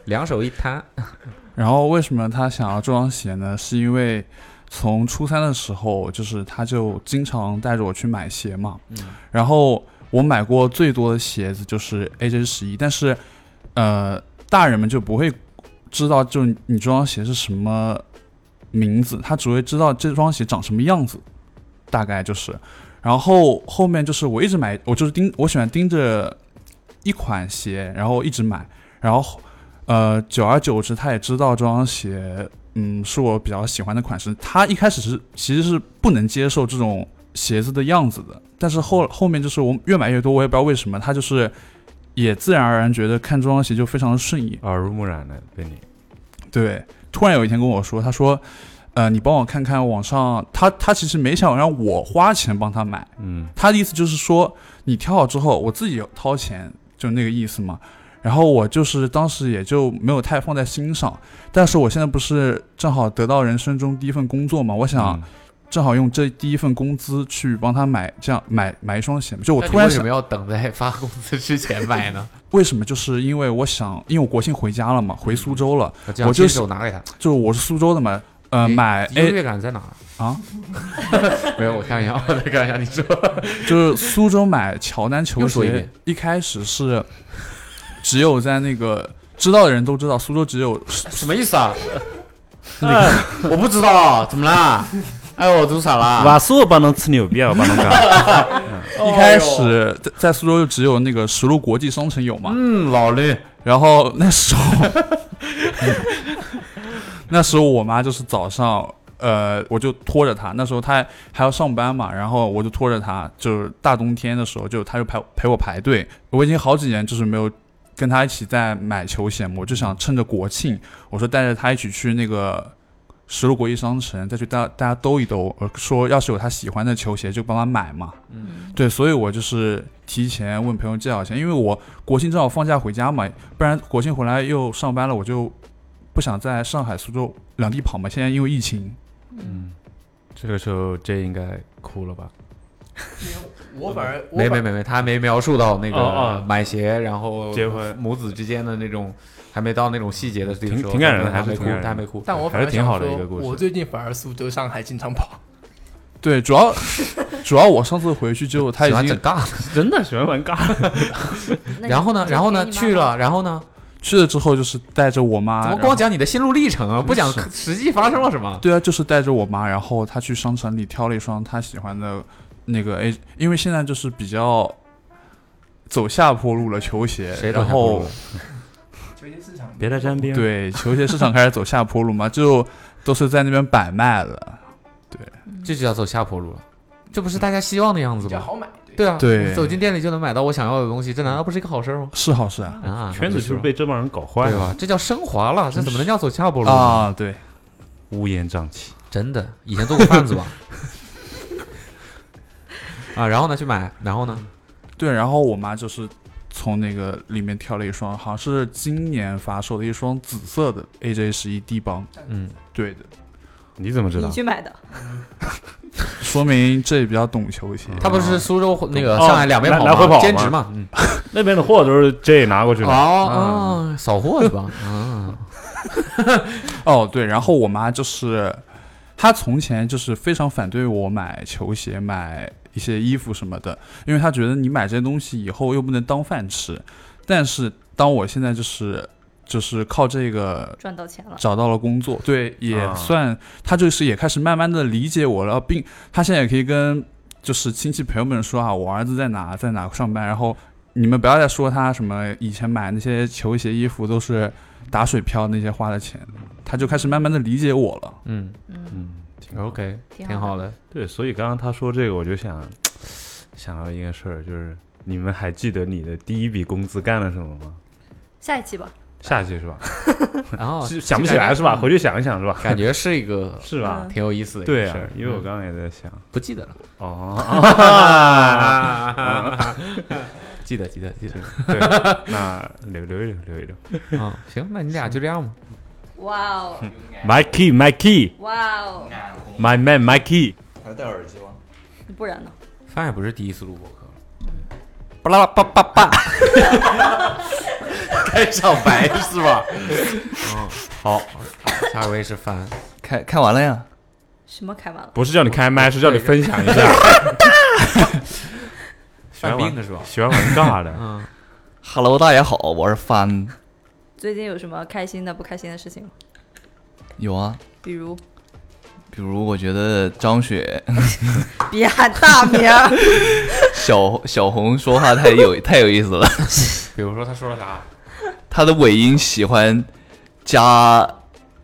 两手一摊，
然后为什么他想要这双鞋呢？是因为从初三的时候，就是他就经常带着我去买鞋嘛。
嗯
然后我买过最多的鞋子就是 AJ 十一，但是呃，大人们就不会知道，就是你这双鞋是什么名字，他只会知道这双鞋长什么样子，大概就是。然后后面就是我一直买，我就是盯，我喜欢盯着一款鞋，然后一直买，然后呃，久而久之，他也知道这双鞋，嗯，是我比较喜欢的款式。他一开始是其实是不能接受这种鞋子的样子的，但是后后面就是我越买越多，我也不知道为什么，他就是也自然而然觉得看这双鞋就非常顺眼。
耳濡目染的被你，
对，突然有一天跟我说，他说，呃，你帮我看看网上，他他其实没想让我花钱帮他买，
嗯，
他的意思就是说，你挑好之后，我自己掏钱，就那个意思嘛。然后我就是当时也就没有太放在心上，但是我现在不是正好得到人生中第一份工作嘛，我
嗯
想正好用这第一份工资去帮他买这样买买一双鞋嘛。就我
那你
突然
为什
想
么，要等在发工资之前买 呢？
为什么？就是因为我想，因为我国庆回家了嘛，回苏州了，
我嗯这样
我就
亲
是
手拿给他。
就是我是苏州的嘛，呃，
你
买
优
A
越感在哪儿？
啊，
没有，我开玩笑，我在开玩笑。你说，
就是苏州买乔丹球
又说一
鞋
遍，
一开始是只有在那个知道的人都知道，苏州只有
什么意思啊？ 我不知道，怎么啦？哎，我读傻了。
瓦苏帮侬吹牛逼啊，帮侬讲，
一开始在在苏州就只有那个石路国际商城有嘛，
嗯，老绿，
然后那时候， 那时候我妈就是早上，呃，我就拖着她，那时候她还要上班嘛，然后我就拖着她，就是大冬天的时候，就她就排陪我排队，我已经好几年就是没有跟她一起在买球鞋嘛，我就想趁着国庆，我说带着她一起去那个。石路国际商城，再去大大家兜一兜，呃，说要是有她喜欢的球鞋就帮她买嘛。
嗯，
对，所以我就是提前问朋友借好钱，因为我国庆正好放假回家嘛，不然国庆回来又上班了，我就不想在上海、苏州两地跑嘛。现在因为疫情，
嗯，这个时候 J 应该哭了吧？
嗯
我反而我
没没
反
没没，他还没描述到
哦
那个
哦
买鞋，然后
结婚
母子之间的那种，还没到那种细节的地
挺
方时候，
挺感人的
他
还是
没
挺
哭
感人，的
他没哭。
但我
还
反而
是挺好
想
的
说
一个故事
我最近反而苏州、上海经常跑，
对，主 要主要我上次回去就他
喜
已
欢整
经
尬了。
真的喜欢玩尬，
那你
然后呢，
就
然后呢，
给你妈
去
妈
了，然后呢，
去了之后，就是带着我妈，
怎么
然后
光讲你的心路历程啊，不讲实际发生了什么？
对啊，就是带着我妈，然后她去商场里挑了一双她喜欢的那个 A，因为现在就是比较走下坡路了，球鞋，
谁
然
走下坡路
后
了
球鞋市场
别在沾边。，
对球鞋市场开始走下坡路嘛，就都是在那边摆卖了。
这就叫走下坡路了，这不是大家希望的样
比
子
较
吗？
好买，
对啊，
对
走进店里就能买到我想要的东西， 这难道不是一个好事儿吗？
是好事啊
啊，
圈子就是被这帮人搞坏了，
对吧？这叫升华了，这怎么能叫走下坡路呢？
啊，对，
乌烟瘴气。
真的，以前做过贩子 吧？啊，然后呢，去买，然后呢，
对，然后我妈就是从那个里面挑了一双，好像是今年发售的一双紫色的 AJ 十一 D 帮。
嗯，
对的，
你怎么知道
你？去买的，
说明这也比较懂球鞋。
他不是苏州那个
哦
上海两边跑吗
来来回跑吗
兼职嘛，嗯，
那边的货都是 J 拿过去的，啊
哦哦，扫货是 吧？嗯，
哦，对，然后我妈就是她从前就是非常反对我买球鞋、买一些衣服什么的，因为她觉得你买这些东西以后又不能当饭吃。但是当我现在就是就是靠这个
赚到钱了。
找到了工作，对，也
啊
算他就是也开始慢慢的理解我了，并他现在也可以跟就是亲戚朋友们说啊，我儿子在哪在哪上班，然后你们不要再说他什么以前买那些球鞋衣服都是打水漂那些花的钱，他就开始慢慢的理解我了。
嗯
嗯，
嗯，挺好
，OK，
挺
挺好
的。
的。
对，所以刚刚他说这个，我就想想到一个事儿，就是你们还记得你的第一笔工资干了什么吗？
下一期吧，
下去是吧？
然后
是想不起来是吧？回去想一想是吧？
嗯感觉是一个
是吧？
挺有意思的一
对
个事
啊
儿，，嗯
因为我刚刚也在想，
不记得了。
哦，
啊， 记得记得记得
对，那留留一留，留一留。
啊，行，那你俩就这样吧。
哇哦，
Mikey Mikey
哇哦，
My Man Mikey，
不 然呢？
反正也不是第一次录播客了，
巴拉巴巴巴，
开场白是吧？
哦
嗯，好，下一位是帆，
开开完了呀？
什么开完了？
不是叫你开麦，是叫你分享一下。 喜欢
犯病
玩
了是吧？
喜欢玩尬的，
嗯，
Hello，大家好，我是帆。
最近有什么开心的、不开心的事情吗？
有啊，
比如
比如我觉得张雪
别喊大名儿，
小小红说话太 有太有意思了，
比如说他说了啥？
她的尾音喜欢加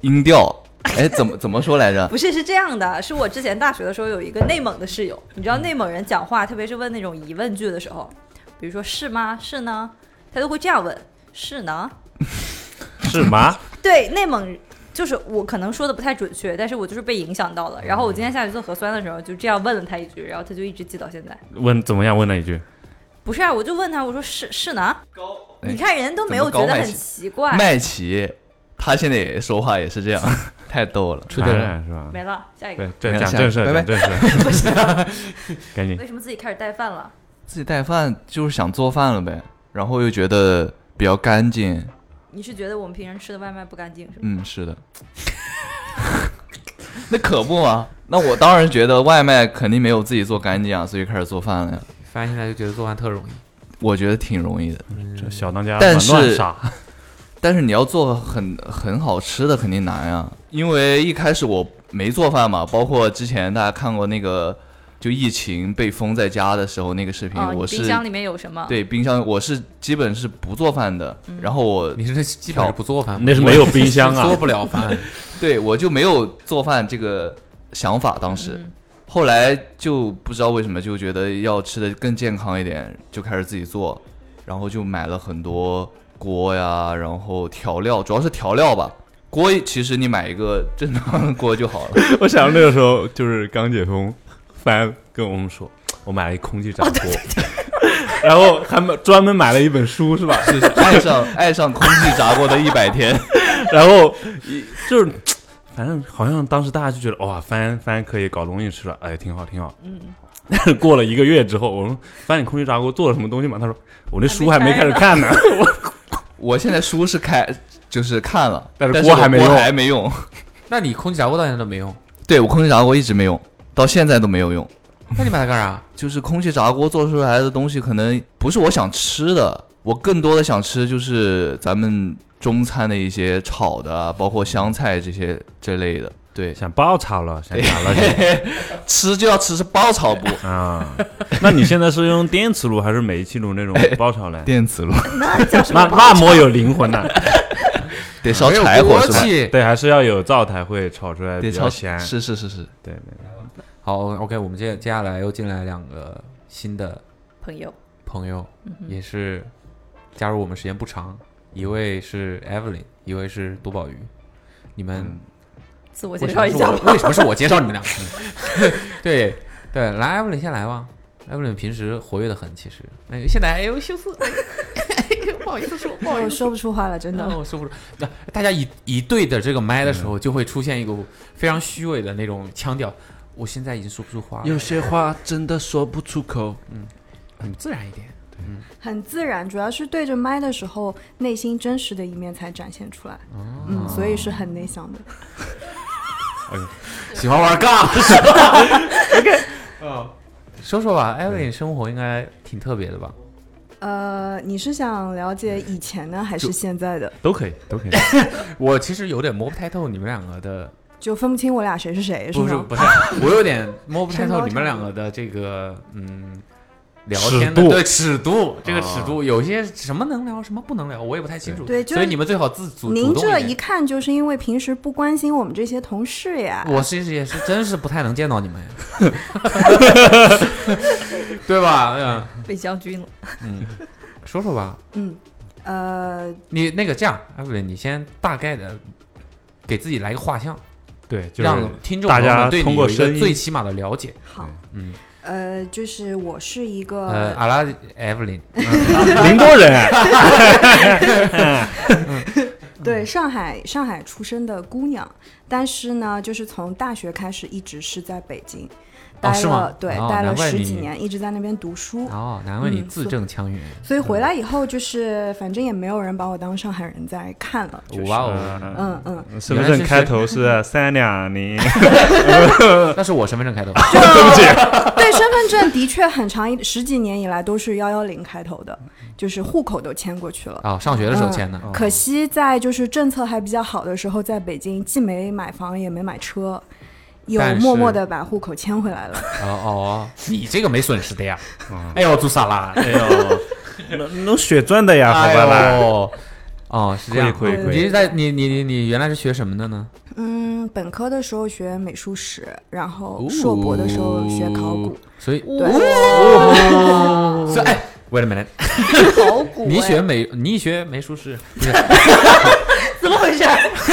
音调，哎，怎 么怎么说 来着？
不是，是这样的，是我之前大学的时候有一个内蒙的室友，你知道内蒙人讲话，特别是问那种疑问句的时候，比如说是吗？是呢？他都会这样问，是呢？
是吗？
对，内蒙就是我可能说的不太准确，但是我就是被影响到了。然后我今天下去做核酸的时候，就这样问了他一句，然后他就一直记到现在。
问怎么样？问了一句，
不是啊，我就问他，我说是是呢？你看人都没
怎
有
么
觉
高
得
麦
很
起
奇怪。
麦琪，她现在也说话也是 这样，太逗了。
吹对了，
了是吧？
没了，下一个
对，。这
没了
讲
下
正事，
拜
讲
拜
正事， 赶紧
为什么自己开始带饭了？
自己带饭就是想做饭了呗，然后又觉得比较干净，
你是觉得我们平时吃的外卖不干净是吗？
嗯，是的。 那可不嘛，那我当然觉得外卖肯定没有自己做干净啊，所以开始做饭了呀。
反正现在就觉得做饭特容易，
我觉得挺容易的，
嗯
这小当家
但
玩乱
是
杀，
但是你要做很很好吃的肯定难呀、因为一开始我没做饭嘛，包括之前大家看过那个就疫情被封在家的时候那个视频，
哦，
我
你冰
是
箱里面有什么？嗯
对冰箱我是基本是不做饭的，然后我
你是这基本上不做饭吗，
那是没有冰箱 啊
做不了饭。
对我就没有做饭这个想法，当时。
嗯
后来就不知道为什么就觉得要吃的更健康一点，就开始自己做，然后就买了很多锅呀，然后调料，主要是调料吧。锅其实你买一个正常的锅就好了，
我想那个时候就是刚解封，帆跟我们说，哦我买了一空气炸锅，然后还买专门买了一本书是吧？
就是爱上爱上空气炸锅的一百天。
然后一就是。反正好像当时大家就觉得哇，帆帆可以搞东西吃了，哎，挺好挺好。嗯。但是 过了一个月之后，我说帆，你空气炸锅做了什么东西吗？他说我那书还没开始看 呢，
我现在书是开就是看了，
但
但
是
是
锅
我
还没用
还没用。
那你空气炸锅到现在都没用，
对我空气炸锅一直没用，到现在都没有用。
那你买它干啥？
就是空气炸锅做出来的东西，可能不是我想吃的，我更多的想吃就是咱们中餐的一些炒的啊，包括湘菜这些这类的。对，
想爆炒了，想炸 了你
吃就要吃是包炒不
啊！那你现在是用电磁炉还是煤气 炉那种
哎
爆炒嘞？
电磁炉，
那那么有灵魂呐、
得烧
没有
柴火
锅
是吧？
气。
对，还是要有灶台会炒出来
得
比较
烧
香。
是是是是，
对对，
好，OK，我们接接下来又进来两个新的
朋友，嗯
朋友，也是加入我们时间不长，一位是 Evelyn，一位是多宝鱼。你们
嗯
自我
为
介
什
绍
么
一
是
下吧。
我为什么是我介绍你们俩？ 对对，来，Evelyn 先来吧。Evelyn 平时活跃的很，其实那个现在哎呦羞涩， 哎呦不好意思说，不好意
哎
我
思
说不出话了，真
那
的。
我说不出。那大家一一对着这个麦的时
嗯
候，就会出现一个非常虚伪的那种腔调。我现在已经说不出话了，
些话真的说不出口。
嗯
你们自然一点。
很自然，主要是对着麦的时候，内心真实的一面才展现出来。
哦
嗯，所以是很内向的。
哎喜欢玩尬是吧 ？OK，嗯，说说吧，Evelyn 生活应该挺特别的吧？
呃，你是想了解以前呢，还是现在的？
都可以都可以。
我其实有点摸不太透你们两个的，
就分不清我俩谁是谁，
不是
吗？
不是， 我有点摸不太透你们两个的这个嗯。聊天的
尺度啊
对尺度，这个尺度、有些什么能聊，什么不能聊，我也不太清楚。
对就是
所以你们最好自主。
您
主动
这
点
一看就是因为平时不关心我们这些同事呀。
我其实也是真是不太能见到你们呀， 对吧？嗯，
被将军了，
说说吧，
嗯，呃，
你那个这样，哎，不对，你先大概的给自己来个画像，
对，就是
让听众
大
朋友
家
们对你
通
有
过
一个
声
最
音，
起码的了解。
好，
嗯，
呃，就是我是一个，
呃， 阿拉 Evelyn，
宁波嗯人，
啊 嗯
对，上海上海出生的姑娘，但是呢，就是从大学开始一直是在北京。待
是
了，
吗
对，
哦
待了
难怪
十几
你
年，一直在那边读书。
哦，难怪你
嗯
字
所
正腔嗯圆。
所以回来以后，就是反正也没有人把我当上海人在看了。就是
哇哦
嗯嗯，
身份证开头是三 两零，
那是我身份证开头。
对，身份证的确很长一十几年以来都是幺幺零开头的，就是户口都迁过去了。
啊上学的时候迁的
嗯
哦
可惜在就是政策还比较好的时候，在北京既没买房也没买车，又
但是
默默的把户口迁回来了。
哦哦，你这个没损失的呀。
嗯
哎呦，做啥啦？哎 呦，
能能血赚的呀，好吧
哎
啦。
呦哦，是这样。
亏亏亏
你是在你你你你原来是学什么的呢？
嗯，本科的时候学美术史，然后哦硕博的时候学考古。
哦所以
对，
哦所以哎，wait a minute，
考古
你
哎
学美，你学美术史，不是
怎么回事？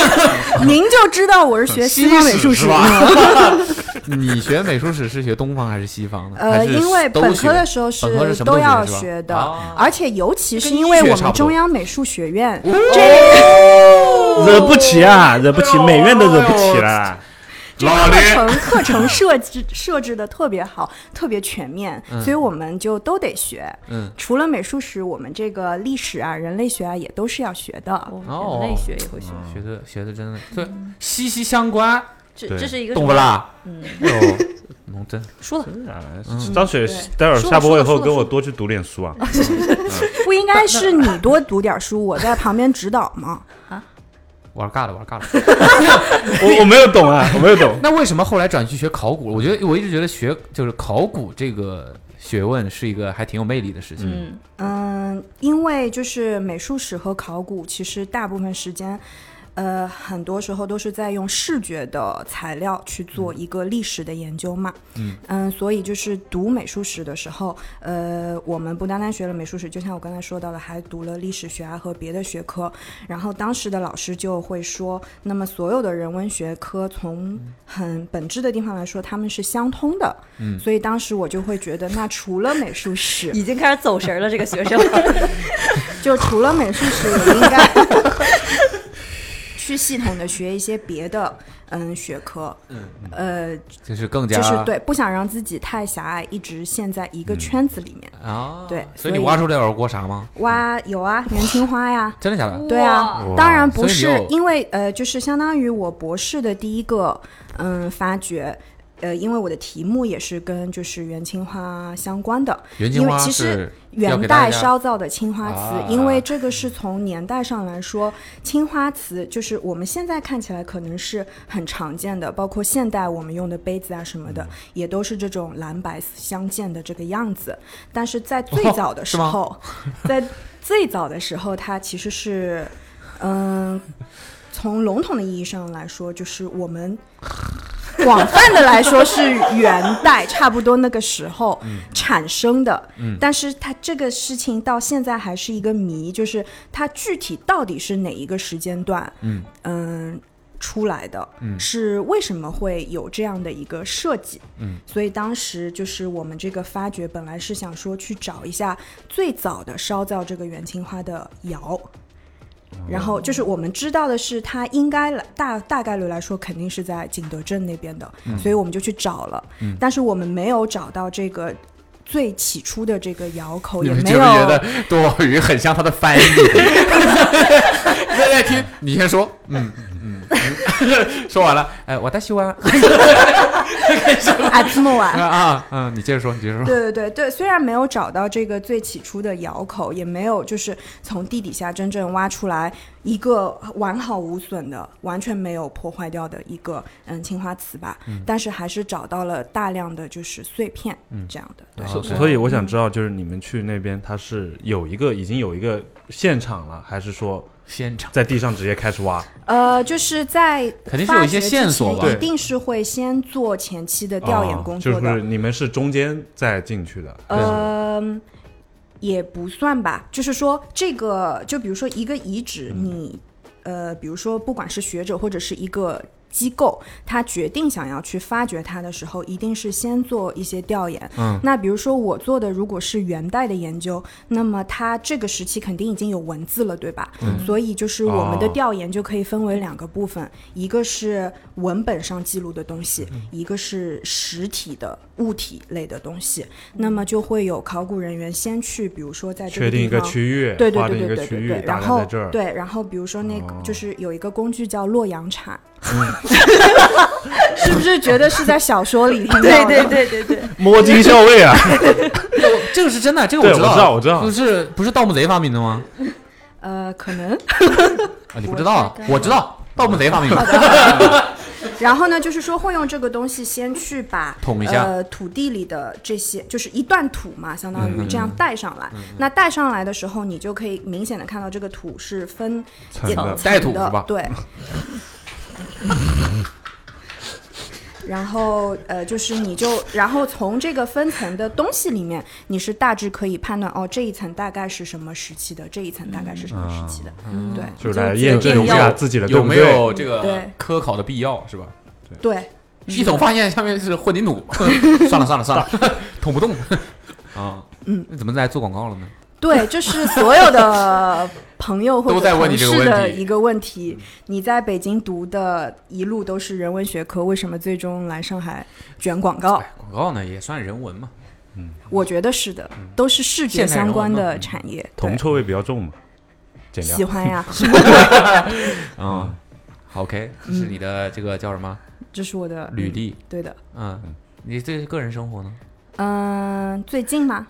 您就知道我是 学西方美术史
是
的。
吧？ 你学美术史是学东方还是西方的？还
呃，
是
因为
都
本
学
科的时候
本科是什么
都要
学
学
是
的，
吧啊哦
而且尤其是
跟
因为
医学
我
差
们
不多
中央美术学院
惹不起啊，惹不起，美院都惹不起啦。
这课程课程设置设置的特别好，特别全面，
嗯
所以我们就都得学。
嗯
除了美术史，我们这个历史啊、人类学啊也都是要学的。
哦，
学
学的学的真的对，息息相关。
哎
这
对
这是一个
懂
什
不
么
啦？
嗯
哦，农真
说了
嗯
哎张雪，待会儿下播以后给我多去读 点书啊。
不应该是你多读点书，我在旁边指导吗？
啊玩尬了，玩尬了。
我我没有懂啊，我没有懂。
那为什么后来转去学考古？我觉得我一直觉得学就是考古这个学问是一个还挺有魅力的事情。
嗯嗯，因为就是美术史和考古，其实大部分时间，呃，很多时候都是在用视觉的材料去做一个历史的研究嘛。
嗯
嗯，所以就是读美术史的时候，呃，我们不单单学了美术史，就像我刚才说到了，还读了历史学啊和别的学科。然后当时的老师就会说，那么所有的人文学科从很本质的地方来说，他们是相通的。
嗯
所以当时我就会觉得，那除了美术史，
已经开始走神儿了，这个学生
就除了美术史，也应该去系统的学一些别的嗯学科。
嗯，
呃，
就是更加
就是对，不想让自己太狭隘，一直陷在一个
嗯
圈子里面。
啊，
对所
所以你
以
挖出了点锅啥吗？
哇，有啊，元青花呀，
真的假的？
对啊
哇，
当然不
所以
是
你，有
因为呃，就是相当于我博士的第一个嗯发掘。呃，因为我的题目也是跟就是元青花相关的，
元青花
因为其
是
实
要给
元
大
代
家
烧造的青花瓷，
啊
因为这个是从年代上来说，青花瓷就是我们现在看起来可能是很常见的，包括现代我们用的杯子啊什么
嗯
的，也都是这种蓝白相间的这个样子。但是在最早的
哦
时
是吗
候， 在最早的时候，它其实是，嗯，从笼统的意义上来说，就是我 们广泛的来说是元代，差不多那个时候
嗯
产生的。
嗯
但是它这个事情到现在还是一个谜，就是它具体到底是哪一个时间段，
嗯
嗯。出来的、
嗯
是为什么会有这样的一个设计？
嗯
所以当时就是我们这个发掘，本来是想说去找一下最早的烧造这个元青花的
哦
窑，然后就是我们知道的是，它应该来大大概率来说肯定是在景德镇那边的，
嗯
所以我们就去找了，
嗯
但是我们没有找到这个最起初的这个窑口，
你
哦也
们
没
觉
有
不觉得 多宝鱼很像他的翻译？在在听，你先说，嗯嗯， 嗯说完了，哎，我太喜欢
阿兹莫
啊
瓦。
啊，嗯，你接着说，你接着说，
对对对对，虽然没有找到这个最起初的窑口，也没有就是从地底下真正挖出来一个完好无损的、完全没有破坏掉的一个嗯青花瓷吧，
嗯
但是还是找到了大量的就是碎片、嗯这样的。对，
所所以我
嗯
想知道，就是你们去那边，它是有一个已经有一个现场了，还是说
现场
在地上直接开始挖？
呃，就是在
肯定是有一些
发掘之前
线索吧
一定是会先做前期的呃调研工
哦
作
就
的。
是你们是中间再进去的，
呃，也不算吧，就是说这个，就比如说一个遗址，你呃，比如说不管是学者或者是一个机构，他决定想要去发掘它的时候，一定是先做一些调研。
嗯
那比如说我做的如果是元代的研究，那么它这个时期肯定已经有文字了，对吧？
嗯
所以就是我们的
哦
调研就可以分为两个部分，一个是文本上记录的东西，
嗯
一个是实体的物体类的东西。那么就会有考古人员先去，比如说在这
确定
地
一个
方
区域
对
划
对对
定一
对
个
对
区
对
域
对，
大
然
概
后
在这儿哦
对，然后比如说那个就是有一个工具叫洛阳 铲，
嗯
是不是觉得是在小说里听到的？
对对对
对对，
摸金校尉啊，
这个是真的，这个
对
知道，
我
我
知道我知道
不是不是盗墓贼发明的吗？
呃，可能。
啊，你不知道啊？我知道，盗墓 贼发明
好
的。
的。然后呢，就是说会用这个东西先去把
捅一下
呃土地里的这些，就是一段土嘛，相当于
嗯
这样带上来。
嗯嗯
那带上来的时候，你就可以明显的看到这个土是分
层
也
的
层
带土
的
是吧
对。然后呃，就是你就，然后从这个分层的东西里面，你是大致可以判断哦，这一层大概是什么时期的，这一层大概是什么时期的，
嗯
对，
就是来验证一下自己的
有没
对不
有
对
这个
对嗯
科考的必要是吧？
嗯
对，
一头发现下面是混 凝土，算了算了算了，捅不动啊。
嗯，
怎么来做广告了呢？
对，这是所有的朋友或
都
者
在问
同
你这个
事的
问题
一个问题。你在北京读的一路都是人文学科，为什么最终来上海卷广告？
哎广告呢也算人文嘛。
我觉得是的，都是视觉
嗯现代人
相关
文嘛嗯
的产业。对
铜臭味比较重嘛，减掉
喜欢呀
嗯好，OK，这是你的这个叫什么？
嗯这是我的
履历。
对的，
嗯，你对个人生活呢？
嗯、最近吗？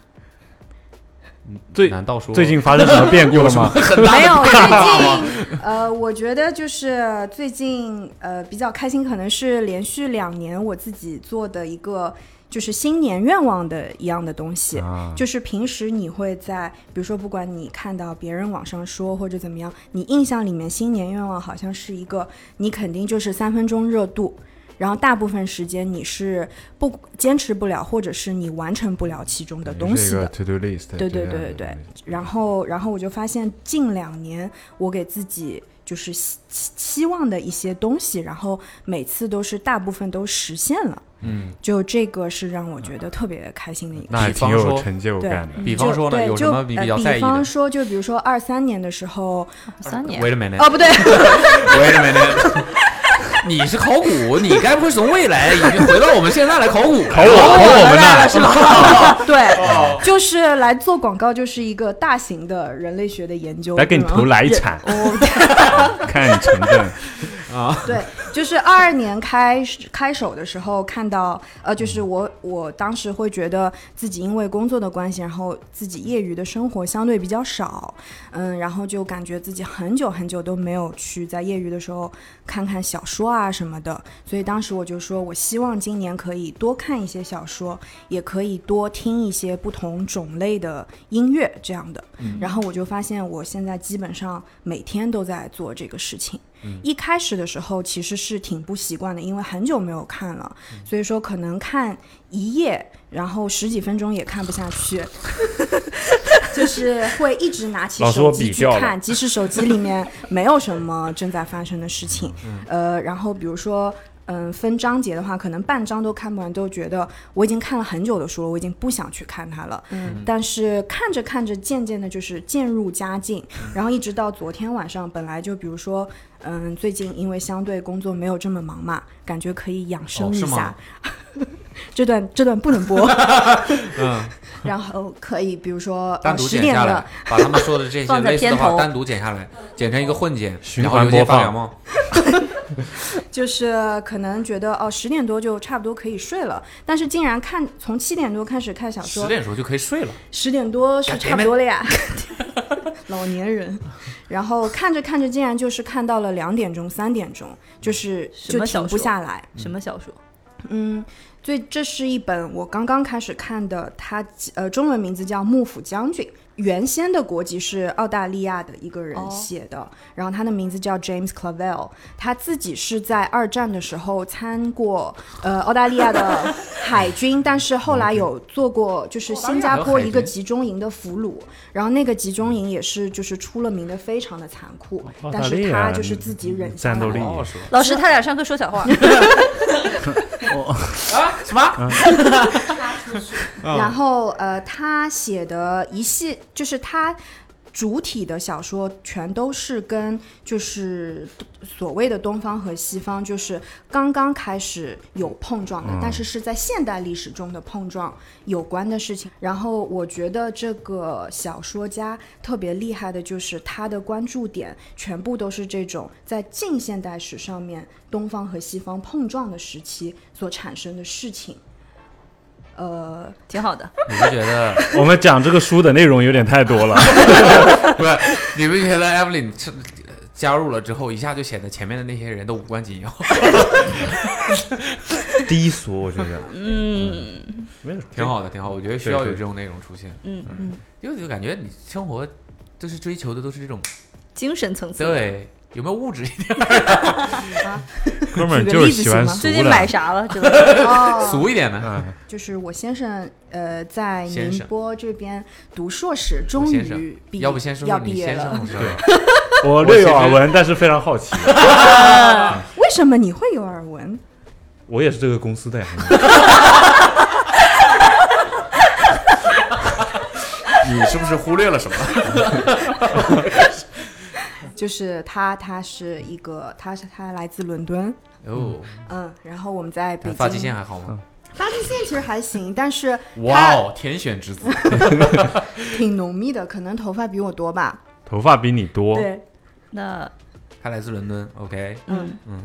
嗯最
难道说
最近发生什么变故了吗
有什么 很大的
没有，
变化吗
最近呃，我觉得就是最近呃比较开心，可能是连续两年我自己做的一个。就是新年愿望的一样的东西，
啊
就是平时你会在，比如说，不管你看到别人网上说或者怎么样，你印象里面新年愿望好像是一个，你肯定就是三分钟热度，然后大部分时间你是不坚持不了，或者是你完成不了其中的东西
是一
的。
个 to do list，
对对
这
对
样
对
的
对。然后，然后我就发现近两年我给自己就是希期期望的一些东西，然后每次都是大部分都实现了。
嗯，
就这个是让我觉得特别开心的一个事情，
那还挺有成就
对
感的
比方
就
说呢
对
有什
就
么你比
呃
较在意
比
的
方说，就比如说二三年的时候，
三
年 Wait a minute
哦不 对，
喂没呢？ 你是考古，你该不会从未来已经回到我们现在来考古了？考我，
考
我们呢？
是吧？
哦
对，就是来做广告，就是一个大型的人类学的研究。
来给你
对吧
头来一铲
人哦，
看你成分 啊，
对，就是二二年开始开手的时候，看到呃，就是我我当时会觉得自己因为工作的关系，然后自己业余的生活相对比较少，嗯，然后就感觉自己很久很久都没有去在业余的时候看看小说啊什么的，所以当时我就说我希望今年可以多看一些小说，也可以多听一些不同种类的音乐这样的，
嗯
然后我就发现我现在基本上每天都在做这个事情。
嗯
一开始的时候其实是挺不习惯的，因为很久没有看了，
嗯
所以说可能看一页，然后十几分钟也看不下 去，就是会一直拿起
老师
手
我
机
比
去
较了
看，即使手机里面没有什么正在发生的事情。
嗯
呃，然后比如说。嗯，分章节的话，可能半章都看不完，都觉得我已经看了很久的书了，我已经不想去看它了。
嗯
但是看着看着，渐渐的就是渐入佳境，
嗯
然后一直到昨天晚上，本来就比如说，嗯，最近因为相对工作没有这么忙嘛，感觉可以养生
哦
一
是
下
吗。
这段这段不能播。
嗯，
然后可以，比如说 呃
单独
哦十
剪
点
下
的
来，把他们说的这 些
放在
类似的
片
话
头
单独剪下来，剪成一个混剪，
循
然后
环
留些
播
发
放
扬吗？
就是可能觉得哦十点多就差不多可以睡了，但是竟然看从七点多开始看小说，
十点时候就可以睡了。
十点多是
God
差不多了 呀，老年人。然后看着看着，竟然就是看到了两点钟、三点钟，就是
什
就
么
停
小
不
说？
下来。
什么小说？
嗯，最这是一本我刚刚开始看的，它呃中文名字叫《幕府将军》，原先的国籍是澳大利亚的一个人
哦
写的，然后他的名字叫 James Clavell，他自己是在二战的时候参过呃澳大利亚的海军，但是后
哦
来有做过就是新加坡一个集中营的俘虏，然后那个集中营也是就是出了名的非常的残酷，
澳大
但
哦利
是
亚
他就是自己忍下
战斗
来
力
了
哦是吧
老师，他俩上课说小 话。
啊什么？
嗯
然后呃，他写的一系就是他主体的小说全都是跟就是所谓的东方和西方就是刚刚开始有碰撞的，
嗯
但是是在现代历史中的碰撞有关的事情。然后我觉得这个小说家特别厉害的就是他的关注点全部都是这种在近现代史上面东方和西方碰撞的时期所产生的事情。呃，
挺好的。
你不觉得？
我们讲这个书的内容有点太多了，
不是，你们觉得 Evelyn 是呃加入了之后，一下就显得前面的那些人都无关紧要？
低俗，我觉得。
嗯，
没有，
挺好的，挺好。我觉得需要有这种内容出现。
嗯嗯，
因为就感觉你生活就是追求的都是这种，
精神层次。
对，有没有物质一点？啊
哥 们儿就是喜欢俗
最近
的嗯
买啥了之类的？
哦
俗一点的。嗯
就是我先生，呃，在
先
宁
生
波这边读硕士，终
先生
于毕
要不先说
要
说
毕
你
业
先
了
生。是吧？
我略有耳闻，但是非常好 奇。
为什么你会有耳 闻？
我也是这个公司的呀。
你是不是忽略了什么？
就是他，他是一个，他是他来自伦敦，
哦，
嗯，然后我们在北京。
发际线还好
嗯
吗？
发际线其实还行，但是
哇哦，天选之子！
挺浓密的，可能头发比我多吧。
头发 比你多，
对，
那
他来自伦敦，OK，
嗯
嗯，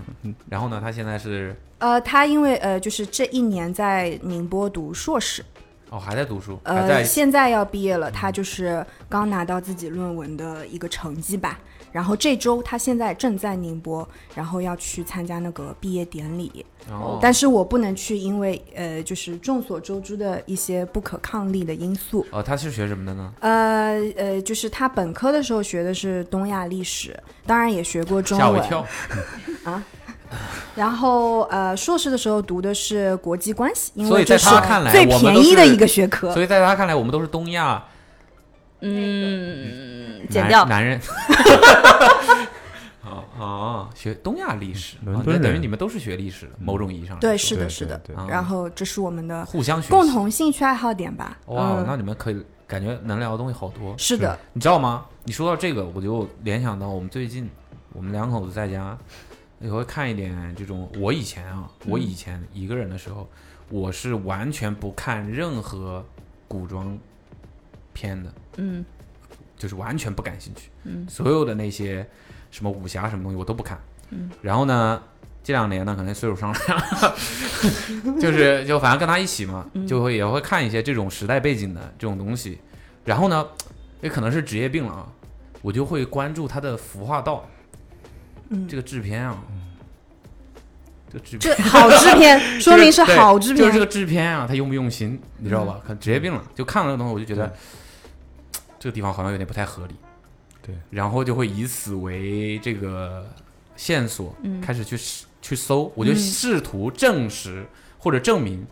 然后呢，他现在是
呃，他因为呃，就是这一年在宁波读硕士，
哦还在读书，还
呃，
在
现在要毕业了，他就是刚拿到自己论文的一个成绩吧。然后这周他现在正在宁波，然后要去参加那个毕业典礼。
哦
但是我不能去，因为呃，就是众所周知的一些不可抗力的因素。
哦，他是学什么的呢？
呃呃，就是他本科的时候学的是东亚历史，当然也学过中
吓我
文
一。跳。
啊。然后呃，硕士的时候读的是国际关系，因
所
为
以在
这是
他看来，
最
我
便
们都
宜的
是
一个学科
所。以在他看来，我们都是东亚
嗯，
男
剪掉。
男人。 哦哦，学东亚历史，
伦
啊
敦
那等于
人
你们都是学历史的，某种意义上
嗯
来
对，
说
是的，是的。
啊
然后这是我们的
互相学习
共同兴趣爱好点吧。
哇，
嗯
那你们可以感觉能聊的东西好多。
是的，
你知道吗？你说到这个，我就联想到我们最近，我们两口子在家也会看一点这种。我以前啊，
嗯
我以前一个人的时候，我是完全不看任何古装片的，
嗯
就是完全不感兴趣。
嗯
所有的那些什么武侠什么东西我都不看。
嗯
然后呢，这两年呢，可能岁数上来了， 就是就反正跟他一起嘛，
嗯
就会也会看一些这种时代背景的这种东西。然后呢，也可能是职业病了啊，我就会关注他的服化道，
嗯
这个制片啊。这个制
这好制片
就是
说明是
对
好制片
就是这个制片啊，他用不用心，你知道吧？可能职业病了，就看了这个东西，我就觉得这个地方好像有点不太合理。
对，
然后就会以此为这个线索，
嗯
开始去试去搜，我就
嗯
试图证实或者证明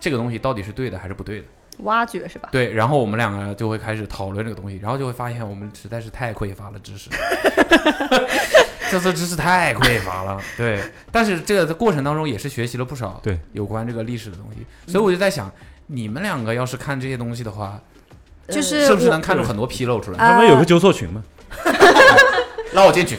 这个东西到底是对的还是不对的。
挖掘是吧？
对，然后我们两个就会开始讨论这个东西，然后就会发现我们实在是太匮乏了知识， 这次知识太匮乏了。对，但是这个过程当中也是学习了不少
对
有关这个历史的东西，所以我就在想，你们两个要是看这些东西的话，
呃就是呃
是不是
我
能看出很多纰漏出来？
他们有个
纠错群嘛，
拉我进 去，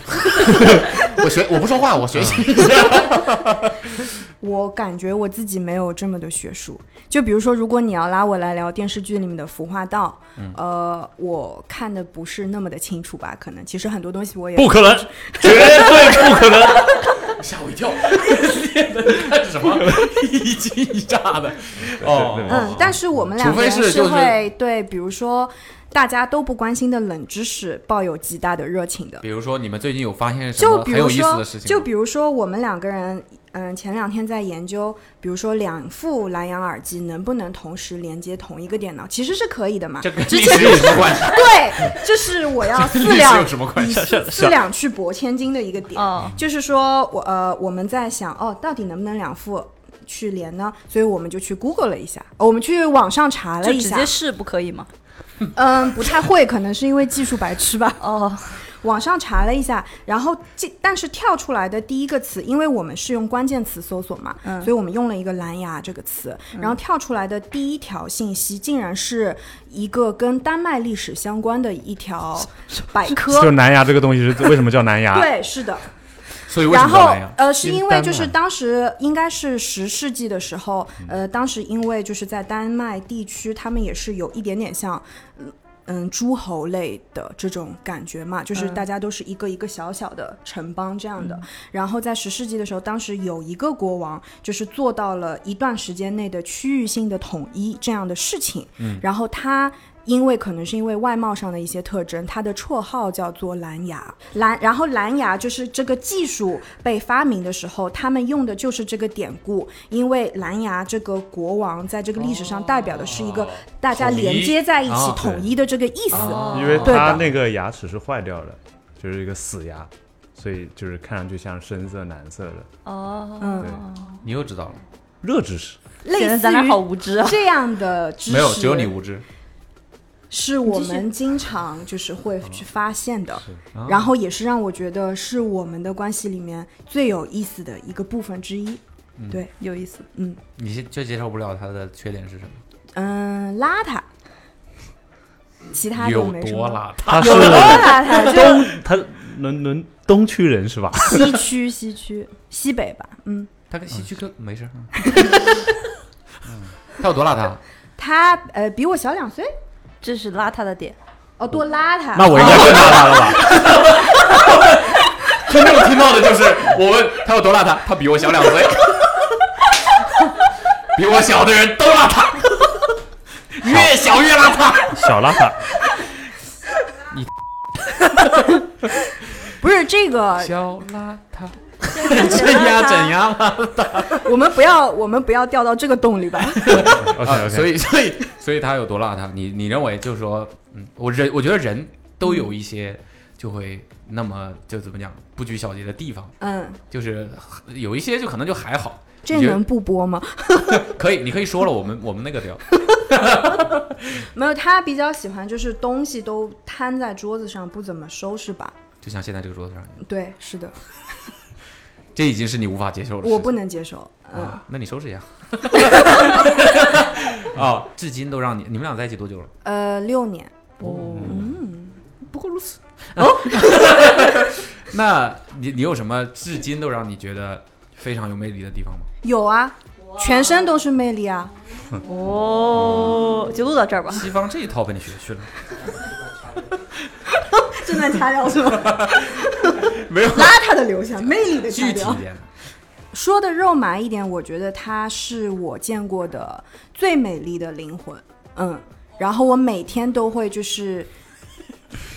我学我不说话，我学习。
嗯
我感觉我自己没有这么的学术。就比如说，如果你要拉我来聊电视剧里面的服化道，
嗯
呃，我看的不是那么的清楚吧？可能其实很多东西我也
不可能，绝对不可能。
吓我一跳！看什么？一惊一乍的。哦，
嗯，但是我们两
除
个
非
人
是就是
会对，比如说大家都不关心的冷知识抱有极大的热情的。
比如说你们最近有发现什
就
么
比
很
如
有意思
说
的事，情
就
吗？
比如说我们两个人嗯，前两天在研究，比如说两副蓝牙耳机能不能同时连接同一个电脑，其实是可以的嘛。
这跟
之
历
前
史有什么关系
对，这是我要啊
这跟
四
历 史
两
有什么关
以
系
四
是
四两去博千金的一个点，
哦
就是说我呃我们在想哦，到底能不能两副去连呢？所以我们就去 Google 了一下，哦我们去网上查了
就
一
直
下，
接试不可以吗？
嗯，不太会，可能是因为技术白痴吧。哦，网上查了一下，然后这但是跳出来的第一个词，因为我们是用关键词搜索嘛，
嗯
所以我们用了一个蓝牙这个词，
嗯
然后跳出来的第一条信息竟然是一个跟丹麦历史相关的一条百科，
就是蓝牙这个东西是为什么叫蓝牙？，
对，是的。
所以为什
然
么叫
后
蓝牙
呃，是
因为
因为
丹
就是
麦
当时应该是十世纪的时候，
嗯
呃，当时因为就是在丹麦地区，他们也是有一点点像。嗯嗯，诸侯类的这种感觉嘛，就是
嗯
大家都是一个一个小小的城邦这样的。
嗯
然后在十世纪的时候，当时有一个国王就是做到了一段时间内的区域性的统一这样的事情。
嗯
然后他因为可能是因为外貌上的一些特征，他的绰号叫做蓝牙蓝。然后蓝牙就是这个技术被发明的时候，他们用的就是这个典故，因为蓝牙这个国王在这个历史上代表的是一个大家
统一哦
连接在一起
啊
统一的这个意思，
因为
对
他
的。
那个牙齿是坏掉的，就是一个死牙，所以就是看上去像深色、蓝色的。
哦，
嗯
对，
你又知道了，
热知识。
类
显得
似
咱俩
于
好无知啊
这样的知识，
没有，只有你无知。
是我
你继续
们经常就是会去发现的，
哦啊
然后也是让我觉得是我们的关系里面最有意思的一个部分之一。
嗯
对，
有意思。
嗯
你是就接受不了他的缺点是什么？
嗯，邋遢，其他都
有
没什
多
么。
邋遢
他是
有多邋遢？
东
就，
他伦伦东区人 是吧？
西区，西区，西北吧。嗯，
他跟西区哥没事儿。他有多邋遢？
他呃比我小两岁，
这是邋遢的点。
哦，多邋遢。
那我应该
哦
更邋遢了吧？听众听到的就是我问他有多邋遢，他比我小两 岁，比我小的人都邋遢， 越小越邋遢。
小邋遢，
不是这个
小邋遢，
镇
压镇压
我们不要，我们不要掉到这个洞里吧。
啊，所以所以所以他有多邋遢？你你认为就是说，嗯，我人我觉得人都有一些就会那么就怎么讲不拘小节的地方，
嗯，
就是有一些就可能就还好。
这
你觉得
能不播吗？
可以，你可以说了，我们我们那个聊。
没有，他比较喜欢就是东西都摊在桌子上，不怎么收拾吧。
就像现在这个桌子上，
对，是的，
这已经是你无法接受的事
我
情。
不能接受。嗯，
啊，那你收拾一下。哦，至今都让你你们俩在一起多久了？
呃，六年。
哦，
嗯，
不过如此。那你你有什么至今都让你觉得非常有魅力的地方吗？
有啊，全身都是魅力啊。
哦，就录到这儿吧。
西方这一套被你学去了，
正在掐掉是吗？
没有
邋遢的留下，魅力的掐
具体
掉
一。点。
说的肉麻一点，我觉得她是我见过的最美丽的灵魂。嗯，然后我每天都会就是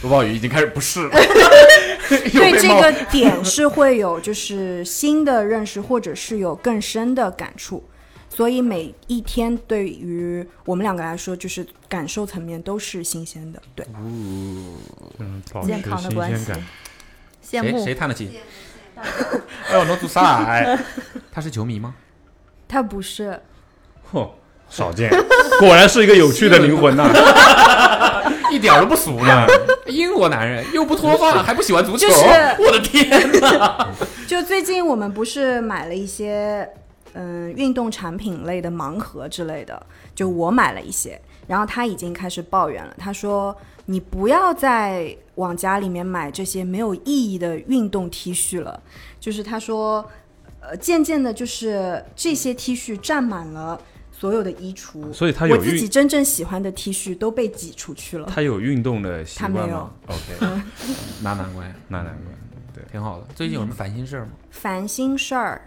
罗宝宇已经开始不适了，
对这个 点是会有就是新的认识，或者是有更深的感触。所以每一天对于我们两个来说，就是感受层面都是新鲜的。对，
嗯，保持
健康的
新
关
鲜
系
感。
羡
谁
慕
谁叹了气？ 哎呦，能做啥？哎他是球迷吗？
他不是，
哼，少见， 果然是一个有趣的灵魂呐、
一点儿都不俗 呢。英国男人又不脱发，还不喜欢足球，
就是
我的天哪！
就最近我们不是买了一些嗯运动产品类的盲盒之类的，就我买了一些，然后他已经开始抱怨了，他说你不要再往家里面买这些没有意义的运动 T 恤了，就是他说，呃，渐渐的就是这些 T 恤占满了。所有的衣橱，
所以他
我
有
自己
运
真正喜欢的 T 恤都被挤出去了。
他有运动的习
他
惯
没
吗？OK，
嗯
那难怪，
那难怪，对，
挺好的。最近有什么烦心事儿吗？
烦心事儿，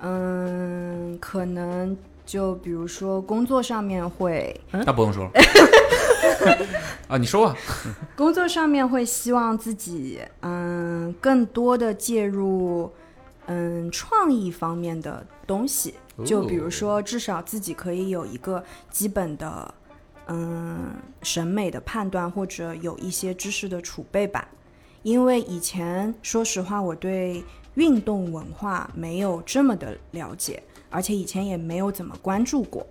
嗯，可能就比如说工作上面会，
那不用说了。啊，你说吧。
工作上面会希望自己，嗯，更多的介入，嗯、嗯创意方面的东西，就比如说至少自己可以有一个基本的嗯审美的判断，或者有一些知识的储备吧。因为以前说实话，我对运动文化没有这么的了解，而且以前也没有怎么关注过。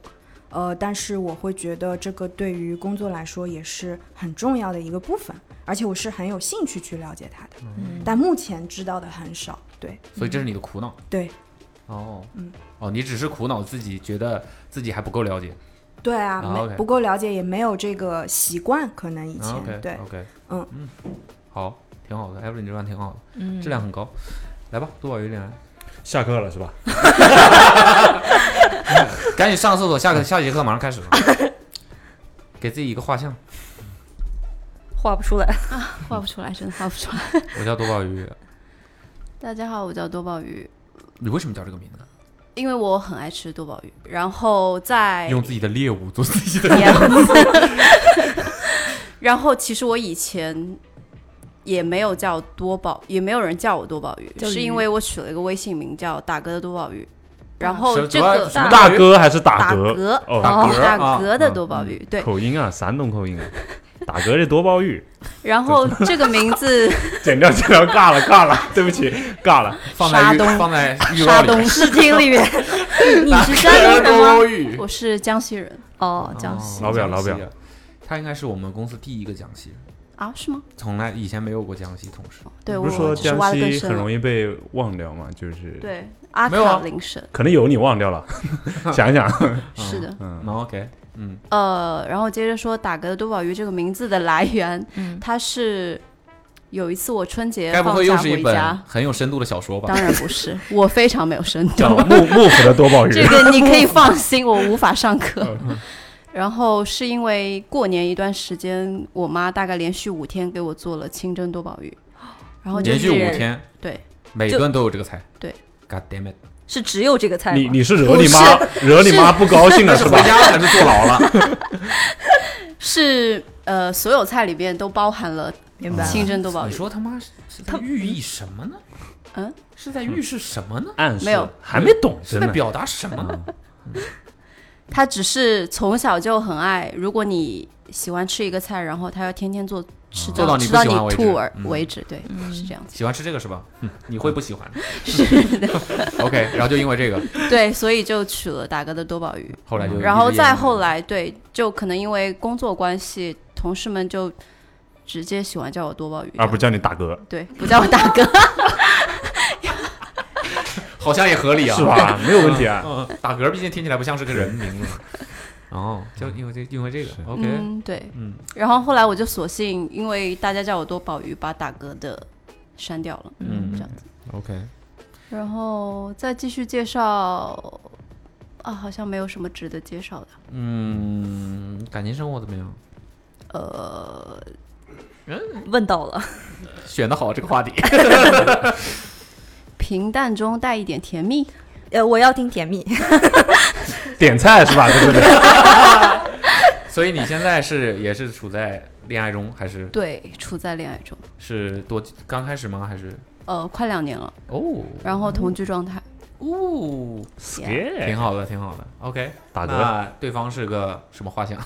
呃，但是我会觉得这个对于工作来说也是很重要的一个部分，而且我是很有兴趣去了解它的，
嗯
但目前知道的很少。对，
所以这是你的苦恼。
对
哦，
嗯，
哦，你只是苦恼自己觉得自己还不够了解。
对啊，
啊
没、
OK
不够了解，也没有这个习惯，可能以前、
o k
对
啊 OK，
嗯
嗯，好，挺好的，Evelyn 这段挺好的，
嗯
质量很高。来吧，多宝有点来。
下课了是吧？
赶紧上厕所，下课下节课马上开始了。给自己一个画像，
画不出来啊， 画不出来，真的画不出来。
我叫多宝鱼，
大家好，我叫多宝鱼，
你为什么叫这个名字？
因为我很爱吃多宝鱼，然后在
用自己的猎物做自己的
然后其实我以前也没有叫多宝，也没有人叫我多宝鱼，
叫鱼
是因为我取了一个微信名叫大哥的多宝鱼。然后
什么
这个
什么大哥还是
打
打嗝
嗝？
哦打
打
嗝啊
嗝的多宝鱼，对。
口音啊，山东口音啊，打嗝这多包玉，
然后这个名字
剪掉剪掉，尬了尬了， 对不起，尬了，，
放
在沙东放
在
沙东视听里 面你是山东人吗？我是江西人。哦，江西。
老表老表，
啊他应该是我们公司第一个江西人，
啊？是吗？
从来以前没有过江西同事。
对
不是说
我只是
江
挖得更
西
深
很
了
容易被忘掉嘛，就是
对，阿
没有
卡
啊
林神。
可能有你忘 掉了，想一想，
是的
嗯
，OK，嗯，
呃，然后接着说打嗝的多宝鱼这个名字的来源，它是有一次我春节
嗯该不
放
会又
假
是
回
一本
家，
很有深度的小说吧？
当然不 是，我非常没有深度。
幕幕府的多宝鱼，嗯
这 个你可以放心，我无法上课。然后是因为过年一段时间，我妈大概连续五天给我做了清蒸多宝鱼，然哦后就
连续
是
五天，
对，
每
就
顿都有这个菜。
对
，God damn it！
是只有这个菜
你你是惹你妈惹你妈不高 兴了是吧？
回家了还是坐牢了？
是呃，所有菜里边都包含了
明白了
清蒸多宝鱼。
你说他妈是在寓意什么呢？
嗯，
是在预示什么呢？
暗
示没有嗯
还没懂
是
真
在
的
表达什么呢？
他只是从小就很爱，如果你喜欢吃一个菜，然后他要天天做吃
做到你
吃
不
到
喜欢为
你
止
吐而
嗯
为止，对，是这样子。
喜欢吃这个是吧？嗯你会不喜欢？
是的
OK，然后就因为这个，
对，所以就娶了大哥的多宝鱼。
后来就
然后
一直沿
再
用
后来，对，就可能因为工作关系，同事们就直接喜欢叫我多宝鱼，
而啊不叫你大哥，
对，不叫我大 哥。
好像也合理啊，
是吧没有问题啊
嗯。嗯打嗝毕竟听起来不像是个 人名字。哦，就因为这，因为这个，OK，
嗯，对，
嗯，
然后后来我就索性，因为大家叫我多宝鱼，把大哥的删掉了，
嗯
这样子。
，OK，
然后再继续介绍，啊，好像没有什么值得介绍的。
嗯，感情生活怎么样？
呃，
嗯
问到了，
选的好这个话题，
平淡中带一点甜蜜。
呃，我要听甜蜜。
点菜是吧？对不对？
所以你现在是也是处在恋爱中，还是
对，处在恋爱中，
是多刚开始吗？还是
呃，快两年了，
哦，
然后同居状态。
哦，
Yeah
挺好的，挺好的，OK，
打嗝
那对方是个什么 画像？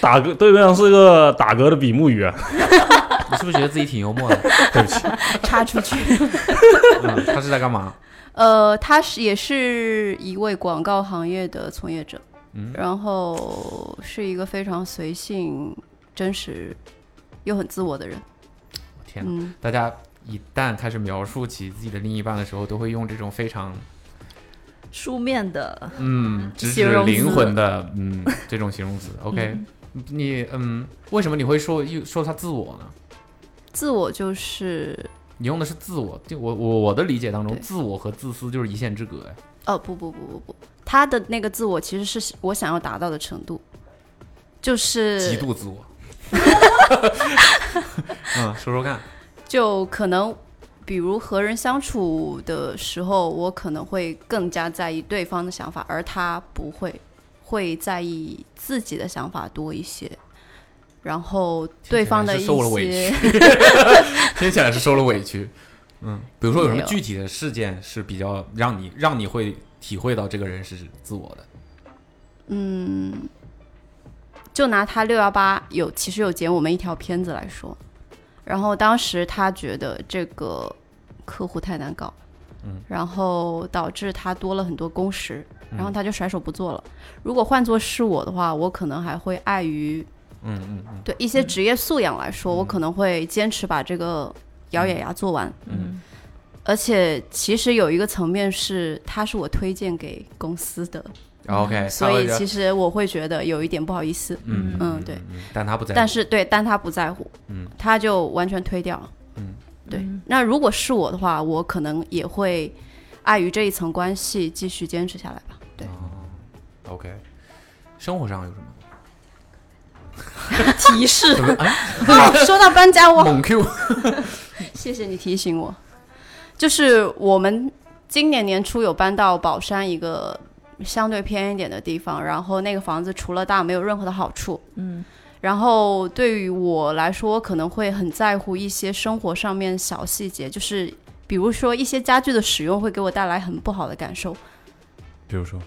打嗝对面是个打嗝的比目鱼啊，
你是不是觉得自己挺幽默的？ 对不起，
插出去。
嗯，他是在干嘛？
呃，他是也是一位广告行业的从业者，
嗯
然后是一个非常随性、真实又很自我的人。
天哪！
嗯
大家一旦开始描述起自己的另一半的时候，都会用这种非常
书面的，
嗯直
形
指
容词
灵魂 的嗯这种形容词。OK，
嗯
你嗯，为什么你会说又说他自我呢？
自我就是
你用的是自我，就我我我的理解当中，自我和自私就是一线之隔呀。
哦，不不不不不，他的那个自我其实是我想要达到的程度，就是
极 度自我。嗯，说说看，
就可能，比如和人相处的时候，我可能会更加在意对方的想法，而他不会，会在意自己的想法多一些。然后对方的一
听起来是受了 委
些，
屈，听起来是受了委屈。
嗯，
比如说有什么
没有
具体的事件是比较让你让你会体会到这个人是自我的？
嗯，就拿他六幺八有其实有剪我们一条片子来说，然后当时他觉得这个客户太难搞，
嗯
然后导致他多了很多工时，然后
嗯
他就甩手不做了。如果换做是我的话，我可能还会碍于
嗯嗯嗯，
对一些职业素养来
嗯
说，我可能会坚持把这个咬咬牙做完。
嗯，
而且其实有一个层面是，他是我推荐给公司的。
啊 OK，
所
他会
以
觉得
其实我会觉得有一点不好意思。
嗯
嗯，对。
但他不在乎，
但是对，但他不在乎，
嗯
他就完全推掉。
嗯，
对。那如果是我的话，我可能也会碍于这一层关系继续坚持下来吧。对。
OK，生活上有什么？
提示
怎么哎
啊，说到搬家，我
猛 Q，
谢谢你提醒我。就是我们今年年初有搬到宝山一个相对偏一点的地方，然后那个房子除了大没有任何的好处。
嗯
然后对于我来说，我可能会很在乎一些生活上面小细节，就是比如说一些家具的使用会给我带来很不好的感受。
比如说，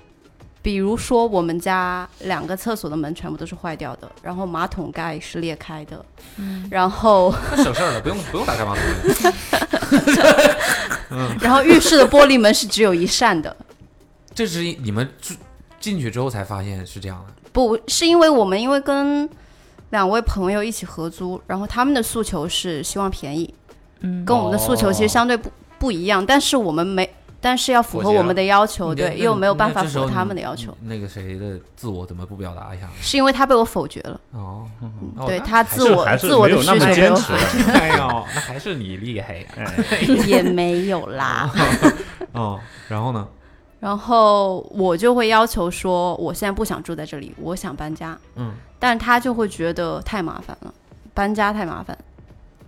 比如说，我们家两个厕所的门全部都是坏掉的，然后马桶盖是裂开的，
嗯
然 后
那省事儿了，不用不用打开马桶了。嗯，
然后浴室的玻璃门是只有一扇的，
这是你们住进去之后才发现是这样的。
不是因为我们因为跟两位朋友一起合租，然后他们的诉求是希望便宜，
嗯
跟我们的诉求其实相对不、不一样，但是我们没，但是要符合我们的要求，
你的
对，
那
又没有
那
办法
这时
符
候
合他
你
们的要求，
那个谁的自我怎么不表达一下？
是因为他被我否决了。
哦，哦
对
那
他
还
自
是
我
还是
自我
没
的
有那
需
么
求
坚
没有
持
好
哎呦，那还是你厉害呀！哎
也没有啦。
哦，然后呢？
然后我就会要求说，我现在不想住在这里，我想搬家。
嗯，
但他就会觉得太麻烦了，搬家太 麻烦。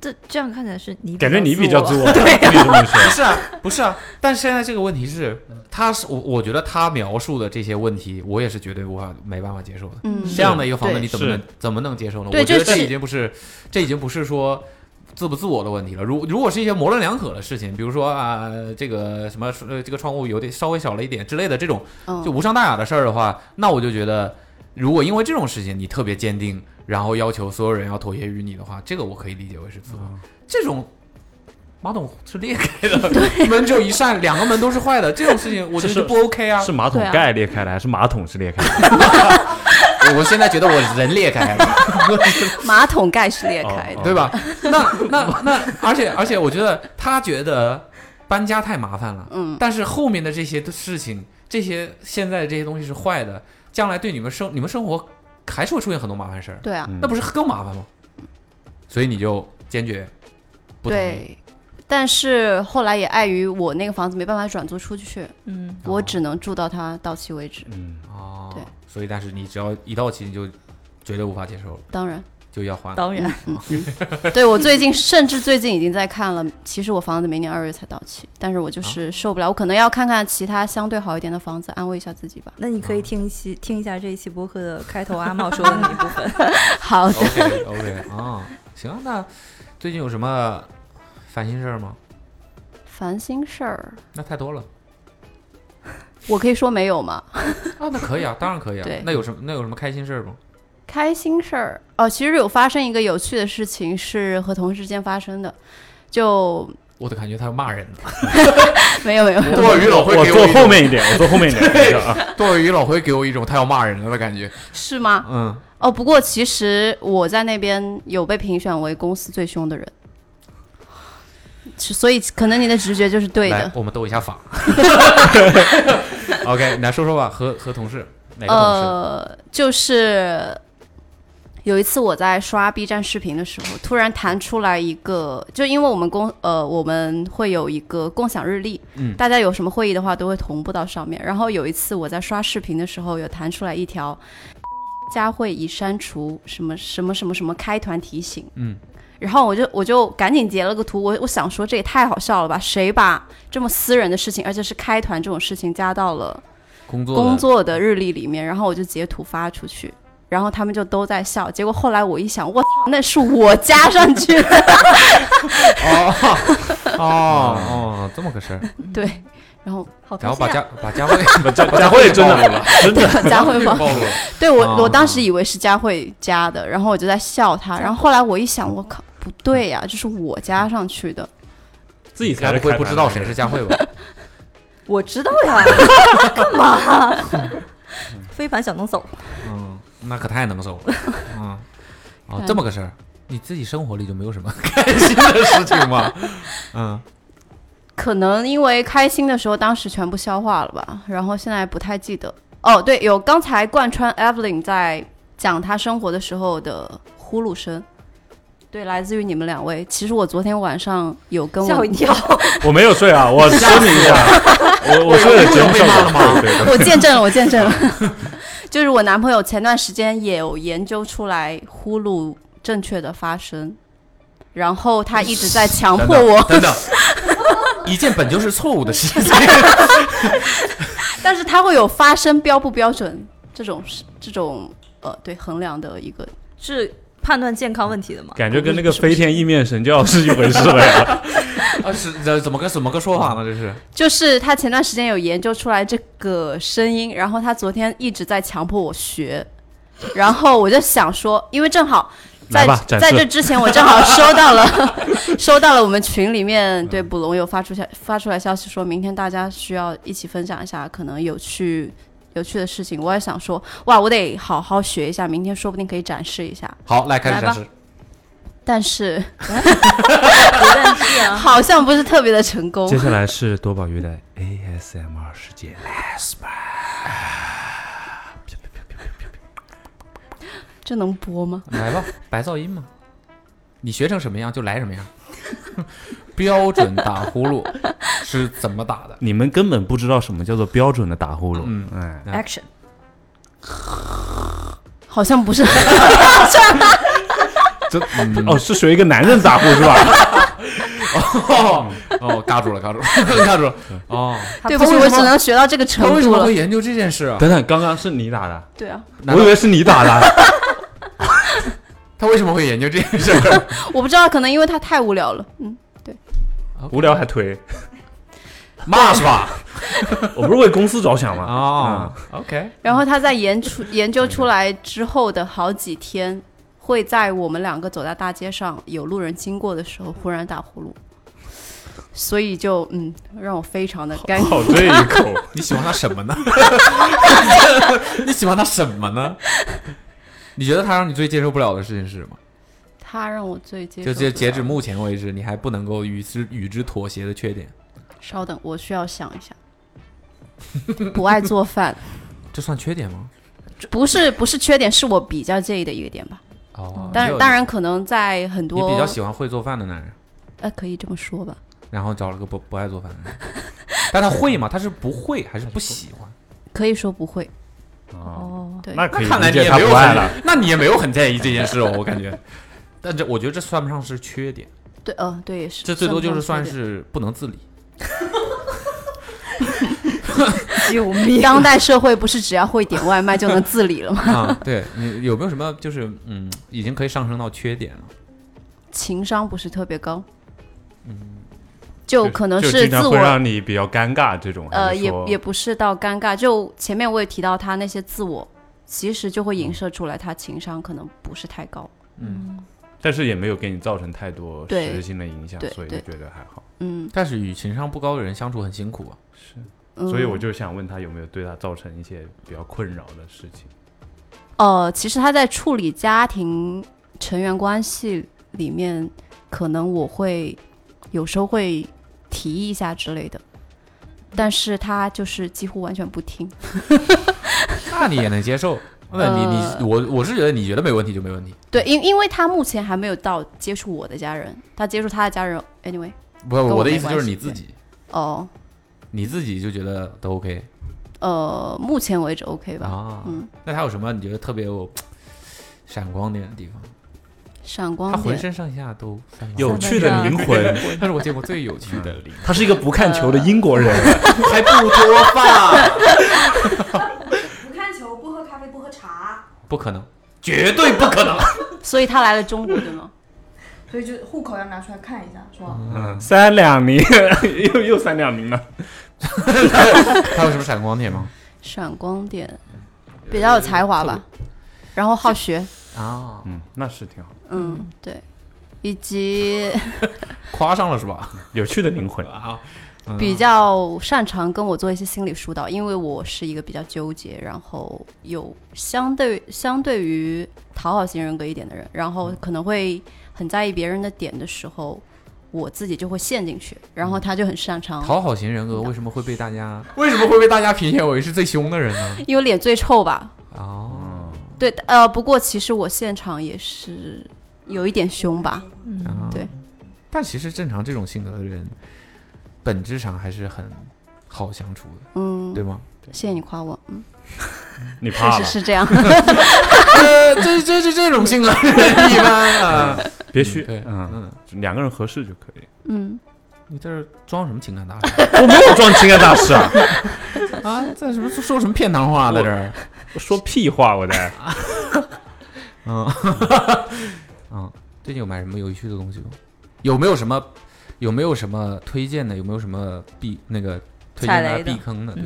这这样看起来是你
感觉你比
较
较 自我
对
可以 这么说
呀
不是嗯啊，不是啊。但现在这个问题是，他是我，我觉得他描述的这些问题，我也是绝对无法没办法接受的。
嗯
这样的一个房子，
对
你怎么能
是
怎么能接受呢？
对
我觉得
这
这
是
已经不是，这已经不是说。自不自我的问题了。如如果是一些模棱两可的事情，比如说啊、这个什么，呃，这个窗户有点稍微小了一点之类的这种，
嗯
就无伤大雅的事儿的话，那我就觉得，如果因为这种事情你特别坚定，然后要求所有人要妥协于你的话，这个我可以理解为是自我。 这种马桶哦是裂开 的，门只有一扇，两个门都是坏的，这种事情我觉得就不 OK 啊。
是马桶盖裂开了，还是马桶是裂开的？
我我现在觉得我人裂开了，
马桶盖是裂开的，
对 吧？哦那那那，而且而且，我觉得他觉得搬家太麻烦了，
嗯
但是后面的这些事情，这些现在这些东西是坏的，将来对你们生你们生活还是会出现很多麻烦事儿，
对啊嗯
那不是更麻烦吗？所以你就坚决不同意，
对，但是后来也碍于我那个房子没办法转租出去，
嗯，
我只能住到它到期为止。
嗯，
哦，
对，
所以但是你只要一到期，你就绝对无法接受了，
当然
就要还，
当然
嗯 对我最近甚至最近已经在看了，其实我房子明年二月才到期，但是我
啊
就是受不了，我可能要看看其他相对好一点的房子，安慰一下自己吧。
那你可以听一期听一下这一期播客的开头阿茂说的那一部 分。
好的
OK OK 啊、行，那最近有什么烦心事儿吗？
烦心事儿，
那太多了
我可以说没有吗？
啊，那可以啊，当然可以啊
对。
那有什么那有什么开心事儿吗？
开心事儿哦，其实有发生一个有趣的事情是和同事之间发生的，就
我都感觉他要骂人了。
没有没有，
斗鱼老会
我
给
坐
一种
后面一点我坐后面一点
对
没事啊
斗鱼老会给我一种他要骂人了的感觉。
是吗？
嗯，
哦，不过其实我在那边有被评选为公司最凶的人，所以可能你的直觉就是对
来
的。，
我们斗一下 法。OK，来说说吧，和和同事哪个同事？
呃，就是有一次我在刷 B 站视频的时候，突然弹出来一个，就因为我们公呃我们会有一个共享日历，
嗯
大家有什么会议的话都会同步到上面。然后有一次我在刷视频的时候，有弹出来一条。 家会已删除什么什么什么什么开团提醒，
嗯，
然后我就我就赶紧截了个图，我我想说这也太好笑了吧，谁把这么私人的事情，而且是开团这种事情加到了
工作
工
工
作的日历里面，然后我就截图发出去，然后他们就都在笑。结果后 来我一想，我操，那是我加上去的，，
哦 哦哦，这么个事儿。
对，然后好开
然后把
心
家
啊
把家慧
把家家慧真的
暴露了，
真的
对，佳慧
暴
吗
露了。？
对我、
啊
我当时以为是佳慧加的，然后我就在笑他，然后后来我一想，我靠，不对呀、这是我加上去的，
自己
该不会不知道谁是佳慧吧？
我知道 呀，
啊
干 嘛？非凡小能手，
嗯，那可太能手了。嗯，哦，
看
这么个事儿，你自己生活里就没有什么 开心的事情吗？嗯，
可能因为开心的时候当时全部消化了吧，然后现在不太记得。哦，对，有刚才贯穿 Evelyn 在讲她生活的时候的呼噜声。对，来自于你们两位。其实我昨天晚上有跟我
吓我一跳，
我没有睡啊，我声明一下，我我睡了 节目效果吗？对对对
我见证了，我见证了。 就是我男朋友前段时间也有研究出来呼噜正确的发声，然后他一直在强迫我。
等等，一件本就是错误的事情。
但是它会有发声标不标准这种是这种呃对衡量的一个
是判断健康问题的吗？
感觉跟那个飞天意面神教是一回事了呀。
啊，是这怎么个怎么个说法呢？这是
就是他前段时间有研究出来这个声音，然后他昨天一直在强迫我学，然后我就想说，因为正好在
来吧展示
在这之前，我正好收到了收到了我们群里面对捕龙有发出消发出来消息，说明天大家需要一起分享一下可能有趣有趣的事情。我也想说，哇，我得好好学一下，明天说不定可以展示一下。
好，来开始
来吧
展示。
但是， 好像不是特别的成
哦
功。
接下来是多宝鱼的 ASMR 世界，Last
这能播吗？
来吧，白噪音嘛，你学成什么样就来什么样。 标准打呼噜是怎么打的？
你们根本不知道什么叫做标准的打呼噜。嗯，哎，
Action，
好像不是。
这
嗯
哦是属于一个男人打呼是吧？
哦 哦，尬住了， 尬住了，尬住了。哦，
对不起，我只能学到这个
他
程
为什
度
么
了
会。研究这件事啊？
等等，刚刚是你打的，
对啊，
难
我
道
以为是你打的。
他为什么会研究这件事儿？
我不知道，可能因为他太无聊了。嗯，
无聊还 推，
骂是吧？
我不是为公司着想吗？嗯
哦，OK，
然后他在研出研究出来之后的好几天，会在我们两个走在大街上，有路人经过的时候忽然打呼噜，所以就嗯，让我非常的尴
好
尬。
这一口，
你喜欢他什么呢？你喜欢他什么呢？你觉得他让你最接受不了的事情是什么？
他让我最接受
就
不了
截截止目前为止，你还不能够与之与之妥协的缺点，
稍等，我需要想一下。不爱做饭，
这算缺点吗？
不是不是缺点，是我比较介意的一个点吧。
哦，
当
就
然，当然，可能在很
你
多
比较喜欢会做饭的男人，
呃，可以这么说吧。
然后找了个不不爱做饭的人，但他会吗？他是不会还是不喜欢？
可以说不会。哦，对，
那可以
看来
理解
你也
他
没有
不爱
很
了。
那你也没有很在意这件事哦，我感觉。但这我觉得这算不上是缺点，
对，呃，对，也是。
这最多就是
算
算
不上
是不能自理。
救
缺点。当代社会不是只要会点外卖就能自理了吗？
啊，对你有没有什么就是嗯，已经可以上升到缺点了？
情商不是特别高，嗯，就可能
就是经常
自
会
我，
让你比较尴尬这种，还
呃，
是
也
说
也不是到尴尬。就前面我也提到他那些自我，其实就会影射出来他情商可能不是太高。
嗯，
但是也没有给你造成太多
对
实质性的影响
对，
所以就
对
觉得还好。
嗯，
但是与情商不高的人相处很辛苦啊。
嗯
所以我就想问他有没有对他造成一些比较困扰的事情。
呃，其实他在处理家庭成员关系里面，可能我会有时候会提议一下之类的，但是他就是几乎完全不听。
那你也能接受？那你
呃
你我我是觉得你觉得没问题就没问题。
对，因因为他目前还没有到接触我的家人，他接触他的家人，anyway，
不，
跟我
我的
没
意思
关
就是
系
你自己，
哦，
你自己就觉得都 OK
呃，目前为止 OK 吧，
啊。
嗯，
那他有什么你觉得特别有闪光点的地方？
闪光
他浑
点，
身上下都闪光
有趣的灵魂，
他是我见过最有趣
嗯
的灵魂。
他是一个不看球
呃
的英国 人，
还不啊脱发？
不看球，不喝咖啡，不喝茶。
不可能，绝对不可能。
所以他来了中国对吗？
所以就户口要拿出来看一下，是吧？
嗯
三两零，又又三两零 了。
还有什么闪光点吗？
嗯
闪光点，比较有才华吧，然后好学，
啊，
嗯，那是挺好，
嗯，对，以及
夸上了是吧？
有趣的灵 魂
啊，
比较擅长跟我做一些心理疏导，因为我是一个比较纠结，然后有相对相对于讨好型人格一点的人，然
嗯
后可能会很在意别人的点的时候，我自己就会陷进去，然后他就很擅长
嗯讨好型人格为什么会被大家为什么会被大家评选为是最凶的人呢？
因为脸最臭吧？
哦，
对，呃，不过其实我现场也是有一点凶吧，嗯，对，
但其实正常这种性格的人，本质上还是很好相处的，
嗯，
对吗？
谢谢你夸我， 嗯，
你
怕
是
了
是这样，
呃，这这这这种性格的人 一般啊，
别虚，
对，
嗯，两个人合适就可以。
嗯，
你在这装什么情感大师？
我没有装情感大师啊，
啊，在什么说什么片糖话在这儿？
我说屁话，我 在。
嗯， 嗯，最近有买什么有趣的东西吗？有没有什么有没有什么推荐的？有没有什么避那个推
踩
荐
雷
大家
的嗯
避坑的？对，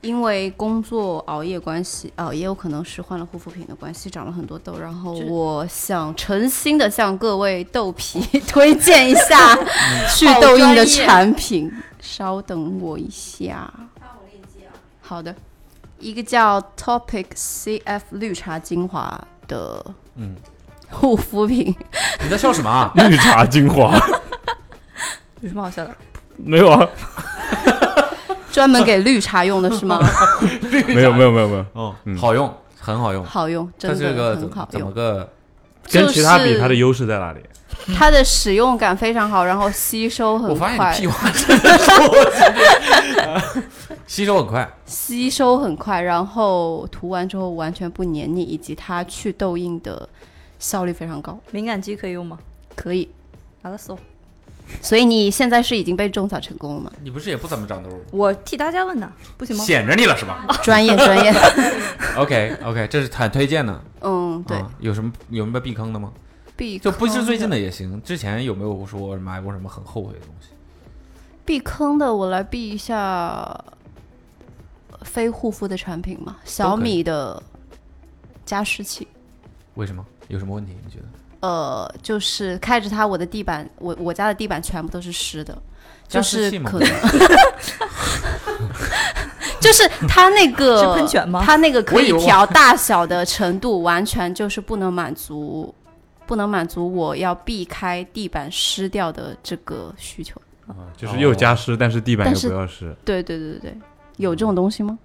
因为工作熬夜关系，哦，也有可能是换了护肤品的关系，长了很多痘。然后
这
我想诚心的向各位痘皮 推荐一下
嗯
祛痘印的产品。稍等我一下，
啊
好的，一个叫 Topic CF 绿茶精华的
嗯，
护肤品，
你在笑什么啊？
绿茶精华
有什么好笑的？
没有 啊，
专门给绿茶用的是 吗？
没有没有没有没有，嗯
哦，好用，很好用，
好用真
它
的
这个
很
怎么
好
怎么
用
个？
跟其他比，
就是
它的优势在哪里？
它的使用感非常好，然后吸收很快。
我发现你屁话真的多， 吸收很快。
吸收很快，然后涂完之后完全不黏腻，以及它去痘印的效率非常高，
敏感肌可以用吗？
可以。
好了，搜。
所以你现在是已经被种草成功了吗？
你不是也不怎么长痘吗？
我替大家问的，不行吗？
显着你了是吧？
专业专业，
OK OK，这是很推荐的。
嗯，对，
啊有什么有没有避坑的吗？
避
就不
坑
是最近
的
的也行，之前有没有说买过什么很后悔的东西？
避坑的，我来避一下非护肤的产品嘛，小米的加湿器。
为什么？有什么问题？你觉得？
呃，就是开着它，我的地板，我我家的地板全部都是湿的，就
加湿
是
器吗
可能， 就是它那 个
是喷泉吗
它那个可
我以
以
为我
调大小的程度，完全就是不能满足，不能满足我要避开地板湿掉的这个需求。
啊
就是
哦
又加湿，但是地板
但
又
是
不要湿。嗯
对对对对对，有这种东西吗？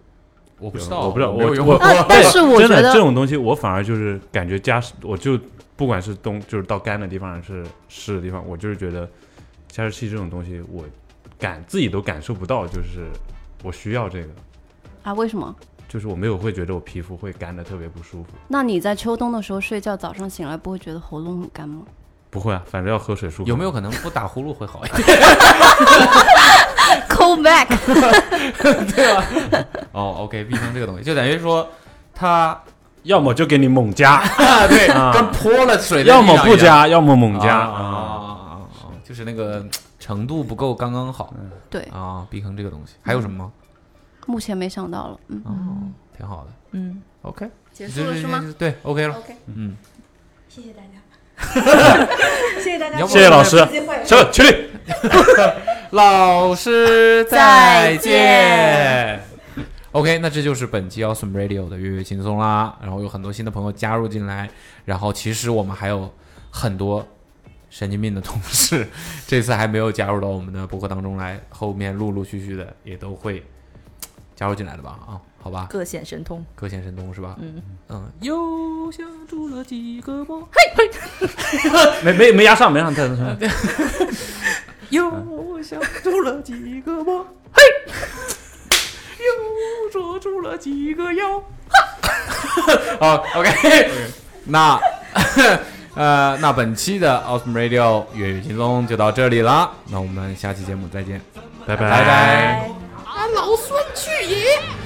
我
不
知道
我 不知道，
我没
我
有用
我
过啊
但是我
真的
觉得
这种东西，我反而就是感觉加湿，我就不管是冬，就是到干的地方，还是湿的地方，我就是觉得加湿器这种东西，我感自己都感受不到，就是我需要这个，
啊，为什么？
就是我没有会觉得我皮肤会干的特别不舒服，
那你在秋冬的时候睡觉，早上醒来不会觉得喉咙很 干吗？
不会啊，反正要喝水舒服。啊
有没有可能不打呼噜会好一点？
Call back，
对吧？哦，OK，避坑这个东西，就等于说它
要么就给你猛加，
啊，对，
啊
跟泼了水的
要么
力量
不
一样
加，要么猛加
啊啊啊啊啊就是那个嗯程度不够刚刚好。
对
啊，避坑这个东西还有什么吗？
目前没想到了，嗯。
哦，挺好的。
嗯
，OK，
结
束了是吗对，OK 了
OK，
嗯，
谢谢大 家，谢谢大家，
你要不
谢谢老师
有机会，
小起立。
老师再
再见。
OK，那这就是本期 Awesome Radio 的月月轻松啦。然后有很多新的朋友加入进来，然后其实我们还有很多神经病的同事，这次还没有加入到我们的博客当中来，后面陆陆续续的也都会加入进来的吧？啊，好吧，
各显神通。
各显神通是吧？
嗯
嗯，
又相处了几个梦，
啊
没没没压上，没压上，太太太
又相处了几个梦， 嘿，又捉住了几个妖。
好，OK，那 呃，那本期的 Awesome Radio 粤语轻松就到这里啦，那我们下期节目再见，
拜拜
拜拜
俺老孙去也。哎